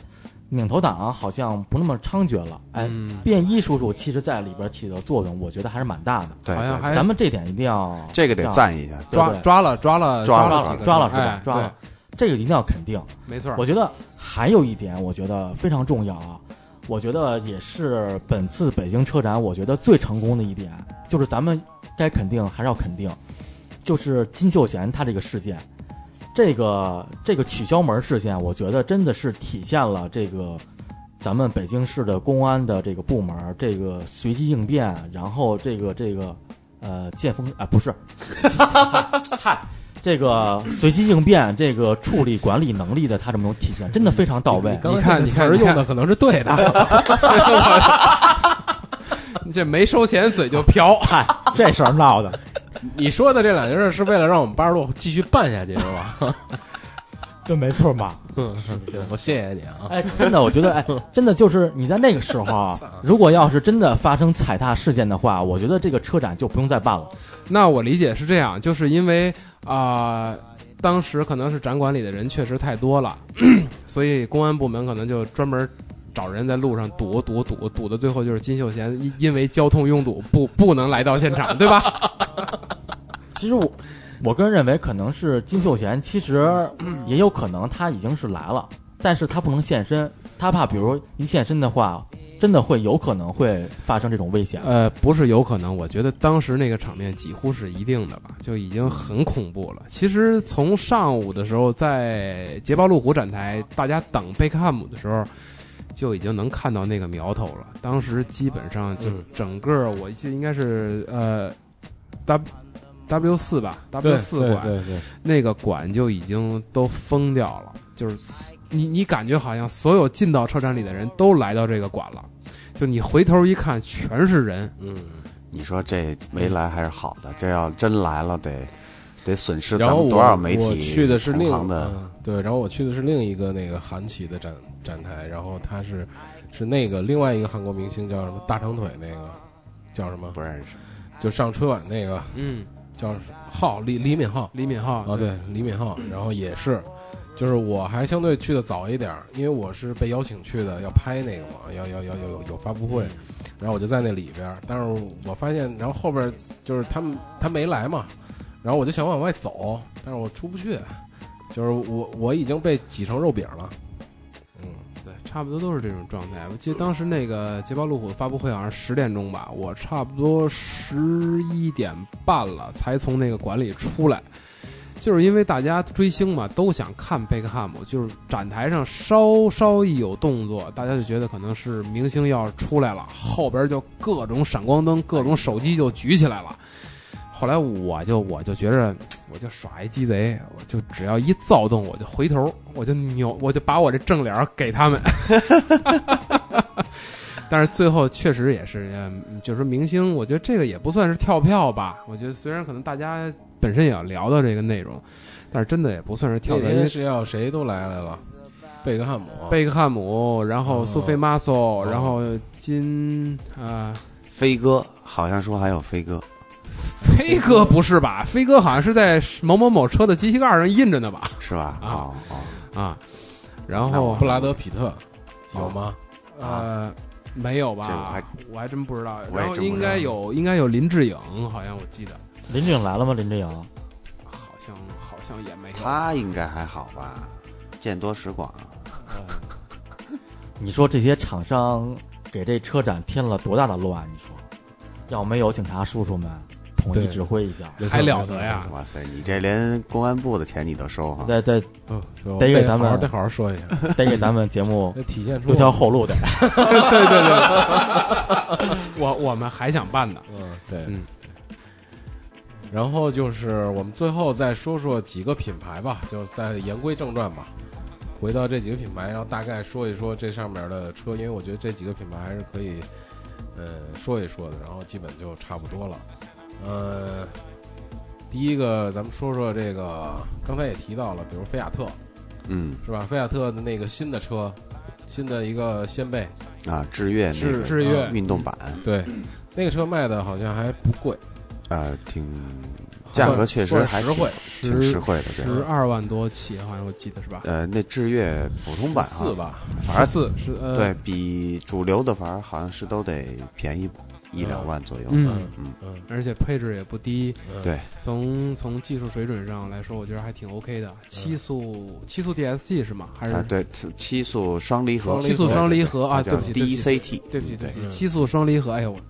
Speaker 5: 拧头党好像不那么猖獗了，哎，
Speaker 3: 嗯
Speaker 5: 便衣叔叔其实在里边起的作用，我觉得还是蛮大的。
Speaker 4: 对，
Speaker 3: 好像
Speaker 4: 对
Speaker 3: 还
Speaker 5: 咱们这点一定要
Speaker 4: 这个得
Speaker 5: 让
Speaker 4: 赞一下。
Speaker 5: 对
Speaker 3: 抓
Speaker 5: 对
Speaker 3: 抓了抓了
Speaker 4: 抓了
Speaker 3: 了几个
Speaker 5: 抓了是
Speaker 3: 哎
Speaker 5: 吧？抓了，这个一定要肯定。
Speaker 3: 对没错儿。
Speaker 5: 我觉得还有一点，我觉得非常重要啊。我觉得也是本次北京车展，我觉得最成功的一点，就是咱们该肯定还是要肯定，就是金秀贤他这个事件，这个这个取消门事件，我觉得真的是体现了这个咱们北京市的公安的这个部门儿这个随机应变，然后这个这个呃见风啊、不是， <laughs> 嗨，这个随机应变这个处理管理能力的他这么种体现，真的非常到位。
Speaker 2: 刚才
Speaker 3: 你看
Speaker 2: 那个
Speaker 3: 你
Speaker 2: 词
Speaker 3: 看
Speaker 2: 儿
Speaker 3: 你看
Speaker 2: 用的可能是对的，
Speaker 3: <laughs> 这没收钱嘴就瓢，
Speaker 5: 嗨，这事儿闹
Speaker 3: <laughs>
Speaker 5: 的，
Speaker 2: 你说的这两件事是为了让我们八十六继续办下去是吧？
Speaker 3: <laughs>
Speaker 2: 嗯
Speaker 5: 这没错嘛。
Speaker 2: 我谢谢你啊，
Speaker 5: 哎，真的，我觉得，哎，真的就是你在那个时候
Speaker 3: <laughs>
Speaker 5: 啊，如果要是真的发生踩踏事件的话，我觉得这个车展就不用再办了。
Speaker 3: 那我理解是这样，就是因为啊、当时可能是展馆里的人确实太多了， <clears throat> 所以公安部门可能就专门找人在路上堵堵堵堵的，最后就是金秀贤因因为交通拥堵不不能来到现场，对吧？
Speaker 5: 其实我，我个人认为，可能是金秀贤，其实也有可能他已经是来了，但是他不能现身，他怕比如说一现身的话，真的会有可能会发生这种危险。
Speaker 3: 呃，不是有可能，我觉得当时那个场面几乎是一定的吧，就已经很恐怖了。其实从上午的时候，在捷豹路虎展台，大家等贝克汉姆的时候，就已经能看到那个苗头了。当时基本上就
Speaker 2: 嗯
Speaker 3: 整个，我记得应该是呃，W W 四吧，W
Speaker 2: 对
Speaker 3: 四
Speaker 2: 对
Speaker 3: 馆
Speaker 2: 对对，
Speaker 3: 那个馆就已经都封掉了，就是你你感觉好像所有进到车展里的人都来到这个馆了，就你回头一看全是人。
Speaker 2: 嗯。
Speaker 4: 你说这没来还是好的，这要真来了得得损失咱
Speaker 2: 然后我
Speaker 4: 们多少媒
Speaker 2: 我
Speaker 4: 体
Speaker 2: 去的是
Speaker 4: 同
Speaker 2: 另
Speaker 4: 行的
Speaker 2: 嗯对，然后我去的是另一个那个韩企的展展台，然后他是是那个另外一个韩国明星叫什么大长腿那个叫什么
Speaker 4: 不，认识。
Speaker 2: 就上春晚那个
Speaker 3: 嗯，
Speaker 2: 叫浩李李敏镐
Speaker 3: 李敏镐
Speaker 2: 啊，对，李敏镐，然后也是。就是我还相对去的早一点儿，因为我是被邀请去的，要拍那个嘛，要要要要有有发布会，然后我就在那里边儿。但是我发现，然后后边儿就是他们他没来嘛，然后我就想往外走，但是我出不去，就是我我已经被挤成肉饼了。嗯，
Speaker 3: 对，差不多都是这种状态。我记得当时那个捷豹路虎发布会好像十点钟吧，我差不多十一点半了才从那个馆里出来，就是因为大家追星嘛，都想看贝克汉姆，就是展台上稍稍一有动作，大家就觉得可能是明星要出来了，后边就各种闪光灯、各种手机就举起来了。后来我就我就觉着，我就耍一鸡贼，我就只要一躁动，我就回头，我就扭，我就把我这正脸儿给他们。 <laughs> 但是最后确实也是，嗯就是明星，我觉得这个也不算是跳票吧。我觉得虽然可能大家本身也要聊到这个内容，但是真的也不算是跳
Speaker 2: 那
Speaker 3: 票，因为
Speaker 2: 天是要谁都来来了，贝克汉姆，
Speaker 3: 贝克汉姆，然后苏菲玛索，然后金啊、
Speaker 4: 飞哥好像说还有飞哥，
Speaker 3: 飞哥不是吧？飞哥好像是在某某某车的机器盖上印着呢吧？
Speaker 4: 是吧？
Speaker 3: 啊
Speaker 4: 哦哦，
Speaker 3: 啊，然
Speaker 4: 那我
Speaker 3: 后
Speaker 2: 布拉德皮特有吗？
Speaker 3: 呃没有吧？
Speaker 4: 这我还
Speaker 3: 我还真不知道。
Speaker 4: 我也
Speaker 3: 然后
Speaker 4: 真不知道
Speaker 3: 应该有应该有林志颖，好像我记得
Speaker 5: 林志颖来了吗？林志颖，
Speaker 3: 好像好像也没有。
Speaker 4: 他应该还好吧？见多识广，
Speaker 5: 你说这些厂商给这车展添了多大的乱？你说要没有警察叔叔们统一
Speaker 2: 对
Speaker 5: 指挥一下，
Speaker 2: 没错
Speaker 3: 还了得哎呀！
Speaker 4: 哇塞，你这连公安部的钱你都收哈？
Speaker 5: 得得
Speaker 2: 嗯，我
Speaker 5: 得给
Speaker 2: 好
Speaker 5: 咱们
Speaker 2: 好得好好说一下， <laughs>
Speaker 5: 得给咱们节 <laughs> 目
Speaker 2: 得体现出
Speaker 5: 留条后路的。
Speaker 3: 对对对，我我们还想办呢。
Speaker 2: 嗯，对。
Speaker 3: 嗯
Speaker 2: 然后就是我们最后再说说几个品牌吧，就再言归正传吧，回到这几个品牌，然后大概说一说这上面的车，因为我觉得这几个品牌还是可以，呃，说一说的，然后基本就差不多了。呃，第一个咱们说说这个，刚才也提到了，比如菲亚特
Speaker 4: 嗯
Speaker 2: 是吧？菲亚特的那个新的车，新的一个掀背，
Speaker 4: 啊，志愿那
Speaker 2: 是
Speaker 4: 个
Speaker 3: 志愿
Speaker 4: 运动版，
Speaker 2: 对，那个车卖的好像还不贵，
Speaker 4: 呃，挺价格确实
Speaker 2: 算
Speaker 4: 还
Speaker 2: 实惠，
Speaker 4: 挺挺实惠的，对。
Speaker 3: 十二万多起，好像我记得是吧？
Speaker 4: 呃，那志愿普通版
Speaker 2: 四
Speaker 4: 哈，
Speaker 2: 吧，
Speaker 4: 反而
Speaker 3: 四是呃
Speaker 4: 对比主流的反而好像是都得便宜一两万左右。
Speaker 3: 嗯，
Speaker 4: 嗯
Speaker 2: 嗯，
Speaker 3: 而且配置也不低。
Speaker 2: 嗯
Speaker 4: 对，
Speaker 3: 从从技术水准上来说，我觉得还挺 OK 的。七速七速 DSG 是吗？还是
Speaker 4: 嗯啊，对，七速双离合，
Speaker 2: 双
Speaker 3: 七速双离合啊？
Speaker 4: 对
Speaker 3: 对不起，对不起，
Speaker 4: ，DCT，
Speaker 3: 对不起，对
Speaker 4: 对
Speaker 3: 不起，
Speaker 2: 嗯
Speaker 3: 七速双离合，
Speaker 4: <laughs>
Speaker 3: 哎呦，我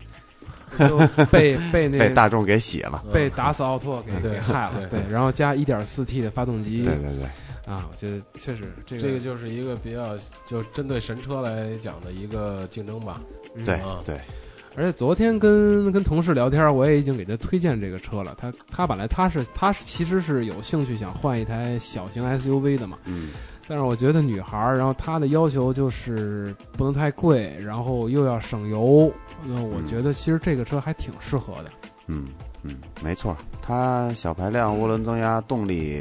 Speaker 3: 我就被被那
Speaker 4: 被大众给洗了。
Speaker 3: 被打死奥拓给
Speaker 2: 对
Speaker 3: 给害了，
Speaker 2: 对
Speaker 3: 嗯对，然后加 1.4T 的发动机
Speaker 4: 对对对，
Speaker 3: 啊，我觉得确实这
Speaker 2: 这个
Speaker 3: 个
Speaker 2: 就是一个比较就针对神车来讲的一个竞争吧。
Speaker 3: 嗯
Speaker 4: 对
Speaker 2: 啊
Speaker 4: 对，
Speaker 3: 而且昨天跟跟同事聊天，我也已经给他推荐这个车了。他他本来他是他是其实是有兴趣想换一台小型 SUV 的嘛，
Speaker 4: 嗯，
Speaker 3: 但是我觉得女孩儿，然后她的要求就是不能太贵，然后又要省油。那我觉得其实这个车还挺适合的。
Speaker 4: 嗯嗯，没错，它小排量涡轮增压动力，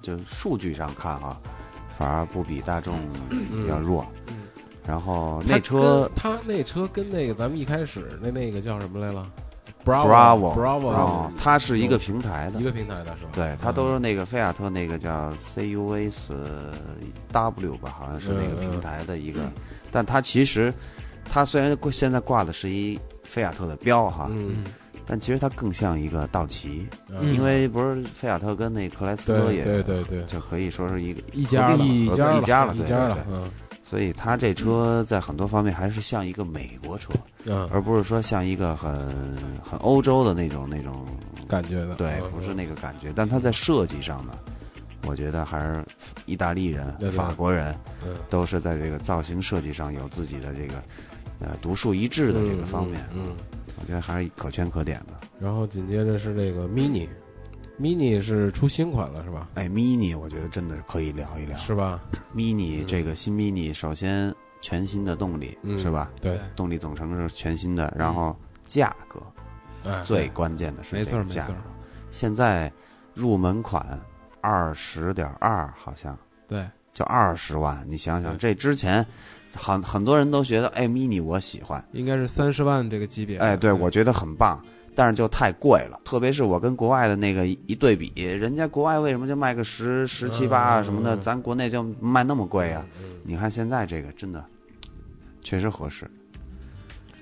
Speaker 4: 就数据上看啊，反而不比大众要弱。
Speaker 3: 嗯
Speaker 4: 然后
Speaker 2: 它
Speaker 4: 那
Speaker 2: 跟
Speaker 4: 车
Speaker 2: 它呃那车跟那个咱们一开始那那个叫什么来了
Speaker 4: Bravo
Speaker 2: Bravo
Speaker 4: 啊，它是一个平台
Speaker 3: 嗯
Speaker 4: 的
Speaker 2: 一，个平台的是吧？
Speaker 4: 对，它都是那个菲亚特那个叫 CUV 四 W 吧，好像是那个平台的
Speaker 2: 嗯
Speaker 4: 一个，但它其实它虽然挂现在挂的是一菲亚特的标哈，
Speaker 2: 嗯，
Speaker 4: 但其实它更像一个道奇，
Speaker 2: 嗯，
Speaker 4: 因为不是菲亚特跟那克莱斯勒
Speaker 2: 对
Speaker 4: 也
Speaker 2: 对对对，
Speaker 4: 就可以说是一个
Speaker 3: 一家了
Speaker 4: 合并
Speaker 2: 一家
Speaker 4: 一家了，
Speaker 2: 一
Speaker 4: 对
Speaker 2: 家
Speaker 4: 对
Speaker 2: 了
Speaker 4: 对，
Speaker 2: 嗯
Speaker 4: 所以它这车在很多方面还是像一个美国车，
Speaker 2: 嗯，
Speaker 4: 而不是说像一个很很欧洲的那种那种
Speaker 2: 感觉的
Speaker 4: 对，
Speaker 2: 嗯
Speaker 4: 不是那个感觉，但它在设计上呢，我觉得还是意大利人
Speaker 2: 对、对
Speaker 4: 法国人
Speaker 2: 嗯
Speaker 4: 都是在这个造型设计上有自己的这个呃独树一帜的这个方面，
Speaker 2: 嗯。嗯
Speaker 4: 我觉得还是可圈可点的。
Speaker 2: 然后紧接着是这个 Mini，Mini 是出新款了是吧？
Speaker 4: 哎，mini 我觉得真的是可以聊一聊
Speaker 2: 是吧？
Speaker 4: ，mini 这个新 mini 首先全新的动力、
Speaker 2: 嗯
Speaker 4: 是吧？
Speaker 2: 对，
Speaker 4: 动力总成是全新的，然后价格、
Speaker 2: 哎，
Speaker 4: 最关键的是
Speaker 3: 没
Speaker 4: 这
Speaker 3: 错
Speaker 4: 个
Speaker 3: 没
Speaker 4: 价格
Speaker 3: 错，
Speaker 4: 现在入门款二十点二好像。
Speaker 3: 对，
Speaker 4: 就二十万，你想想，这之前很很多人都觉得，哎，mini 我喜欢，
Speaker 3: 应该是三十万这个级别的。
Speaker 4: 哎，对我觉得很棒，但是就太贵了。特别是我跟国外的那个一一对比，人家国外为什么就卖个十十七八啊什么的，
Speaker 2: 嗯
Speaker 4: 咱国内就卖那么贵啊？
Speaker 2: 嗯，
Speaker 4: 你看现在这个真的确实合适，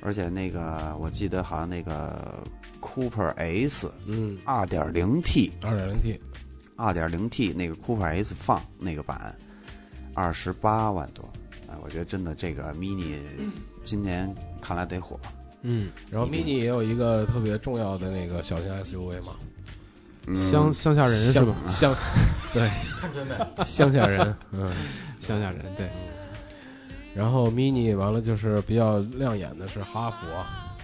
Speaker 4: 而且那个我记得好像那个 Cooper S
Speaker 2: 嗯，
Speaker 4: 二点零 T
Speaker 2: 二点零 T，
Speaker 4: 二点零 T 那个 Cooper S 放那个版，二十八万多。哎，我觉得真的这个 Mini 今年看来得火。
Speaker 3: 嗯，
Speaker 2: 然后
Speaker 4: 一定
Speaker 2: Mini 也有一个特别重要的那个小型 SUV 嘛，
Speaker 4: 嗯
Speaker 3: 乡乡下人是吧？
Speaker 4: 啊
Speaker 2: 乡，对，乡下人，
Speaker 3: <laughs>
Speaker 2: 嗯。
Speaker 3: 乡下人对，
Speaker 2: 然后 Mini 完了就是比较亮眼的是哈佛，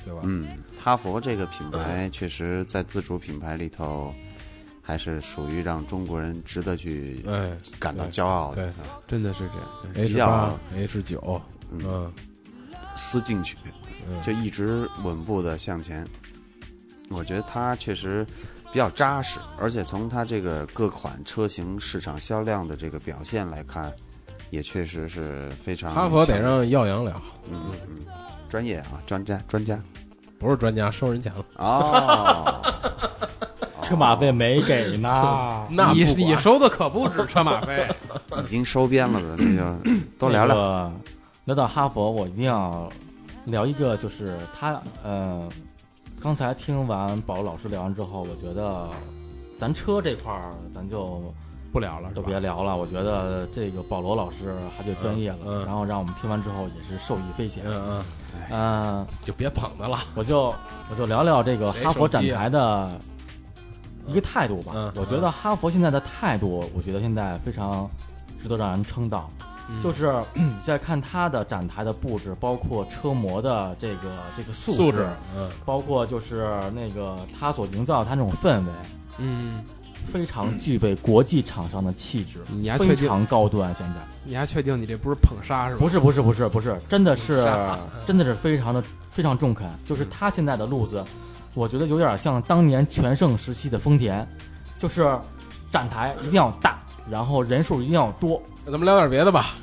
Speaker 2: 对吧？
Speaker 4: 嗯，哈佛这个品牌确实在自主品牌里头，还是属于让中国人值得去
Speaker 2: 哎，
Speaker 4: 感到骄傲的。
Speaker 3: 真的是这样。对，
Speaker 2: ，H
Speaker 4: 比
Speaker 2: 八
Speaker 4: 较、
Speaker 2: H 九，
Speaker 4: 嗯，
Speaker 2: 嗯，
Speaker 4: 思进取
Speaker 2: 嗯
Speaker 4: 就一直稳步的向前。我觉得它确实比较扎实，而且从它这个各款车型市场销量的这个表现来看，也确实是非常
Speaker 2: 哈佛得
Speaker 4: 强
Speaker 2: 让耀阳聊，
Speaker 4: 嗯嗯嗯专业啊，专家专家
Speaker 2: 不是专家，收人钱了， <laughs>
Speaker 4: 哦，
Speaker 5: 车马费没给呢，
Speaker 2: 那
Speaker 3: 你
Speaker 2: 不
Speaker 3: 你
Speaker 2: 管
Speaker 3: 收的可不止车马
Speaker 2: <laughs>
Speaker 3: 费，
Speaker 4: 已经收编了的，那就多聊聊。
Speaker 5: 聊。聊到哈佛，我一定要聊一个，就是他呃，刚才听完宝老师聊完之后，我觉得咱车这块儿咱就
Speaker 3: 不聊了，是
Speaker 5: 都
Speaker 3: 吧
Speaker 5: 别？聊了，我觉得这个保罗老师还就专业了，
Speaker 2: 嗯嗯
Speaker 5: 然后让我们听完之后也是受益匪浅。呃嗯、
Speaker 2: 嗯嗯，就别捧他了。
Speaker 5: 我就我就聊聊这个哈佛展台的一个态度吧。
Speaker 2: 嗯嗯
Speaker 5: 我觉得哈佛现在的态度，我觉得现在非常值得让人称道。就是 <clears throat> 你在看它的展台的布置，包括车模的这个这个素质，
Speaker 2: 素质，嗯
Speaker 5: 包括就是那个它所营造的它那种氛围，
Speaker 3: 嗯，
Speaker 5: 非常具备国际厂商的气质，
Speaker 3: 你嗯还
Speaker 5: 非
Speaker 3: 确定？
Speaker 5: 常高端。现在
Speaker 3: 你还确定你这不是捧杀是吧？
Speaker 5: 不是不是不是不是，真的是
Speaker 3: <laughs> 嗯
Speaker 5: 真的是非常的非常中肯，就是他现在的路子，我觉得有点像当年全盛时期的丰田，就是展台一定要大，然后人数一定要多，
Speaker 2: 咱们聊点别的吧。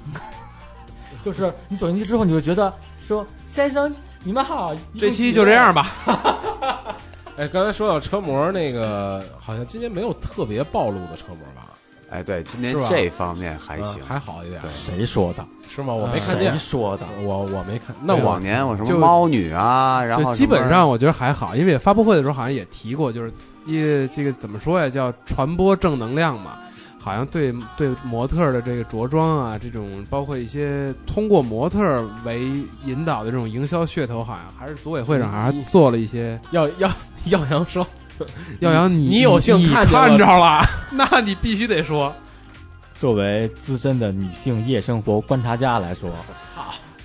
Speaker 5: 就是你走进去之后，你就觉得说先生你们好，
Speaker 3: 这期就这样吧。
Speaker 2: 哎，刚才说到车模，那个好像今年没有特别暴露的车模吧？
Speaker 4: 哎，对，今年
Speaker 2: 是吧
Speaker 4: 这方面还行
Speaker 2: 嗯，还好一点
Speaker 4: 对，
Speaker 5: 谁说的？
Speaker 2: 是吗？我没看见
Speaker 5: 谁，说的？
Speaker 2: 我我没看。那
Speaker 3: 对
Speaker 2: 我
Speaker 4: 往年我什么
Speaker 3: 就
Speaker 4: 猫女啊，然后
Speaker 3: 就基本
Speaker 4: 什么
Speaker 3: 上我觉得还好，因为发布会的时候好像也提过，就是一这个怎么说呀，叫传播正能量嘛。好像对对模特儿的这个着装啊，这种包括一些通过模特儿为引导的这种营销噱头，好像还是组委会上还做了一些。
Speaker 2: 要要耀阳说，
Speaker 4: 嗯
Speaker 3: 耀阳，你
Speaker 2: 你有幸
Speaker 3: 你
Speaker 2: 看
Speaker 3: 看
Speaker 2: 见了
Speaker 3: 着了，那你必须得说。
Speaker 5: 作为资深的女性夜生活观察家来说，
Speaker 4: <laughs>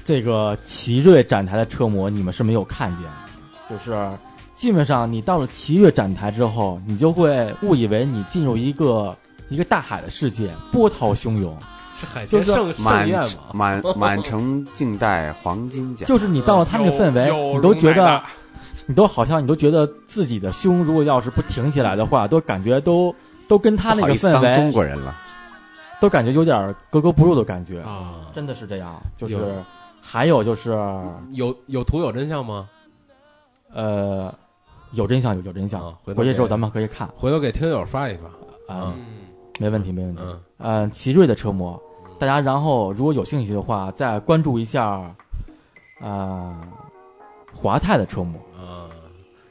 Speaker 5: 这个奇瑞展台的车模你们是没有看见的，就是基本上你到了奇瑞展台之后，你就会误以为你进入一个一个大海的世界，波涛汹涌。
Speaker 2: 这海
Speaker 5: 就
Speaker 2: 鲜
Speaker 5: 是
Speaker 2: 盛盛
Speaker 4: 满
Speaker 2: 宴嘛。
Speaker 4: 满满城尽带黄金甲，
Speaker 5: 就是你到了他们的氛围，你都觉得，你都好像你都觉得自己的胸如果要是不挺起来的话，都感觉都都跟他
Speaker 4: 不
Speaker 5: 那
Speaker 4: 好
Speaker 5: 个
Speaker 4: 意思
Speaker 5: 氛
Speaker 4: 当中
Speaker 5: 围
Speaker 4: 国人了。
Speaker 5: 都感觉有点格格不入的感觉，
Speaker 2: 啊，
Speaker 5: 真的是这样。就
Speaker 2: 有
Speaker 5: 是还有就是。
Speaker 2: 有有图有真相吗？
Speaker 5: 呃，有真相有有真相，
Speaker 2: 啊回
Speaker 5: 回
Speaker 2: 头
Speaker 5: 去之后
Speaker 2: 给
Speaker 5: 咱们可以看
Speaker 2: 回头给听友发一发。
Speaker 5: 啊、
Speaker 2: 嗯
Speaker 5: 没问题没问题。
Speaker 2: 嗯，
Speaker 5: 呃，奇瑞的车模，大家然后如果有兴趣的话，再关注一下，呃，华泰的车模，
Speaker 2: 啊，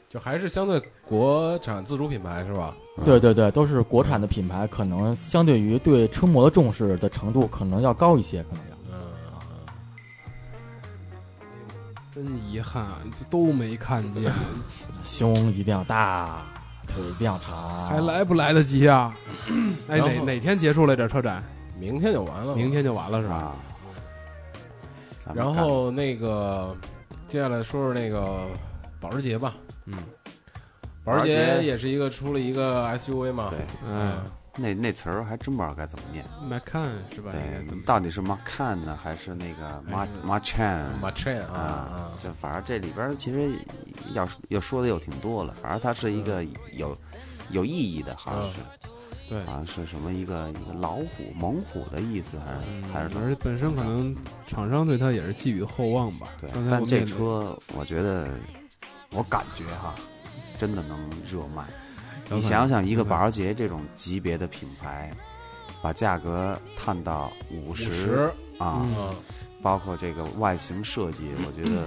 Speaker 2: 就还是相对国产自主品牌是吧？
Speaker 4: 嗯
Speaker 5: 对对对，都是国产的品牌，可能相对于对车模的重视的程度可能要高一些，可能要。
Speaker 2: 嗯，
Speaker 3: 真遗憾，这都没看见，
Speaker 4: 啊
Speaker 5: 胸一定要大，腿一定要长，
Speaker 3: 还来不来得及啊？
Speaker 4: <clears throat>
Speaker 3: 哎，
Speaker 2: 然
Speaker 3: 哪
Speaker 2: 后
Speaker 3: 哪天结束来着车展？
Speaker 2: 明天就完了吧。
Speaker 3: 明天就完了是吧？
Speaker 4: 哦啊。咱们
Speaker 2: 然
Speaker 4: 看
Speaker 2: 后那个，接下来说说那个保时捷吧。
Speaker 3: 嗯，
Speaker 2: 保时
Speaker 4: 保时
Speaker 2: 捷
Speaker 4: 捷
Speaker 2: 也是一个出了一个 SUV 嘛。嗯
Speaker 4: 对
Speaker 3: 哎，
Speaker 4: 那那词儿还真不知道该怎么念，
Speaker 3: m 看是吧？应该怎
Speaker 4: 对
Speaker 3: 么，哎
Speaker 4: 到底是 Macan 呢，还是那个 Ma
Speaker 2: 还是
Speaker 4: Machan？
Speaker 2: m a c h a n
Speaker 4: 啊
Speaker 2: 啊，
Speaker 4: 这反正这里边儿其实要要说的有挺多了，反正它是一个有有意义的，好像是，
Speaker 3: 嗯对
Speaker 4: 好像是什么一个一个老虎、猛虎的意思，还
Speaker 3: 嗯
Speaker 4: 是还是怎
Speaker 3: 而
Speaker 4: 么？
Speaker 3: 且本身可能厂商对它也是寄予厚望吧。
Speaker 4: 对
Speaker 3: 刚才，我
Speaker 4: 但
Speaker 3: 们
Speaker 4: 这
Speaker 3: 也
Speaker 4: 车我觉得，我感觉哈，真的能热卖。
Speaker 3: 可能
Speaker 4: 你想想，一个
Speaker 3: 有可能
Speaker 4: 保时捷这种级别的品牌，把价格探到五十
Speaker 2: 十
Speaker 4: 啊，
Speaker 3: 嗯
Speaker 2: 啊，
Speaker 4: 包括这个外形设
Speaker 3: <clears throat>
Speaker 4: 计，我觉得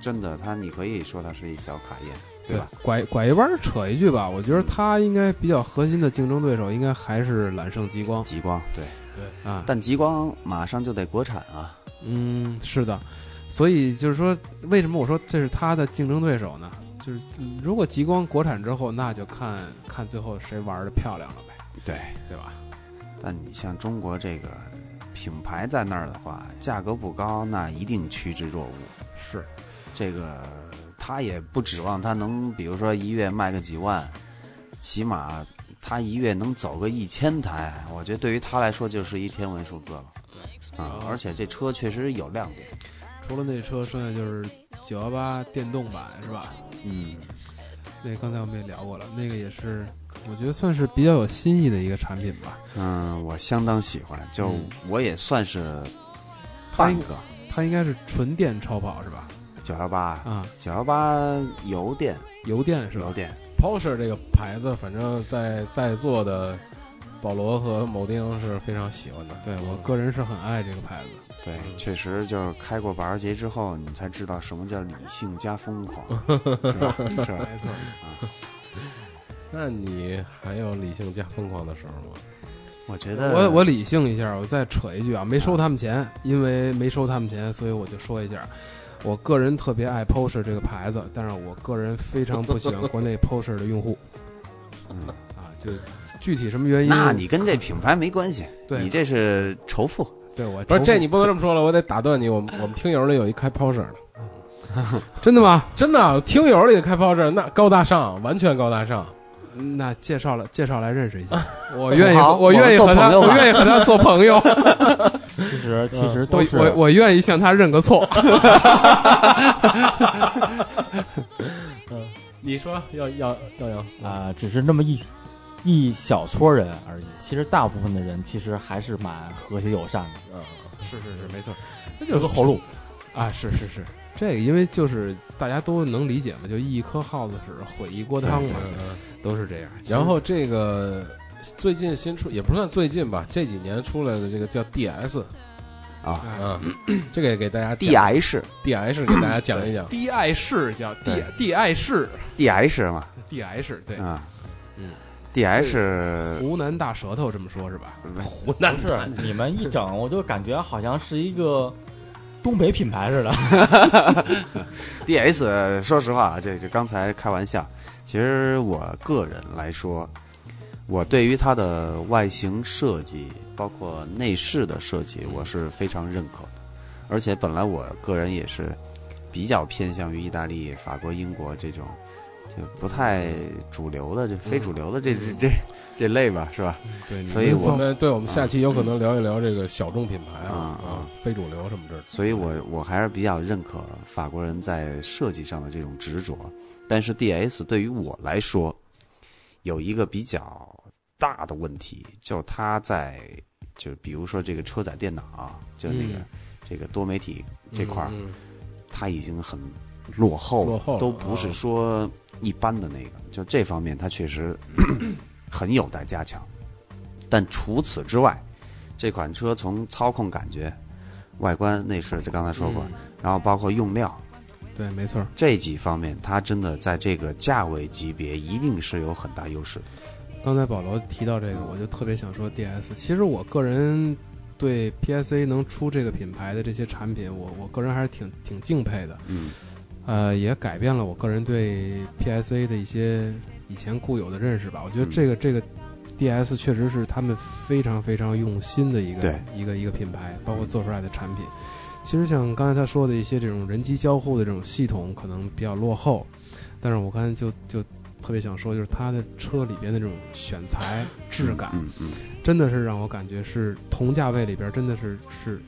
Speaker 4: 真的，它你可以说它是一小卡宴，对吧？
Speaker 3: 拐拐一弯儿扯一句吧，我觉得它应该比较核心的竞争对手应该还是揽胜极光
Speaker 4: 极光对，
Speaker 3: 啊。
Speaker 4: 但极光马上就得国产啊，
Speaker 3: 嗯，是的，所以就是说，为什么我说这是它的竞争对手呢？就是嗯如果极光国产之后，那就看看最后谁玩的漂亮了呗，
Speaker 4: 对。
Speaker 3: 对吧？
Speaker 4: 但你像中国这个品牌在那儿的话，价格不高，那一定趋之若鹜。
Speaker 3: 是，
Speaker 4: 这个他也不指望他能，比如说一月卖个几万，起码他一月能走个一千台，我觉得对于他来说就是一天文数字了。啊，而且这车确实有亮点。
Speaker 3: 除了那车，剩下就是九幺八电动版是吧？
Speaker 4: 嗯，
Speaker 3: 那刚才我们也聊过了，那个也是，我觉得算是比较有新意的一个产品吧。
Speaker 4: 嗯，我相当喜欢，就
Speaker 3: 嗯
Speaker 4: 我也算是
Speaker 3: 它
Speaker 4: 半
Speaker 3: 应
Speaker 4: 个
Speaker 3: 它应该是纯电超跑是吧？
Speaker 4: 九幺八，
Speaker 3: 啊，
Speaker 4: 九幺八油电，
Speaker 3: 油电是吧
Speaker 4: 油？电，
Speaker 2: Porsche 这个牌子，反正在在座的保罗和某丁是非常喜欢的。
Speaker 3: 对我个人是很爱这个牌子，
Speaker 4: 对，确实就是开过保时捷之后，你才知道什么叫理性加疯
Speaker 3: <laughs>
Speaker 4: 狂，是吧？是吧？
Speaker 3: 没错。
Speaker 2: 嗯那你还有理性加疯狂的时候吗？
Speaker 4: 我觉得
Speaker 3: 我我理性一下，我再扯一句啊，没收他们钱，因为没收他们钱，所以我就说一下，我个人特别爱 Porsche 这个牌子，但是我个人非常不喜欢国内 Porsche 的用户
Speaker 4: <laughs> 嗯
Speaker 3: 啊，就具体什么原因？
Speaker 4: 那你跟这品牌没关系，
Speaker 3: 嗯对
Speaker 4: 你这是仇富。
Speaker 3: 对我
Speaker 2: 不是这
Speaker 3: 重复
Speaker 2: 你不能这么说了，我得打断你。我们我们听友里有一开 Porsche 的，
Speaker 3: 真的吗？
Speaker 2: 真的听友里的开 Porsche 那高大上，完全高大上。
Speaker 3: 那介绍了介绍来认识一下，我
Speaker 4: 土
Speaker 3: 愿意
Speaker 4: 豪
Speaker 3: 和我愿意
Speaker 4: 啊我们做朋
Speaker 3: 和他
Speaker 4: 友吧
Speaker 3: 我愿意和他做朋友，
Speaker 5: 其实其实都
Speaker 3: 我
Speaker 5: 是
Speaker 3: 我我愿意向他认个错。
Speaker 2: 你说要要要要
Speaker 5: 啊、只是那么一一小撮人而已。其实大部分的人其实还是蛮和谐友善的，
Speaker 3: 是是是，没错，那
Speaker 5: 有
Speaker 3: 就
Speaker 5: 个后路。
Speaker 3: 啊，是是是，这个因为就是大家都能理解嘛，就一颗耗子屎毁一锅汤嘛，都是这样。
Speaker 2: 嗯然后这个最近新出也不算最近吧，这几年出来的这个叫 DS
Speaker 3: 其实。
Speaker 2: 啊，这个也给大家
Speaker 4: D I 市
Speaker 2: DS 给大家讲一讲
Speaker 4: <coughs>
Speaker 3: D I 市叫 D
Speaker 4: 对
Speaker 3: D I 市
Speaker 4: D I 市嘛，
Speaker 3: D I 市，对，
Speaker 4: 啊，
Speaker 3: 嗯
Speaker 4: ，D I 市
Speaker 3: 湖南大舌头这么说是吧？
Speaker 2: 湖南
Speaker 5: 不是你们一整，我就感觉好像是一个东北品牌似的。 <laughs>
Speaker 4: D S，说实话啊，这这刚才开玩笑，其实我个人来说，我对于它的外形设计，包括内饰的设计，我是非常认可的。而且本来我个人也是比较偏向于意大利、法国、英国这种，就不太主流的、这非主流的这这这这类吧，是吧？
Speaker 3: 对，
Speaker 4: 所以
Speaker 2: 我
Speaker 4: 我
Speaker 2: 们嗯对我们下期有可能聊一聊这个小众品牌啊
Speaker 4: 嗯
Speaker 2: 啊，非主流什么之类的。
Speaker 4: 所以我我还是比较认可法国人在设计上的这种执着。但是 DS 对于我来说，有一个比较大的问题，就它在就比如说这个车载电脑啊，就那个、
Speaker 3: 嗯
Speaker 4: 这个多媒体这块儿，
Speaker 3: 嗯
Speaker 4: 它已经很落后了，
Speaker 2: 落后了
Speaker 4: 都不
Speaker 3: 嗯
Speaker 4: 是说一般的那个，就这方面它确实 <coughs> 很有待加强。但除此之外，这款车从操控感觉、外观、内饰，这刚才说过，然后包括用料
Speaker 3: 嗯对，没错。
Speaker 4: 这几方面，它真的在这个价位级别一定是有很大优势的。
Speaker 3: 刚才保罗提到这个，我就特别想说 DS。其实我个人对 PSA 能出这个品牌的这些产品，我我个人还是挺挺敬佩的。
Speaker 4: 嗯，
Speaker 3: 呃，也改变了我个人对 PSA 的一些以前固有的认识吧。我觉得
Speaker 4: 嗯
Speaker 3: 这个、这个 DS 确实是他们非常非常用心的一个
Speaker 4: 对
Speaker 3: 一个一个品牌，包括做出来的产品。其实像刚才他说的一些这种人机交互的这种系统，可能比较落后，但是我刚才就就特别想说，就是它的车里边的这种选材质感，
Speaker 4: 嗯嗯，
Speaker 3: 真的是让我感觉是同价位里边真的是是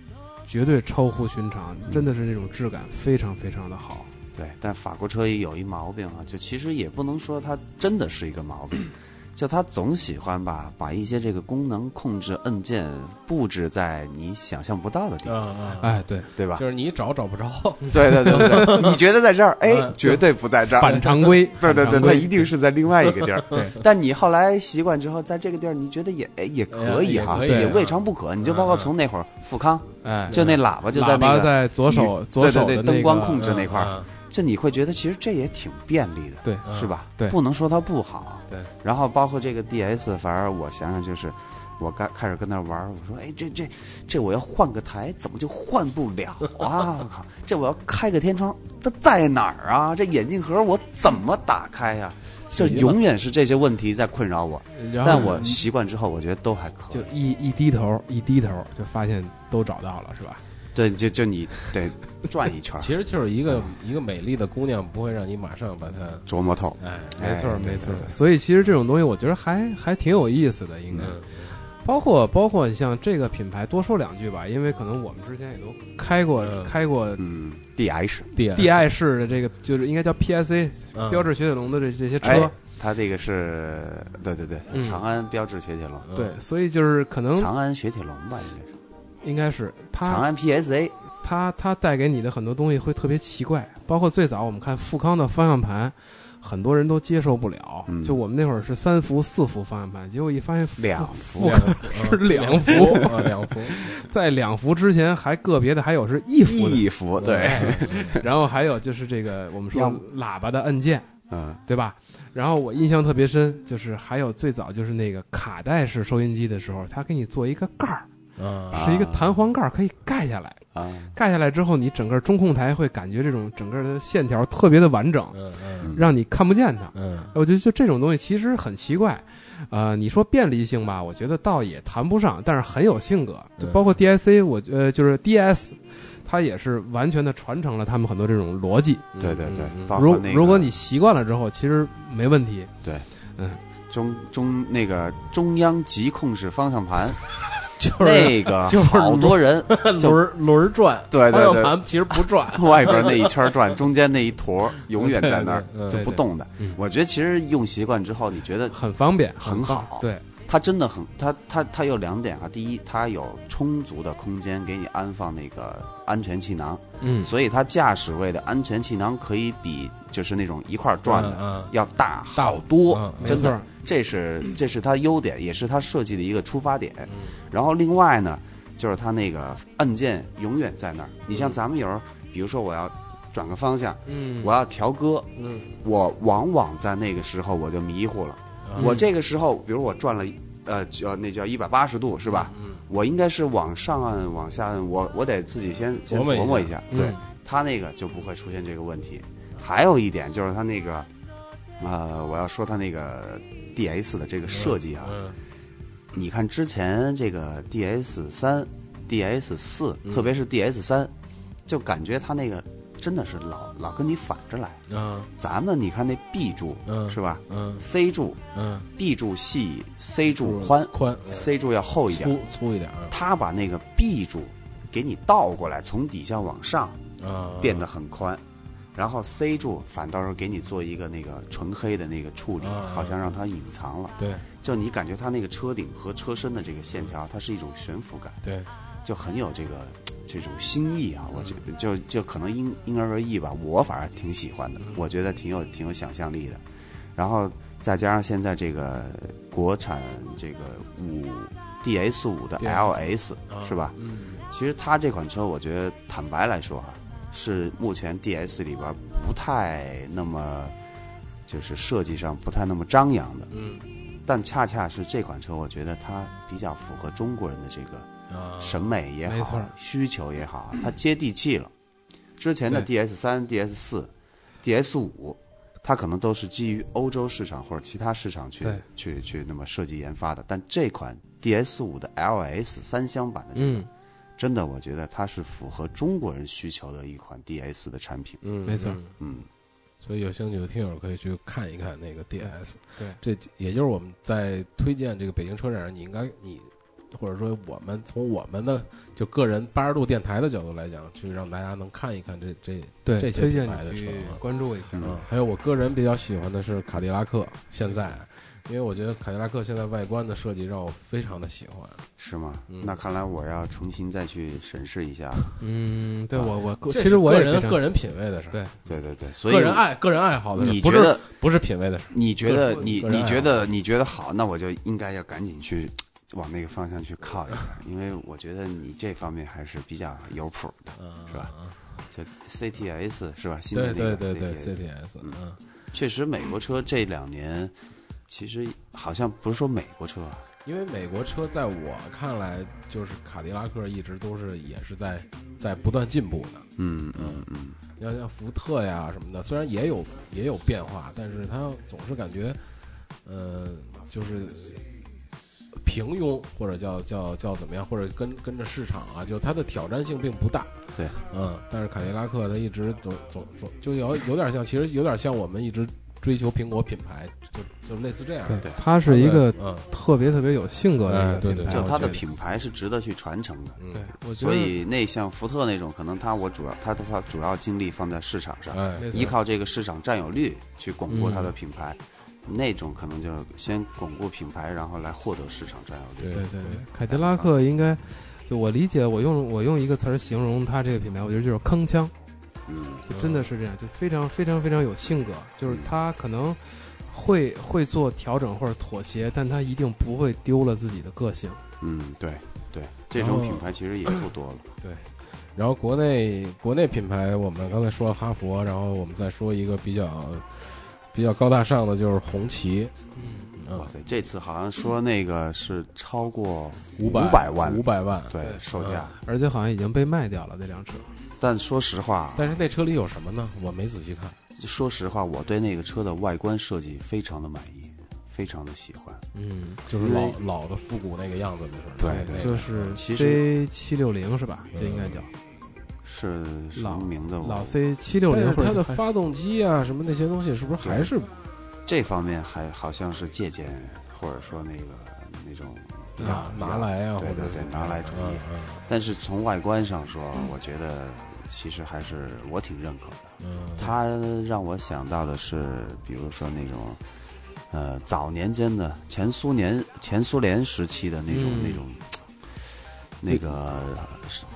Speaker 3: 绝对超乎寻常，
Speaker 4: 嗯
Speaker 3: 真的是那种质感非常非常的好。
Speaker 4: 对，但法国车也有一毛病啊，就其实也不能说它真的是一个毛 <clears throat> 病，就它总喜欢吧，把一些这个功能控制按键布置在你想象不到的地方，
Speaker 2: 啊啊，
Speaker 3: 哎，对，
Speaker 4: 对吧？
Speaker 2: 就是你找找不着，
Speaker 4: <laughs> 对对对对，对你觉得在这儿，哎
Speaker 2: 嗯，
Speaker 4: 绝对不在这儿。
Speaker 3: 反常规，
Speaker 4: <laughs> 对对对，
Speaker 3: 反常
Speaker 4: 那
Speaker 3: 规
Speaker 4: 一定是在另外一个地 <laughs> 儿。
Speaker 3: 对，
Speaker 4: 但你后来习惯之后，在这个地儿，你觉得也哎也
Speaker 3: 呃
Speaker 4: 可以
Speaker 2: 也
Speaker 4: 哈，
Speaker 3: 啊
Speaker 2: 可以
Speaker 4: 也未尝不可。你就包括从那会儿富康，
Speaker 3: 哎，
Speaker 4: 就那喇叭就在
Speaker 3: 嗯喇叭
Speaker 4: 那个，
Speaker 3: 在左手左手的
Speaker 4: 对对
Speaker 3: 那
Speaker 4: 对
Speaker 3: 个
Speaker 4: 灯光控制那块儿
Speaker 2: 嗯
Speaker 4: 就你会觉得其实这也挺便利的。
Speaker 3: 对
Speaker 2: 嗯
Speaker 4: 是吧？
Speaker 3: 对
Speaker 4: 不能说它不好。
Speaker 3: 对，
Speaker 4: 然后包括这个 DS，反而我想想就是，我刚开始跟那玩儿，我说，哎，这这这我要换个台，怎么就换不了
Speaker 3: <laughs>
Speaker 4: 啊？我靠，这我要开个天窗，它在哪儿啊？这眼镜盒我怎么打开呀、就永远是这些问题在困扰我。
Speaker 3: 然后
Speaker 4: 嗯但我习惯之后，我觉得都还可
Speaker 3: 就
Speaker 4: 以。
Speaker 3: 一一低头一低头就发现都找到了，是吧？
Speaker 4: 对，就就你得转一圈儿，
Speaker 2: 其实就是一个一个美丽的姑娘，不会让你马上把她
Speaker 4: 琢磨透。
Speaker 2: 哎，
Speaker 4: 哎
Speaker 3: 没错，
Speaker 4: 对
Speaker 3: 没错
Speaker 4: 对对。
Speaker 3: 所以其实这种东西，我觉得还还挺有意思的，应该。
Speaker 2: 嗯
Speaker 3: 包括包括像这个品牌，多说两句吧，因为可能我们之前也都开过
Speaker 2: 嗯
Speaker 3: 开过
Speaker 4: 嗯，DS，
Speaker 2: D 嗯
Speaker 3: D I 式的这个，就是应该叫 P S A 标
Speaker 2: 志
Speaker 3: 致雪铁龙的这这些车
Speaker 4: 嗯哎。，它这个是，对对对，
Speaker 3: 嗯
Speaker 4: 长安标志雪铁龙。
Speaker 2: 嗯
Speaker 3: 对，所以就是可能
Speaker 4: 长安雪铁龙吧，应该是
Speaker 3: 应该是
Speaker 4: 长
Speaker 3: 它
Speaker 4: 安 PSA。
Speaker 3: 它它带给你的很多东西会特别奇怪，包括最早我们看富康的方向盘，很多人都接受不了。
Speaker 4: 嗯
Speaker 3: 就我们那会儿是三幅、四幅方向盘，结果一发现富
Speaker 4: 两
Speaker 3: 富
Speaker 2: 两
Speaker 3: 康
Speaker 2: <laughs> 幅
Speaker 3: 是
Speaker 2: 两
Speaker 3: 两
Speaker 2: 幅
Speaker 3: 幅，
Speaker 2: 啊两幅，
Speaker 3: <laughs> 在两幅之前还个别的还有是一幅的，
Speaker 4: 一幅对，
Speaker 3: 然后还有就是这个我们说
Speaker 4: 要
Speaker 3: 喇叭的按键，
Speaker 4: 嗯，
Speaker 3: 对吧？然后我印象特别深，就是还有最早就是那个卡带式收音机的时候，它给你做一个盖儿，
Speaker 2: 啊
Speaker 3: 是一个弹簧盖儿，可以盖下来。
Speaker 4: 啊，
Speaker 3: 盖下来之后，你整个中控台会感觉这种整个的线条特别的完整，
Speaker 2: 嗯嗯
Speaker 3: 让你看不见它。
Speaker 2: 嗯
Speaker 3: 我觉得就这种东西其实很奇怪，呃，你说便利性吧，我觉得倒也谈不上，但是很有性格。就
Speaker 4: 嗯
Speaker 3: 包括 DIC，我呃就是 DS，它也是完全的传承了他们很多这种逻辑。
Speaker 4: 对对对
Speaker 2: 嗯，嗯
Speaker 4: 包括
Speaker 3: 如
Speaker 4: 那个
Speaker 3: 如果你习惯了之后，其实没问题。
Speaker 4: 中中那个中央疾控式方向盘，
Speaker 2: 就是
Speaker 4: 那个
Speaker 2: 就是
Speaker 4: 好多人，
Speaker 2: 轮儿轮儿转，
Speaker 4: 嗯对
Speaker 2: 方
Speaker 4: 对
Speaker 2: 向
Speaker 4: 对，
Speaker 2: 盘其实不转，
Speaker 4: <laughs> 外边那一圈转，中间那一坨永远在那儿
Speaker 2: 对
Speaker 4: 就
Speaker 3: 对
Speaker 4: 不动的
Speaker 3: 嗯。
Speaker 4: 我觉得其实用习惯之后，你觉得
Speaker 3: 很方便，
Speaker 4: 很
Speaker 3: 棒
Speaker 4: 好
Speaker 3: 对，
Speaker 4: 它真的很，它它它有两点啊。第一，它有充足的空间给你安放那个安全气囊，
Speaker 3: 嗯，
Speaker 4: 所以它驾驶位的安全气囊可以比就是那种一块儿转的
Speaker 2: 的，
Speaker 4: 要大
Speaker 2: 嗯大
Speaker 4: 好多，
Speaker 2: 嗯
Speaker 3: 没
Speaker 4: 真的
Speaker 3: 错。
Speaker 4: 这是这是它优点，也是它设计的一个出发
Speaker 2: 嗯
Speaker 4: 点。然后另外呢，就是它那个按键永远在那儿。
Speaker 2: 嗯
Speaker 4: 你像咱们有时候，比如说我要转个方向，
Speaker 3: 嗯
Speaker 4: 我要调歌，
Speaker 2: 嗯，
Speaker 4: 我往往在那个时候我就迷糊了。
Speaker 2: 嗯
Speaker 4: 我这个时候，比如我转了。呃，叫那叫一百八十度是吧？
Speaker 2: 嗯
Speaker 4: 我应该是往上按、往下按，我我得自己先先
Speaker 2: 琢磨一下
Speaker 4: 琢磨一下。对
Speaker 3: 嗯，
Speaker 4: 它那个就不会出现这个问题。还有一点就是它那个，呃，我要说它那个 DS 的这个设计啊，
Speaker 2: 嗯
Speaker 4: 你看之前这个 DS 三、DS 四，
Speaker 2: 嗯
Speaker 4: 特别是 DS 三，就感觉它那个真的是老老跟你反着来。
Speaker 2: 嗯
Speaker 4: 咱们你看那 B 柱、
Speaker 2: 嗯
Speaker 4: 是吧
Speaker 2: 嗯
Speaker 4: ？C 柱
Speaker 2: 嗯，
Speaker 4: ，B 柱细，C 柱宽
Speaker 2: 宽
Speaker 4: ，C 柱要厚一点。
Speaker 2: 粗粗一点啊
Speaker 4: 它把那个 B 柱给你倒过来，从底下往上，
Speaker 2: 啊
Speaker 4: 变得很宽。然后 C 柱反倒是给你做一个那个纯黑的那个处理，
Speaker 2: 啊
Speaker 4: 好像让它隐藏了。
Speaker 2: 对
Speaker 4: 就你感觉它那个车顶和车身的这个线条，它是一种悬浮感，
Speaker 2: 对，
Speaker 4: 就很有这个这种新意啊。我觉
Speaker 2: 嗯
Speaker 4: 得就就可能因因人而异吧，我反正挺喜欢的，
Speaker 2: 嗯
Speaker 4: 我觉得挺有挺有想象力的。然后再加上现在这个国产这个五 DS 五的
Speaker 2: DS
Speaker 4: LS 是吧？
Speaker 2: 嗯
Speaker 4: 其实它这款车，我觉得坦白来说啊，是目前 DS 里边不太那么，就是设计上不太那么张扬的。
Speaker 2: 嗯
Speaker 4: 但恰恰是这款车，我觉得它比较符合中国人的这个
Speaker 2: 啊
Speaker 4: 审美也
Speaker 3: 没
Speaker 4: 好
Speaker 3: 错，
Speaker 4: 需求也好，它接地气了。之前的 DS 三、DS 四、DS 五，它可能都是基于欧洲市场或者其他市场去
Speaker 3: 对
Speaker 4: 去去那么设计研发的，但这款 DS 五的 LS 三厢版的这个
Speaker 3: 嗯，
Speaker 4: 真的，我觉得它是符合中国人需求的一款 DS 的产品。
Speaker 2: 嗯
Speaker 3: 没错
Speaker 2: 嗯
Speaker 4: 嗯，
Speaker 2: 所以有兴趣的听友可以去看一看那个 DS。
Speaker 3: 对，
Speaker 2: 这也就是我们在推荐这个北京车展，你应该你或者说我们从我们的就个人八十度电台的角度来讲，去让大家能看一看这这
Speaker 3: 对，
Speaker 2: 这些
Speaker 3: 推荐
Speaker 2: 品牌的
Speaker 3: 你去
Speaker 2: 车啊
Speaker 3: 关注一下。
Speaker 2: 嗯，还有我个人比较喜欢的是卡迪拉克，现在。因为我觉得卡迪拉克现在外观的设计让我非常的喜欢，
Speaker 4: 是吗？
Speaker 2: 嗯
Speaker 4: 那看来我要重新再去审视一下。
Speaker 3: 嗯，对
Speaker 4: 啊
Speaker 3: 我我
Speaker 2: 这
Speaker 3: 其
Speaker 2: 是
Speaker 3: 实我
Speaker 2: 个
Speaker 3: 也
Speaker 2: 人
Speaker 3: 非常
Speaker 2: 个人品味的事儿，
Speaker 3: 对
Speaker 4: 对对对，所以
Speaker 2: 个人爱个人爱好的事儿，
Speaker 4: 你
Speaker 2: 不
Speaker 4: 觉
Speaker 2: 是
Speaker 4: 得
Speaker 2: 不是品味的事儿。
Speaker 4: 你觉得
Speaker 2: 个人
Speaker 4: 你
Speaker 2: 个人爱
Speaker 4: 你
Speaker 2: 好
Speaker 4: 觉得你觉得好，那我就应该要赶紧去往那个方向去靠一下，因为我觉得你这方面还是比较有谱的，
Speaker 2: 啊
Speaker 4: 是吧？就 CTS 是吧？新的
Speaker 2: 对
Speaker 4: 那个
Speaker 2: 对对对
Speaker 4: CTS
Speaker 2: ，CTS，嗯，
Speaker 4: 确实美国车这两年其实好像不是说美国车啊，
Speaker 2: 因为美国车在我看来，就是卡迪拉克一直都是也是在在不断进步的。
Speaker 4: 嗯嗯嗯，
Speaker 2: 你像像福特呀什么的，虽然也有也有变化，但是它总是感觉，呃，就是平庸，或者叫叫叫怎么样，或者跟跟着市场啊，就是它的挑战性并不大。
Speaker 4: 对，
Speaker 2: 嗯，但是卡迪拉克它一直总总总就有有点像，其实有点像我们一直追求苹果品牌，就就类似这样的。
Speaker 4: 对
Speaker 3: 它是一个
Speaker 2: 嗯，
Speaker 3: 特别特别有性格的
Speaker 2: 哎
Speaker 3: 一
Speaker 2: 对对
Speaker 3: 个品牌，
Speaker 4: 就
Speaker 3: 我
Speaker 4: 它的
Speaker 3: 觉得
Speaker 4: 品牌是值得去传承的。
Speaker 2: 嗯
Speaker 3: 对，我觉
Speaker 4: 所
Speaker 3: 得
Speaker 4: 以那像福特那种，可能它我主要它的话主要精力放在市场上，
Speaker 2: 哎，
Speaker 3: 没错
Speaker 4: 依靠这个市场占有率去巩固它的品牌，那种可能就是先巩固品牌，然后来获得市场占有率。
Speaker 2: 对
Speaker 3: 对对，凯迪拉克应该，就我理解，我用我用一个词儿形容它这个品牌，我觉得就是铿锵，
Speaker 4: 嗯，
Speaker 3: 就真的是这样，就非常非常非常有性格，就是它可能会会做调整或者妥协，但它一定不会丢了自己的个性。
Speaker 4: 嗯，对对，这种品牌其实也不多了。
Speaker 2: 然后国内国内品牌，我们刚才说了哈佛，然后我们再说一个比较比较高大上的就是红旗，嗯
Speaker 4: 哇塞，这次好像说那个是超过
Speaker 2: 五
Speaker 4: 百
Speaker 2: 百
Speaker 4: 五百万
Speaker 2: 五百万。
Speaker 4: 对售价，
Speaker 2: 嗯
Speaker 3: 而且好像已经被卖掉了那辆车。
Speaker 4: 但说实话，
Speaker 2: 但是那车里有什么呢？我没仔细看。
Speaker 4: 说实话，我对那个车的外观设计非常的满意，非常的喜欢。
Speaker 3: 嗯，
Speaker 2: 就是
Speaker 4: 因为 <laughs>
Speaker 2: 老老的复古那个样子的是吧？
Speaker 4: 对对
Speaker 3: 就
Speaker 4: 对
Speaker 3: 是
Speaker 4: 其
Speaker 3: C 七六零是
Speaker 2: 嗯
Speaker 3: 吧？这应该叫
Speaker 4: 是什
Speaker 3: 老
Speaker 4: 么名字？
Speaker 3: 老
Speaker 4: 我
Speaker 3: C 七六
Speaker 2: 但
Speaker 3: 零
Speaker 2: 是
Speaker 3: 或
Speaker 2: 它
Speaker 3: 者
Speaker 2: 的发动机啊，什么那些东西，是不是还是
Speaker 4: 这方面还好像是借鉴，或者说那个那种
Speaker 2: 拿拿啊来啊？
Speaker 4: 对
Speaker 2: 或者
Speaker 4: 对
Speaker 2: 是
Speaker 4: 对拿来主义
Speaker 2: 嗯
Speaker 4: 但是从外观上说，我觉得其实还是我挺认可的。
Speaker 2: 嗯嗯，
Speaker 4: 它让我想到的是，比如说那种，呃，早年间的前苏联前苏联时期的那种、
Speaker 3: 嗯
Speaker 4: 那种，那个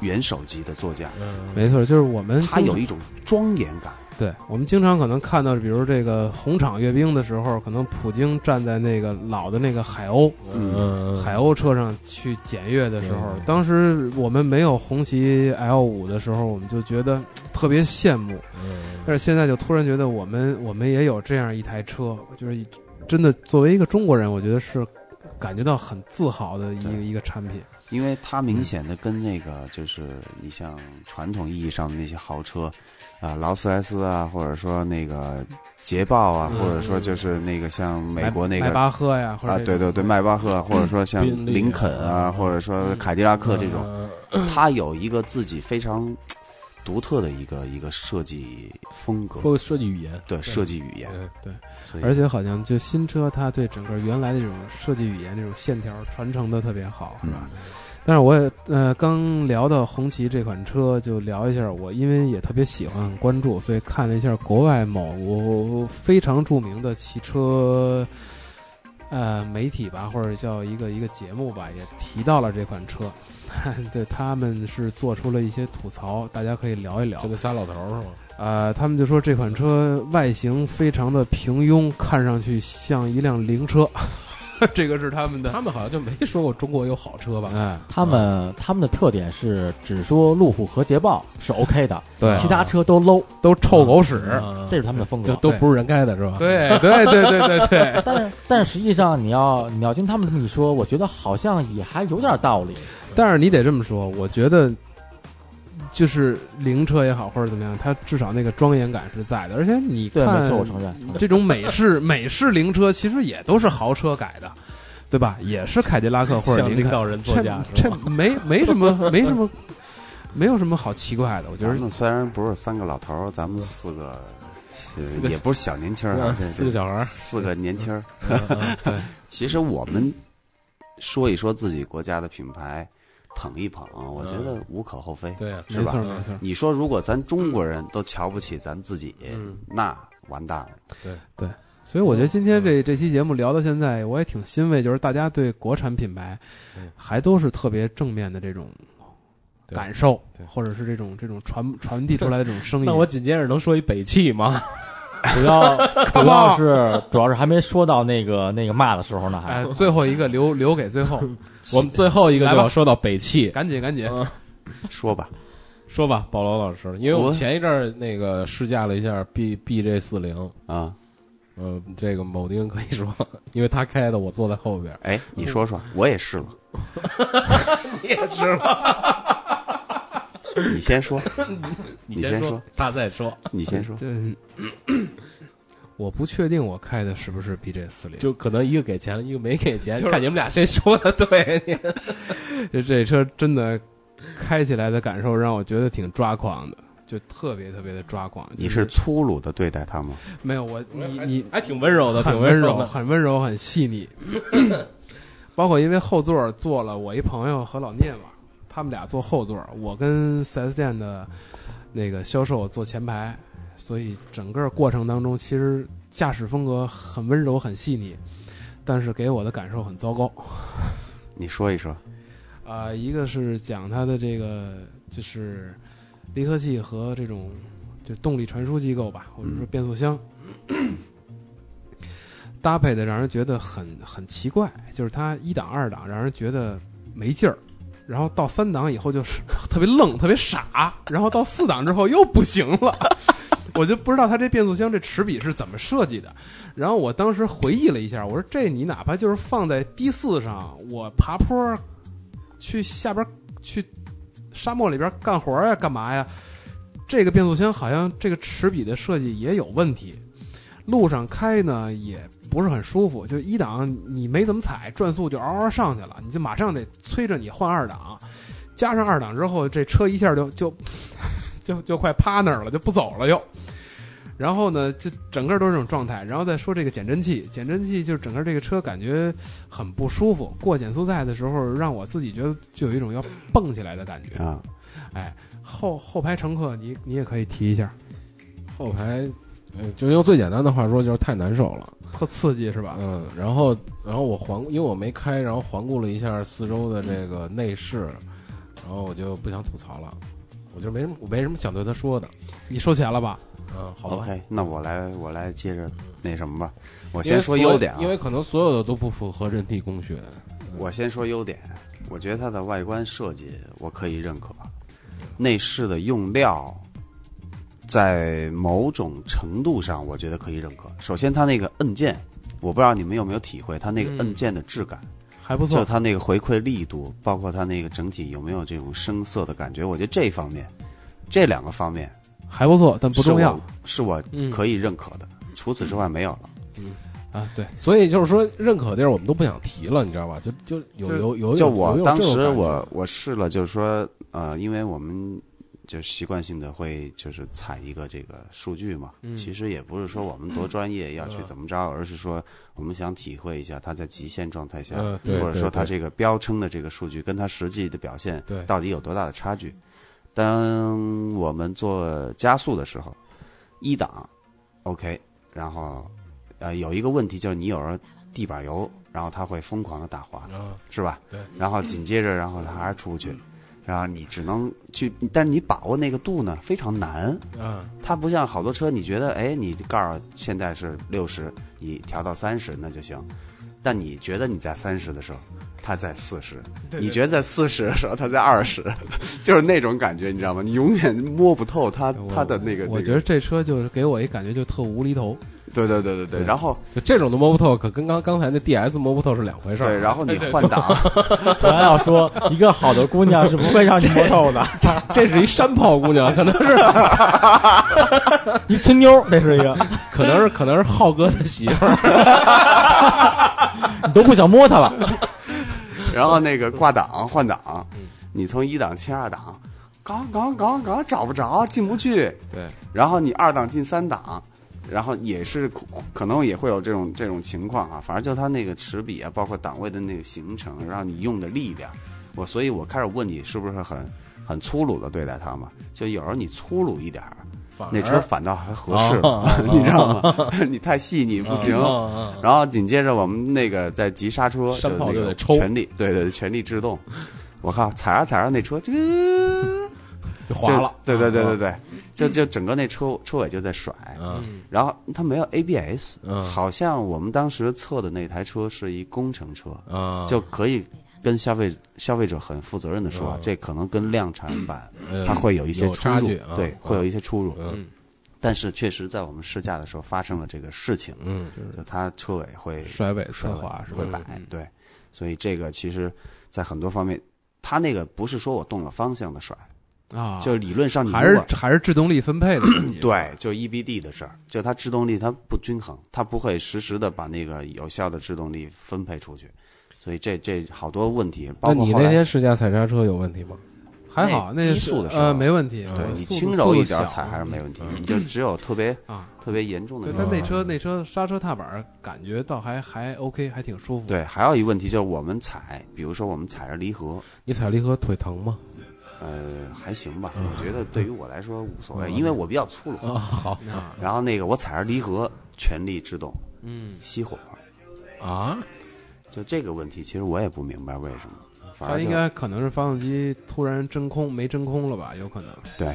Speaker 4: 元首级的座驾，
Speaker 2: 嗯
Speaker 3: 没错，就是我们
Speaker 4: 它有
Speaker 3: 一。
Speaker 4: 一种庄严感。
Speaker 3: 对我们经常可能看到，比如这个红场阅兵的时候，可能普京站在那个老的那个海鸥、
Speaker 2: 嗯
Speaker 3: 海鸥车上去检阅的时候
Speaker 2: 对，
Speaker 3: 当时我们没有红旗 L 五的时候，我们就觉得嘖特别羡慕，
Speaker 2: 嗯
Speaker 3: 但是现在就突然觉得我们我们也有这样一台车，就是真的作为一个中国人，我觉得是感觉到很自豪的一个
Speaker 4: 对
Speaker 3: 一个产品。
Speaker 4: 因为它明显的跟那个就是你像传统意义上的那些豪车，啊、劳斯莱斯啊，或者说那个捷豹啊，
Speaker 3: 嗯
Speaker 4: 或者说就是那个像美国那
Speaker 3: 迈
Speaker 4: 个
Speaker 3: 巴赫呀，或者
Speaker 4: 啊，
Speaker 3: 这
Speaker 4: 对对
Speaker 3: 种
Speaker 4: 对，迈巴赫，或者说像
Speaker 2: 宾利啊
Speaker 4: 林肯啊，
Speaker 2: 嗯
Speaker 4: 或者说凯迪拉克这种，
Speaker 2: 嗯
Speaker 4: 它有一个自己非常独特的一个一个设计风格，
Speaker 2: 会设计语言，
Speaker 4: 对设计语言，
Speaker 2: 对
Speaker 4: 所以
Speaker 3: 而且好像就新车，它对整个原来的这种设计语言、这种线条传承的特别好，
Speaker 4: 嗯
Speaker 3: 是吧？但是我也呃，刚聊到红旗这款车，就聊一下我，因为也特别喜欢很关注，所以看了一下国外某非常著名的汽车呃媒体吧，或者叫一个一个节目吧，也提到了这款车。 <laughs> 对，他们是做出了一些吐槽，大家可以聊一聊
Speaker 2: 就。那仨老头儿是吗？
Speaker 3: 呃，他们就说这款车外形非常的平庸，看上去像一辆灵车， <laughs> 这个是他们的。
Speaker 2: 他们好像就没说过中国有好车吧？
Speaker 3: 哎，
Speaker 5: 他们他们的特点是只说路虎和捷豹是 OK 的，
Speaker 3: 对
Speaker 5: 其他车都 low，
Speaker 3: 都臭狗屎。
Speaker 2: 嗯
Speaker 5: 这是他们的风
Speaker 2: 就
Speaker 5: 格。
Speaker 2: 都不是人开的是吧？
Speaker 3: 对对对对对对， <laughs>
Speaker 5: 但是但是实际上，你要你要听他们这么一说，我觉得好像也还有点道理。
Speaker 3: 但是你得这么说，我觉得就是灵车也好，或者怎么样，它至少那个庄严感是在的。而且你
Speaker 5: 对，
Speaker 3: 看
Speaker 5: 没错，我承认。
Speaker 3: 这种美式美式灵车其实也都是豪车改的，对吧？也是凯迪拉克或者
Speaker 2: 像
Speaker 3: 林肯
Speaker 2: 领导人座驾
Speaker 3: 这
Speaker 2: 是
Speaker 3: 这
Speaker 2: 吧？
Speaker 3: 没没什么没什么没有什么好奇怪的，我觉
Speaker 4: 咱
Speaker 3: 得
Speaker 4: 们虽然不是三个老头儿，咱们四个
Speaker 2: 四
Speaker 4: 呃
Speaker 2: 个嗯
Speaker 4: 也不是小年轻儿啊，这
Speaker 2: 四个小孩儿，
Speaker 4: 四个年轻儿。
Speaker 2: 嗯
Speaker 3: 对
Speaker 4: <laughs> 其实我们说一说自己国家的品牌，捧一捧，我觉得无可厚非。
Speaker 2: 嗯对啊，
Speaker 4: 是吧
Speaker 3: 没错没错，
Speaker 4: 你说，如果咱中国人都瞧不起咱自己，
Speaker 2: 嗯
Speaker 4: 那完蛋了。
Speaker 3: 所以我觉得今天这这期节目聊到现在，我也挺欣慰，就是大家对国产品牌
Speaker 2: 嗯
Speaker 3: 还都是特别正面的这种
Speaker 2: 对
Speaker 3: 感受
Speaker 2: 对，
Speaker 3: 或者是这种这种传传递出来的这种声音。
Speaker 2: 那我紧接着能说一北汽吗？
Speaker 5: 主 <laughs> 要主要是主要是还没说到那个那个骂的时候呢，还
Speaker 3: 哎，最后一个留留给最
Speaker 2: <laughs>
Speaker 3: 后，
Speaker 2: 我们最后一个就
Speaker 3: 来吧
Speaker 2: 要说到北汽，
Speaker 3: 赶紧赶紧，
Speaker 2: 嗯
Speaker 4: 说吧，
Speaker 2: 说吧，保罗老师，因为我
Speaker 4: 我
Speaker 2: 前一阵儿那个试驾了一下 B B J 四零，
Speaker 4: 啊，
Speaker 2: 呃，这个铆钉可以说，因为他开的，我坐在后边儿，
Speaker 4: 哎，你说说，我也试了，
Speaker 2: <laughs> 你也知道，
Speaker 4: 你先
Speaker 2: <laughs>
Speaker 4: 说，
Speaker 2: 你
Speaker 4: 先
Speaker 2: 说哎
Speaker 4: 说，
Speaker 2: 他再说，
Speaker 4: 你先说。
Speaker 3: 这 <coughs> 我不确定我开的是不是 BJ 四零，
Speaker 2: 就可能一个给钱，一个没给钱，
Speaker 3: 就是
Speaker 2: 看你们俩谁说的对。
Speaker 3: <laughs>
Speaker 2: 你
Speaker 3: 这这车真的开起来的感受让我觉得挺抓狂的，就特别特别的抓狂。
Speaker 4: 你
Speaker 3: 就是
Speaker 4: 粗鲁的对待他吗？
Speaker 3: 没有我你你
Speaker 2: 还挺温柔的，
Speaker 3: 很
Speaker 2: 挺
Speaker 3: 温
Speaker 2: 柔
Speaker 3: 柔，
Speaker 2: 的。
Speaker 3: 很温柔，很
Speaker 2: <clears throat>
Speaker 3: 细腻。包括因为后座坐了我一朋友和老聂嘛，他们俩坐后座，我跟4 S 店的那个销售坐前排，所以整个过程当中，其实驾驶风格很温柔，很细腻，但是给我的感受很糟糕。
Speaker 4: 你说一说。
Speaker 3: 啊、一个是讲它的这个就是离合器和这种就动力传输机构吧，或者说变速箱、搭配的，让人觉得很很奇怪，就是它一档二档让人觉得没劲儿。然后到 <laughs> 三档以后就是特别愣，特别傻，然后到四档之后又不行了， <laughs> 我就不知道他这变速箱这齿比是怎么设计的。然后我当时回忆了一下，我说这你哪怕就是放在 D 四上，我爬坡去下边去沙漠里边干活呀、干嘛呀？这个变速箱好像这个齿比的设计也有问题，路上开呢也不是很舒服。就一档你没怎么踩，转速就嗷嗷上去了，你就马上得催着你换二档，加上二档之后，这车一下就就 <laughs> 就就快趴那儿了，就不走了又。然后呢，就整个都是这种状态。然后再说这个减震器，减震器就是整个这个车感觉很不舒服。过减速带的时候，让我自己觉得就有一种要蹦起来的感觉。
Speaker 4: 啊，
Speaker 3: 后后排乘客，你你也可以提一下，
Speaker 2: 后排，呃，就用最简单的话说，就是太难受了。
Speaker 3: 特刺激是吧？
Speaker 2: 嗯，然后然后我环，因为我没开，然后环顾了一下四周的这个内饰，然后我就不想吐槽了，我就没什么我没什么想对他说的。
Speaker 3: 你收钱了吧？
Speaker 2: 嗯，好吧。
Speaker 4: OK，那我来我来接着那什么吧，我
Speaker 2: 因为
Speaker 4: 先说
Speaker 2: 所有
Speaker 4: 优点啊，
Speaker 2: 因为可能所有的都不符合人体工学。
Speaker 4: 我先说优点，我觉得它的外观设计我可以认可，内饰的用料在某种程度上我觉得可以认可。首先，它那个按键，我不知道你们有没有体会，它那个
Speaker 3: 嗯
Speaker 4: 按键的质感，
Speaker 3: 还不
Speaker 4: 就
Speaker 3: 错。
Speaker 4: 它那个回馈力度，包括它那个整体有没有这种生涩的感觉，我觉得这方面，这两个方面
Speaker 3: 还不错，但不
Speaker 4: 是
Speaker 3: 重要
Speaker 4: 我是我
Speaker 3: 嗯
Speaker 4: 可以认可的。除此之外没有了。
Speaker 3: 啊。对，
Speaker 2: 所以就是说，认可地儿我们都不想提了，你知道吧？就就有
Speaker 3: 就
Speaker 2: 有有
Speaker 4: 就
Speaker 2: 有
Speaker 4: 我
Speaker 2: 有
Speaker 4: 当
Speaker 2: 这种
Speaker 4: 时
Speaker 2: 感觉
Speaker 4: 我我试了，就是说，呃，因为我们就习惯性的会就是采一个这个数据嘛，
Speaker 3: 嗯
Speaker 4: 其实也不是说我们多专业要去
Speaker 2: 嗯
Speaker 4: 怎么着，而是说我们想体会一下它在极限状态下，
Speaker 2: 嗯对
Speaker 4: 或者
Speaker 2: 对
Speaker 4: 说它
Speaker 2: 对
Speaker 4: 这个标称的这个数据跟它实际的表现
Speaker 2: 对
Speaker 4: 到底有多大的差距。当我们做加速的时候，一档 OK，然后呃有一个问题就是你有时候地板油，然后它会疯狂的打滑，
Speaker 2: 啊，
Speaker 4: 是吧？
Speaker 2: 对。
Speaker 4: 然后紧接着，然后他还是出不去，然后你只能去，但是你把握那个度呢非常难。
Speaker 2: 啊，
Speaker 4: 它不像好多车，你觉得哎，你盖儿现在是六十，你调到三十那就行。但你觉得你在三十的时候，它在四十；你觉得在四十的时候，它在二十， <laughs> 就是那种感觉，你知道吗？你永远摸不透它
Speaker 3: 我
Speaker 4: 它的那个。
Speaker 3: 我
Speaker 4: 那
Speaker 3: 觉
Speaker 4: 个
Speaker 3: 得这车就是给我一感觉就特无厘头。
Speaker 4: 对对对对对。
Speaker 2: 对
Speaker 4: 然后
Speaker 2: 就这种的摸不透，可跟刚刚才那 DS 摸不透是两回事儿。
Speaker 4: 对，然后你换挡，
Speaker 5: 我还要说，一个好的姑娘是不会让你摸透的，
Speaker 2: 这是一山炮姑娘，可能是
Speaker 5: <laughs> 一村妞儿这是一个，
Speaker 2: 可能是可能是浩哥的媳妇儿。
Speaker 5: <laughs> 你都不想摸她了。
Speaker 4: 然后那个挂档换档，你从一档切二档，刚刚刚刚找不着，进不去。
Speaker 3: 对，
Speaker 4: 然后你二档进三档，然后也是可可能也会有这种这种情况啊。反正就它那个齿比啊，包括档位的那个形成，然后你用的力量，我所以，我开始问你是不是很很粗鲁的对待它嘛？就有时候你粗鲁一点儿，
Speaker 2: 反
Speaker 4: <laughs> 那
Speaker 2: 而哦
Speaker 4: 车反倒还合适了， <laughs> 你知道吗？你太细你不行。
Speaker 2: 啊
Speaker 4: 然后紧接着我们那个在急刹车，
Speaker 2: 山炮
Speaker 4: 那
Speaker 2: 就
Speaker 4: 个
Speaker 2: 得抽
Speaker 4: 全力，对对，全力制动。我靠，踩啊着踩着那车就
Speaker 2: 就滑了，，
Speaker 4: 就对对对对对，就就整个那车车尾就在甩。
Speaker 2: 嗯
Speaker 4: 然后它没有 ABS，
Speaker 2: 嗯
Speaker 4: 好像我们当时测的那台车是一工程车，
Speaker 2: 啊，
Speaker 4: 就可以跟消费消费者很负责任的说啊，这可能跟量产版
Speaker 2: 嗯
Speaker 4: 它会有一些
Speaker 2: 有
Speaker 4: 出
Speaker 2: 差
Speaker 4: 入
Speaker 2: 距啊，
Speaker 4: 对
Speaker 2: 嗯，
Speaker 4: 会有一些出入。
Speaker 2: 嗯
Speaker 4: 但是确实在我们试驾的时候发生了这个事情，
Speaker 2: 嗯，
Speaker 4: 就它车尾会
Speaker 3: 甩尾侧
Speaker 4: 顺
Speaker 3: 滑是
Speaker 4: 会？
Speaker 3: 吧
Speaker 4: 摆，对，所以这个其实，在很多方面，它那个不是说我动了方向的甩，
Speaker 3: 啊，
Speaker 4: 就理论上你如啊
Speaker 3: 还是
Speaker 4: 果
Speaker 3: 还是制动力分配的
Speaker 4: <clears throat>
Speaker 3: 问题。
Speaker 4: 对，就 EBD 的事儿，就它制动力它不均衡，它不会实时的把那个有效的制动力分配出去，所以这这好多问题，包
Speaker 2: 那
Speaker 4: 括
Speaker 2: 你
Speaker 4: 后
Speaker 2: 那
Speaker 4: 来
Speaker 2: 天试驾踩刹车有问题吗？
Speaker 3: 还好
Speaker 4: 那
Speaker 3: 那
Speaker 4: 哎低
Speaker 3: 是
Speaker 4: 速的时候
Speaker 3: 呃没问题，
Speaker 4: 对你
Speaker 3: 速度
Speaker 4: 轻柔一点
Speaker 3: 速度小嗯
Speaker 4: 踩还是没问题，你就只有特别
Speaker 3: 啊。
Speaker 4: 特别严重的
Speaker 3: 对，
Speaker 4: 那
Speaker 3: 但
Speaker 4: 种。
Speaker 3: 那车那车刹车踏板儿感觉倒还还 OK，还挺舒服。
Speaker 4: 对，还有一问题就是我们踩，比如说我们踩着离合，
Speaker 2: 你踩离合腿疼吗？
Speaker 4: 呃，还行吧，
Speaker 3: 嗯
Speaker 4: 我觉得对于我来说无所谓，因为我比较粗鲁。
Speaker 2: 啊，好
Speaker 3: 啊
Speaker 4: 然后那个我踩着离合全力制动
Speaker 3: 嗯，
Speaker 4: 熄火，
Speaker 2: 啊，
Speaker 4: 就这个问题，其实我也不明白为什么。反
Speaker 3: 它
Speaker 4: 正
Speaker 3: 应
Speaker 4: 就
Speaker 3: 该可能是发动机突然真空没真空了吧？有可能。
Speaker 4: 对，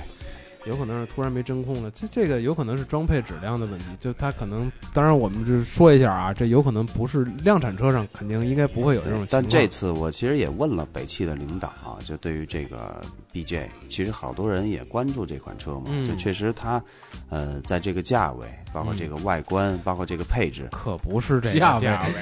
Speaker 3: 有可能是突然没真空了。这这个有可能是装配质量的问题，就它可能，当然我们就是说一下啊，这有可能不是量产车上肯定应该不会有这种情况。
Speaker 4: 但这次我其实也问了北汽的领导啊，就对于这个 BJ，其实好多人也关注这款车嘛，
Speaker 3: 嗯
Speaker 4: 就确实它，呃，在这个价位，包括这个外观，
Speaker 3: 嗯
Speaker 4: 包括这个配置
Speaker 3: 可不是这个
Speaker 2: 价
Speaker 3: 价
Speaker 2: 位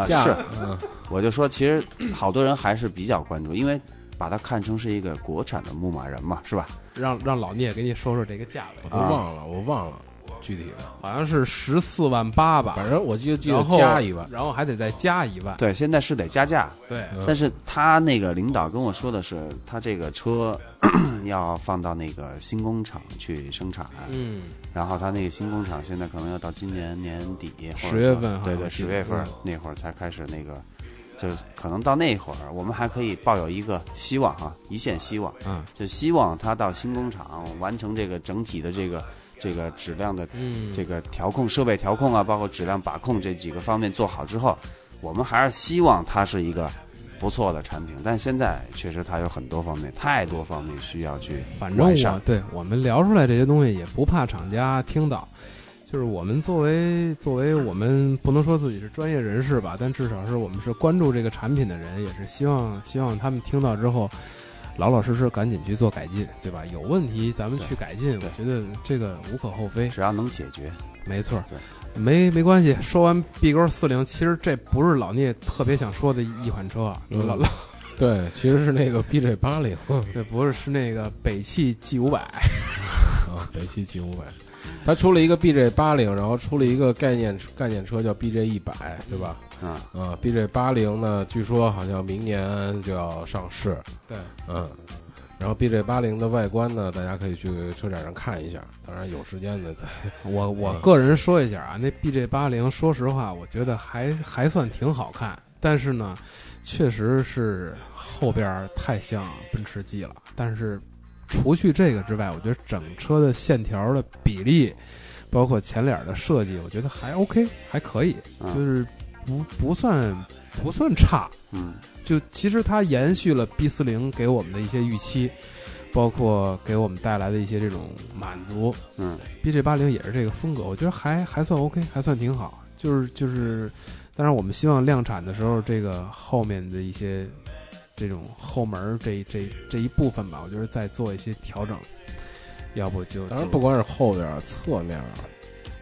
Speaker 4: 啊、
Speaker 2: 价
Speaker 4: 是，
Speaker 2: 嗯
Speaker 4: 我就说其实好多人还是比较关注，因为把它看成是一个国产的牧马人嘛，是吧？
Speaker 3: 让让老聂给你说说这个价
Speaker 2: 我
Speaker 3: 位，
Speaker 4: 啊
Speaker 2: 都忘了，我忘了具体的，
Speaker 3: 好像是十四万八吧，
Speaker 2: 反正我就记得
Speaker 3: 然后
Speaker 2: 加一万，
Speaker 3: 然后还得再加一万，
Speaker 4: 对，现在是得加价，
Speaker 3: 对，
Speaker 2: 嗯
Speaker 4: 但是他那个领导跟我说的是，他这个车 <coughs> 要放到那个新工厂去生产，
Speaker 3: 嗯，
Speaker 4: 然后他那个新工厂现在可能要到今年年底，或者
Speaker 3: 10月份哈
Speaker 4: 对对，
Speaker 3: 我记
Speaker 4: 十
Speaker 3: 得嗯
Speaker 4: 月份那会儿才开始那个，就是可能到那会儿，我们还可以抱有一个希望哈，一线希望，
Speaker 3: 嗯，
Speaker 4: 就希望他到新工厂完成这个整体的这个这个质量的
Speaker 3: 嗯，
Speaker 4: 这个调控设备调控啊，包括质量把控这几个方面做好之后，我们还是希望它是一个不错的产品。但现在确实它有很多方面，太多方面需要去
Speaker 3: 反正
Speaker 4: 完善
Speaker 3: 我对我们聊出来这些东西也不怕厂家听到，就是我们作为作为我们不能说自己是专业人士吧，但至少是我们是关注这个产品的人，也是希望希望他们听到之后，老老实实赶紧去做改进，对吧？有问题咱们去改进，我
Speaker 4: 对
Speaker 3: 觉得这个无可厚非。
Speaker 4: 只要能解决，
Speaker 3: 没错，
Speaker 4: 对，
Speaker 3: 没没关系。说完 B 勾四零，其实这不是老聂特别想说的一款车啊，
Speaker 2: 嗯
Speaker 3: 老老
Speaker 2: 对，其实是那个 BJ 八零
Speaker 3: 对，不是是那个北汽 G 五百，
Speaker 2: 啊，北汽 G 五百，它出了一个 BJ 八零，然后出了一个概念概念车叫 BJ 一百，对吧？
Speaker 4: 嗯，
Speaker 2: 啊，BJ 八零呢，据说好像明年就要上市，
Speaker 3: 对，
Speaker 2: 嗯，然后 BJ 八零的外观呢，大家可以去车展上看一下，当然有时间的再
Speaker 3: 我我个人说一下啊，那 BJ 八零，说实话，我觉得还还算挺好看，但是呢，确实是后边儿太像奔驰 G 了。但是除去这个之外，我觉得整车的线条的比例，包括前脸的设计，我觉得还 OK，还可以，
Speaker 4: 嗯
Speaker 3: 就是不不算不算差。
Speaker 4: 嗯，
Speaker 3: 就其实它延续了 B 四零给我们的一些预期，包括给我们带来的一些这种满足。
Speaker 4: 嗯
Speaker 3: ，BJ 八零也是这个风格，我觉得还还算 OK，还算挺好。就是就是，当然我们希望量产的时候，这个后面的一些这种后门儿这这这一部分吧，我觉得再做一些调整，要不就
Speaker 2: 当然
Speaker 3: 就
Speaker 2: 不光是后边儿、啊侧面儿，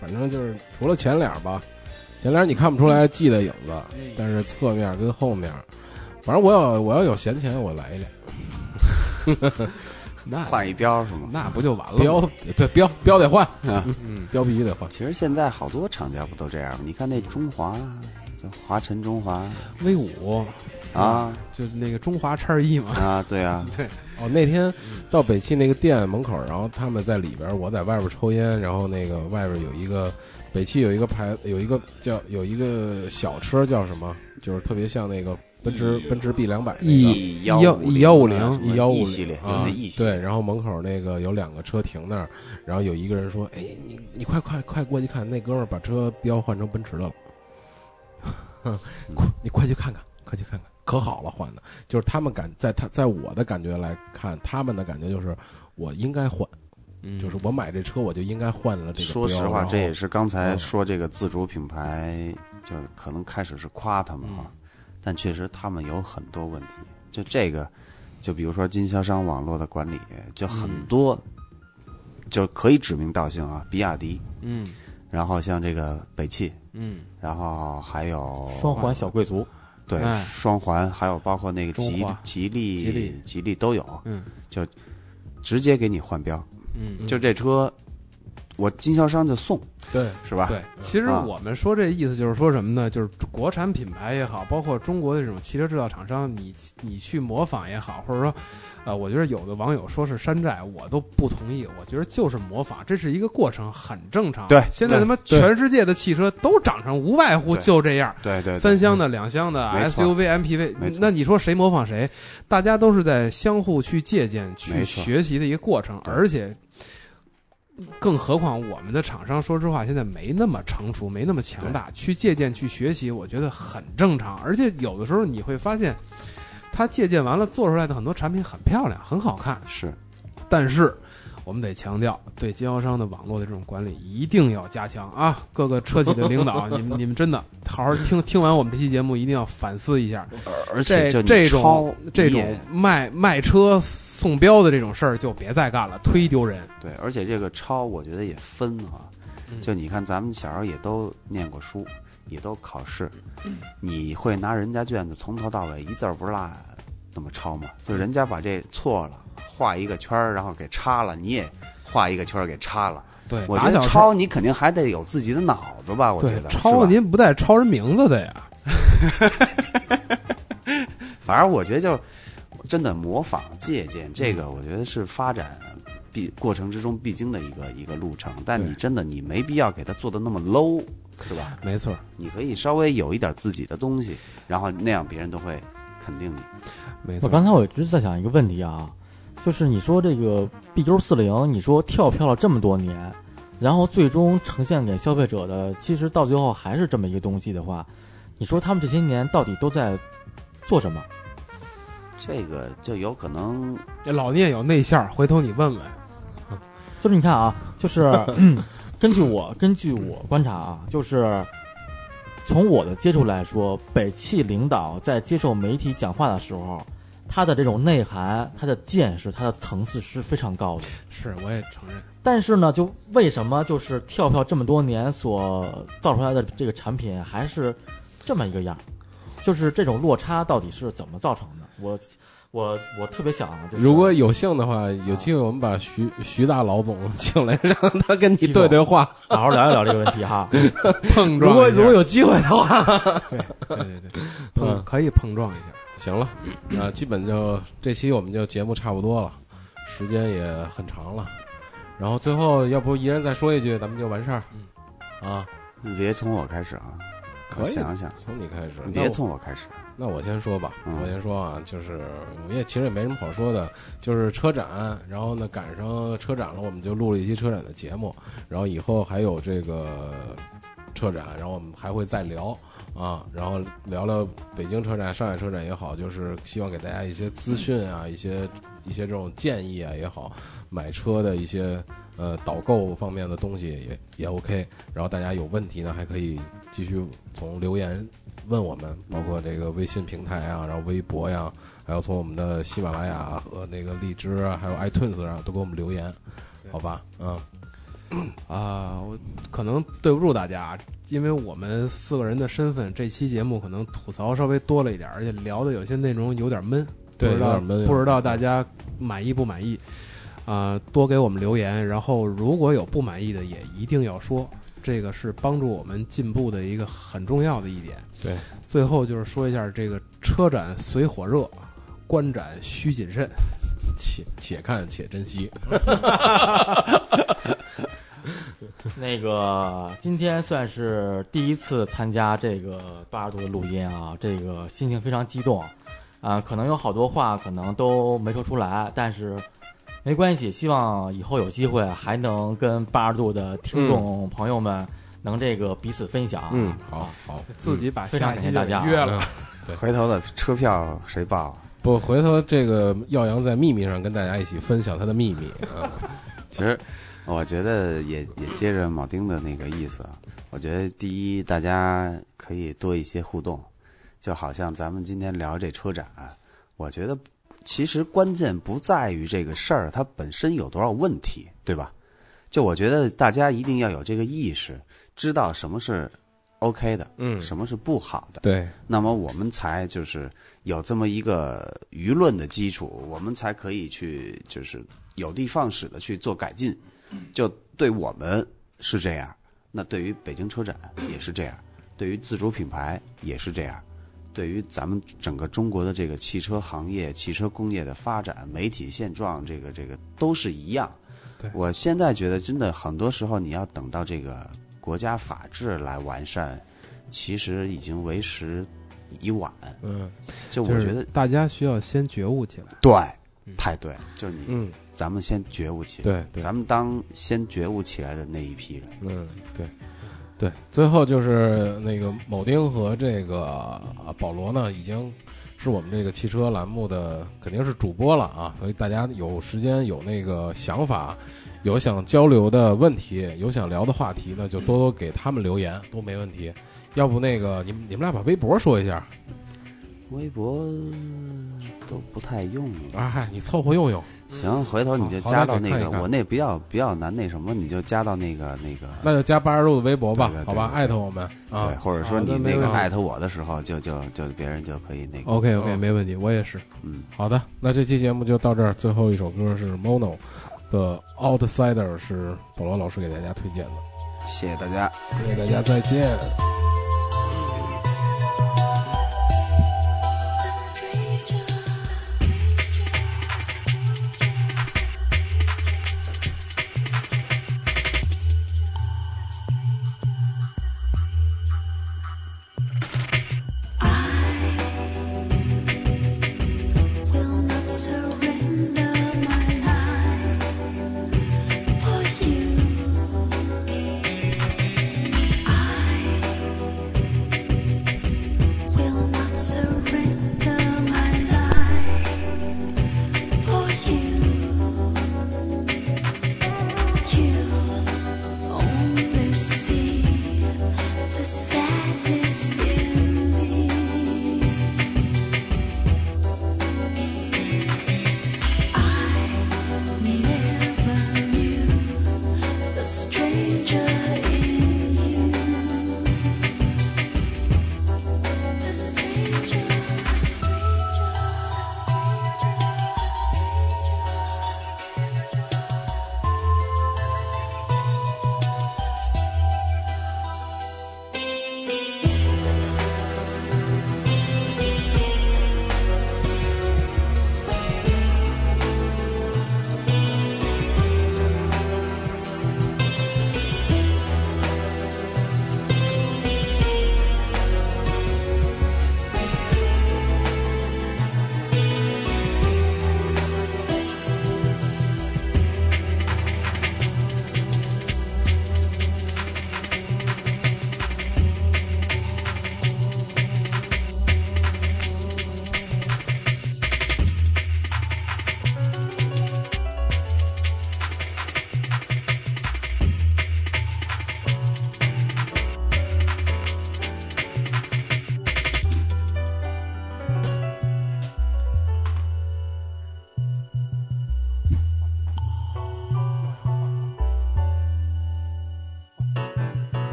Speaker 2: 反正就是除了前脸儿吧，前脸儿你看不出来 G 的影子，
Speaker 3: 嗯
Speaker 2: 但是侧面儿跟后面儿，反正我要我要有闲钱我来一
Speaker 3: 哦
Speaker 2: 辆
Speaker 3: 那
Speaker 4: 换一标是吗？
Speaker 3: 那不就完了吗？
Speaker 2: 标，对标标得换， <laughs>
Speaker 3: 嗯，
Speaker 2: 标必须得换。
Speaker 4: 其实现在好多厂家不都这样吗？你看那中华，就华晨中华
Speaker 3: V 五
Speaker 2: 嗯
Speaker 4: 啊
Speaker 3: 就那个中华叉一嘛，
Speaker 4: 啊，对啊，
Speaker 2: 哦，那天
Speaker 3: 嗯
Speaker 2: 到北汽那个店门口儿，然后他们在里边儿，我在外边儿抽烟，然后那个外边儿有一个北汽有一个牌，有一个叫有一个小车叫什么，就是特别像那个奔驰奔驰 B 两百、那个。
Speaker 4: E 幺
Speaker 3: 150
Speaker 4: 一
Speaker 2: 幺五
Speaker 4: 系列，就
Speaker 2: 啊
Speaker 4: 那嗯 E 系列，
Speaker 2: 对，然后门口那个有两个车停那儿，然后有一个人说：“哎，你你快快快过去看，那哥们儿把车标换成奔驰的了，
Speaker 4: 嗯
Speaker 2: 快 <laughs> 你快去看看，快去看看，可好了换的。”就是他们感在他在我的感觉来看，他们的感觉就是我应该换，
Speaker 3: 嗯
Speaker 2: 就是我买这车我就应该换了这个标。
Speaker 4: 说实话，
Speaker 2: 然后
Speaker 4: 这也是刚才
Speaker 2: 嗯
Speaker 4: 说这个自主品牌，就可能开始是夸他们
Speaker 2: 嗯
Speaker 4: 啊，但确实他们有很多问题。就这个，就比如说经销商网络的管理，就很
Speaker 2: 嗯
Speaker 4: 多，就可以指名道姓啊，比亚迪，
Speaker 3: 嗯
Speaker 4: 然后像这个北汽，
Speaker 3: 嗯，
Speaker 4: 然后还有
Speaker 5: 双环小贵族，
Speaker 4: 对、
Speaker 3: 哎
Speaker 4: 双环，还有包括那个吉
Speaker 3: 中华
Speaker 4: 吉利
Speaker 3: 吉利
Speaker 4: 吉利都有，
Speaker 3: 嗯，
Speaker 4: 就直接给你换标，
Speaker 3: 嗯
Speaker 4: 就这车，我经销商就送，
Speaker 2: 对
Speaker 4: 是吧？
Speaker 3: 对，其实
Speaker 4: 啊
Speaker 3: 我们说这意思就是说什么呢？就是国产品牌也好，包括中国的这种汽车制造厂商，你你去模仿也好，或者说，呃，我觉得有的网友说是山寨，我都不同意。我觉得就是模仿，这是一个过程，很正常。
Speaker 4: 对
Speaker 3: 现在他妈
Speaker 2: 对
Speaker 3: 全世界的汽车都长成无外乎
Speaker 4: 对
Speaker 3: 就这样，
Speaker 4: 对对对
Speaker 3: 三厢的、两厢的、
Speaker 4: 没错
Speaker 3: SUV、MPV，
Speaker 4: 没错
Speaker 3: 那你说谁模仿谁？大家都是在相互去借鉴、去
Speaker 4: 没错
Speaker 3: 学习的一个过程，而且，更何况我们的厂商，说实话，现在没那么成熟，没那么强大，去借鉴、去学习，我觉得很正常。而且有的时候你会发现，他借鉴完了做出来的很多产品很漂亮、很好看，
Speaker 4: 是。
Speaker 3: 但是。我们得强调对经销商的网络的这种管理一定要加强啊！各个车企的
Speaker 4: <laughs>
Speaker 3: 领导，你们你们真的好好听听完我们这期节目，一定要反思一下，
Speaker 4: 而且就
Speaker 3: 这这
Speaker 4: 你抄
Speaker 3: 种这
Speaker 4: 你
Speaker 3: 种
Speaker 4: 也
Speaker 3: 卖卖车送标的这种事儿就别再干了，忒丢人。
Speaker 4: 对，而且这个抄我觉得也分哈、
Speaker 3: 嗯
Speaker 4: 就你看咱们小时候也都念过书，也都考试，
Speaker 3: 嗯
Speaker 4: 你会拿人家卷子从头到尾一字儿不落那么抄
Speaker 3: 嗯
Speaker 4: 吗？就人家把这错了，画一个圈儿，然后给叉了，你也画一个圈儿给叉了。
Speaker 3: 对，
Speaker 4: 我
Speaker 3: 打
Speaker 4: 觉得
Speaker 3: 小
Speaker 4: 抄你肯定还得有自己的脑子吧？我觉
Speaker 3: 对
Speaker 4: 得是
Speaker 3: 抄
Speaker 4: 吧
Speaker 3: 您不带抄人名字的呀？
Speaker 4: 反正我觉得就真的模仿借鉴这
Speaker 2: 嗯
Speaker 4: 个，我觉得是发展必过程之中必经的一个一个路程。但你真的你没必要给它做的那么 low，是吧？
Speaker 3: 没错儿，
Speaker 4: 你可以稍微有一点自己的东西，然后那样别人都会肯定你。
Speaker 3: 没
Speaker 5: 我
Speaker 3: 错儿。
Speaker 5: 刚才我一直在想一个问题啊，就是你说这个 BQ 四零，你说跳票了这么多年，然后最终呈现给消费者的，其实到最后还是这么一个东西的话，你说他们这些年到底都在做什么？
Speaker 4: 这个就有可能
Speaker 3: 老聂有内线儿，回头你问问。
Speaker 5: 就是你看啊，就是
Speaker 2: <laughs>
Speaker 5: 根据我根据我观察啊，就是从我的接触来说，北汽领导在接受媒体讲话的时候，他的这种内涵、他的见识、他的层次是非常高的。
Speaker 3: 是，我也承认。
Speaker 5: 但是呢，就为什么就是跳票这么多年所造出来的这个产品还是这么一个样儿？就是这种落差到底是怎么造成的？我我我特别想啊，就是
Speaker 2: 如果有幸的话，有机会我们把徐徐大老总请来，让他跟你
Speaker 5: 徐总
Speaker 2: 对对话。
Speaker 5: 好好聊一聊这个问题哈，
Speaker 3: 碰
Speaker 2: 如
Speaker 3: 撞
Speaker 2: 果
Speaker 3: 一下
Speaker 2: 如果有机会的话，
Speaker 3: 对对对，
Speaker 2: <laughs> 嗯
Speaker 3: 碰可以碰撞一下。
Speaker 2: 行了，啊，基本就这期我们就节目差不多了，时间也很长了。然后最后要不一人再说一句，咱们就完事儿。
Speaker 4: 嗯
Speaker 2: 啊，
Speaker 4: 你别从我开始啊，
Speaker 2: 可
Speaker 4: 我
Speaker 2: 以
Speaker 4: 想想，
Speaker 2: 从你开始，
Speaker 4: 你
Speaker 2: 那
Speaker 4: 别
Speaker 2: 我
Speaker 4: 从我开始。啊
Speaker 2: 那我先说吧，
Speaker 4: 嗯
Speaker 2: 我先说啊，就是我也其实也没什么好说的，就是车展，然后呢赶上车展了，我们就录了一期车展的节目，然后以后还有这个车展，然后我们还会再聊啊，然后聊聊北京车展、上海车展也好，就是希望给大家一些资讯啊，一些一些这种建议啊也好，买车的一些呃导购方面的东西也也 OK，然后大家有问题呢还可以继续从留言问我们，包括这个微信平台啊，然后微博呀、还有从我们的喜马拉雅和那个荔枝啊，还有 iTunes 上都给我们留言，好吧？嗯，
Speaker 3: 啊，我可能对不住大家，因为我们四个人的身份，这期节目可能吐槽稍微多了一点，而且聊的有些内容有点闷，
Speaker 2: 对
Speaker 3: 不知
Speaker 2: 有
Speaker 3: 道
Speaker 2: 点闷
Speaker 3: 不知道大家满意不满意？啊、多给我们留言，然后如果有不满意的，也一定要说，这个是帮助我们进步的一个很重要的一点。
Speaker 2: 对，
Speaker 3: 最后就是说一下这个车展虽火热，观展需谨慎。
Speaker 2: 且且看且珍惜。
Speaker 5: 那个今天算是第一次参加这个八十度的录音啊，这个心情非常激动，啊、可能有好多话可能都没说出来，但是没关系，希望以后有机会还能跟八十度的听众朋友们能这个彼此分享啊。
Speaker 2: 嗯，好好，
Speaker 3: 自己把
Speaker 5: 非常
Speaker 3: 下
Speaker 5: 感
Speaker 3: 一期
Speaker 5: 谢大家啊
Speaker 3: 约了，
Speaker 4: 回头的车票谁报啊？
Speaker 2: 不回头这个耀阳在秘密上跟大家一起分享他的秘密啊。
Speaker 4: 其实我觉得也也接着铆钉的那个意思，啊，我觉得第一大家可以多一些互动，就好像咱们今天聊这车展，啊我觉得其实关键不在于这个事儿它本身有多少问题，对吧？就我觉得大家一定要有这个意识，知道什么是 OK 的，
Speaker 2: 嗯
Speaker 4: 什么是不好的，
Speaker 2: 对，
Speaker 4: 那么我们才就是有这么一个舆论的基础，我们才可以去就是有的放矢的去做改进。就对我们是这样，那对于北京车展也是这样，对于自主品牌也是这样，对于咱们整个中国的这个汽车行业、汽车工业的发展、媒体现状，这个这个都是一样
Speaker 3: 对。
Speaker 4: 我现在觉得，真的很多时候你要等到这个国家法治来完善，其实已经为时已晚。
Speaker 2: 嗯
Speaker 4: 就我
Speaker 3: 就是
Speaker 4: 觉得，
Speaker 3: 大家需要先觉悟起来。
Speaker 4: 对，太对，就你，
Speaker 2: 嗯，
Speaker 4: 咱们先觉悟起来，
Speaker 2: 对对，
Speaker 4: 咱们当先觉悟起来的那一批人。
Speaker 2: 嗯，对，啊对，最后就是那个铆钉和这个呃保罗呢，已经是我们这个汽车栏目的肯定是主播了啊，所以大家有时间有那个想法，有想交流的问题，有想聊的话题呢，就多多给他们留言，都没问题。要不那个你们你们俩把微博说一下
Speaker 4: 微博都不太用了。
Speaker 2: 啊，嗨，你凑合用用。
Speaker 4: 行，回头你就
Speaker 2: 哦好
Speaker 4: 加到
Speaker 2: 好歹
Speaker 4: 那
Speaker 2: 给
Speaker 4: 个
Speaker 2: 看一看
Speaker 4: 我那比较比较难那什么，你就加到那个那个
Speaker 2: 那就加八十路的微博吧
Speaker 4: 对对，对
Speaker 2: 好吧，
Speaker 4: 对
Speaker 2: 艾特我们啊
Speaker 4: 对，。或者说
Speaker 3: 好的
Speaker 4: 你
Speaker 3: 没
Speaker 4: 那个
Speaker 3: 问题
Speaker 4: 艾特我的时候，就就就别人就可以那个
Speaker 2: OK OK，没问题，我也是。
Speaker 4: 嗯，
Speaker 2: 好的，那这期节目就到这儿。最后一首歌是 Mono 的《Outsider》，是保罗老师给大家推荐的。
Speaker 4: 谢谢大家。
Speaker 2: 谢谢大家，再见。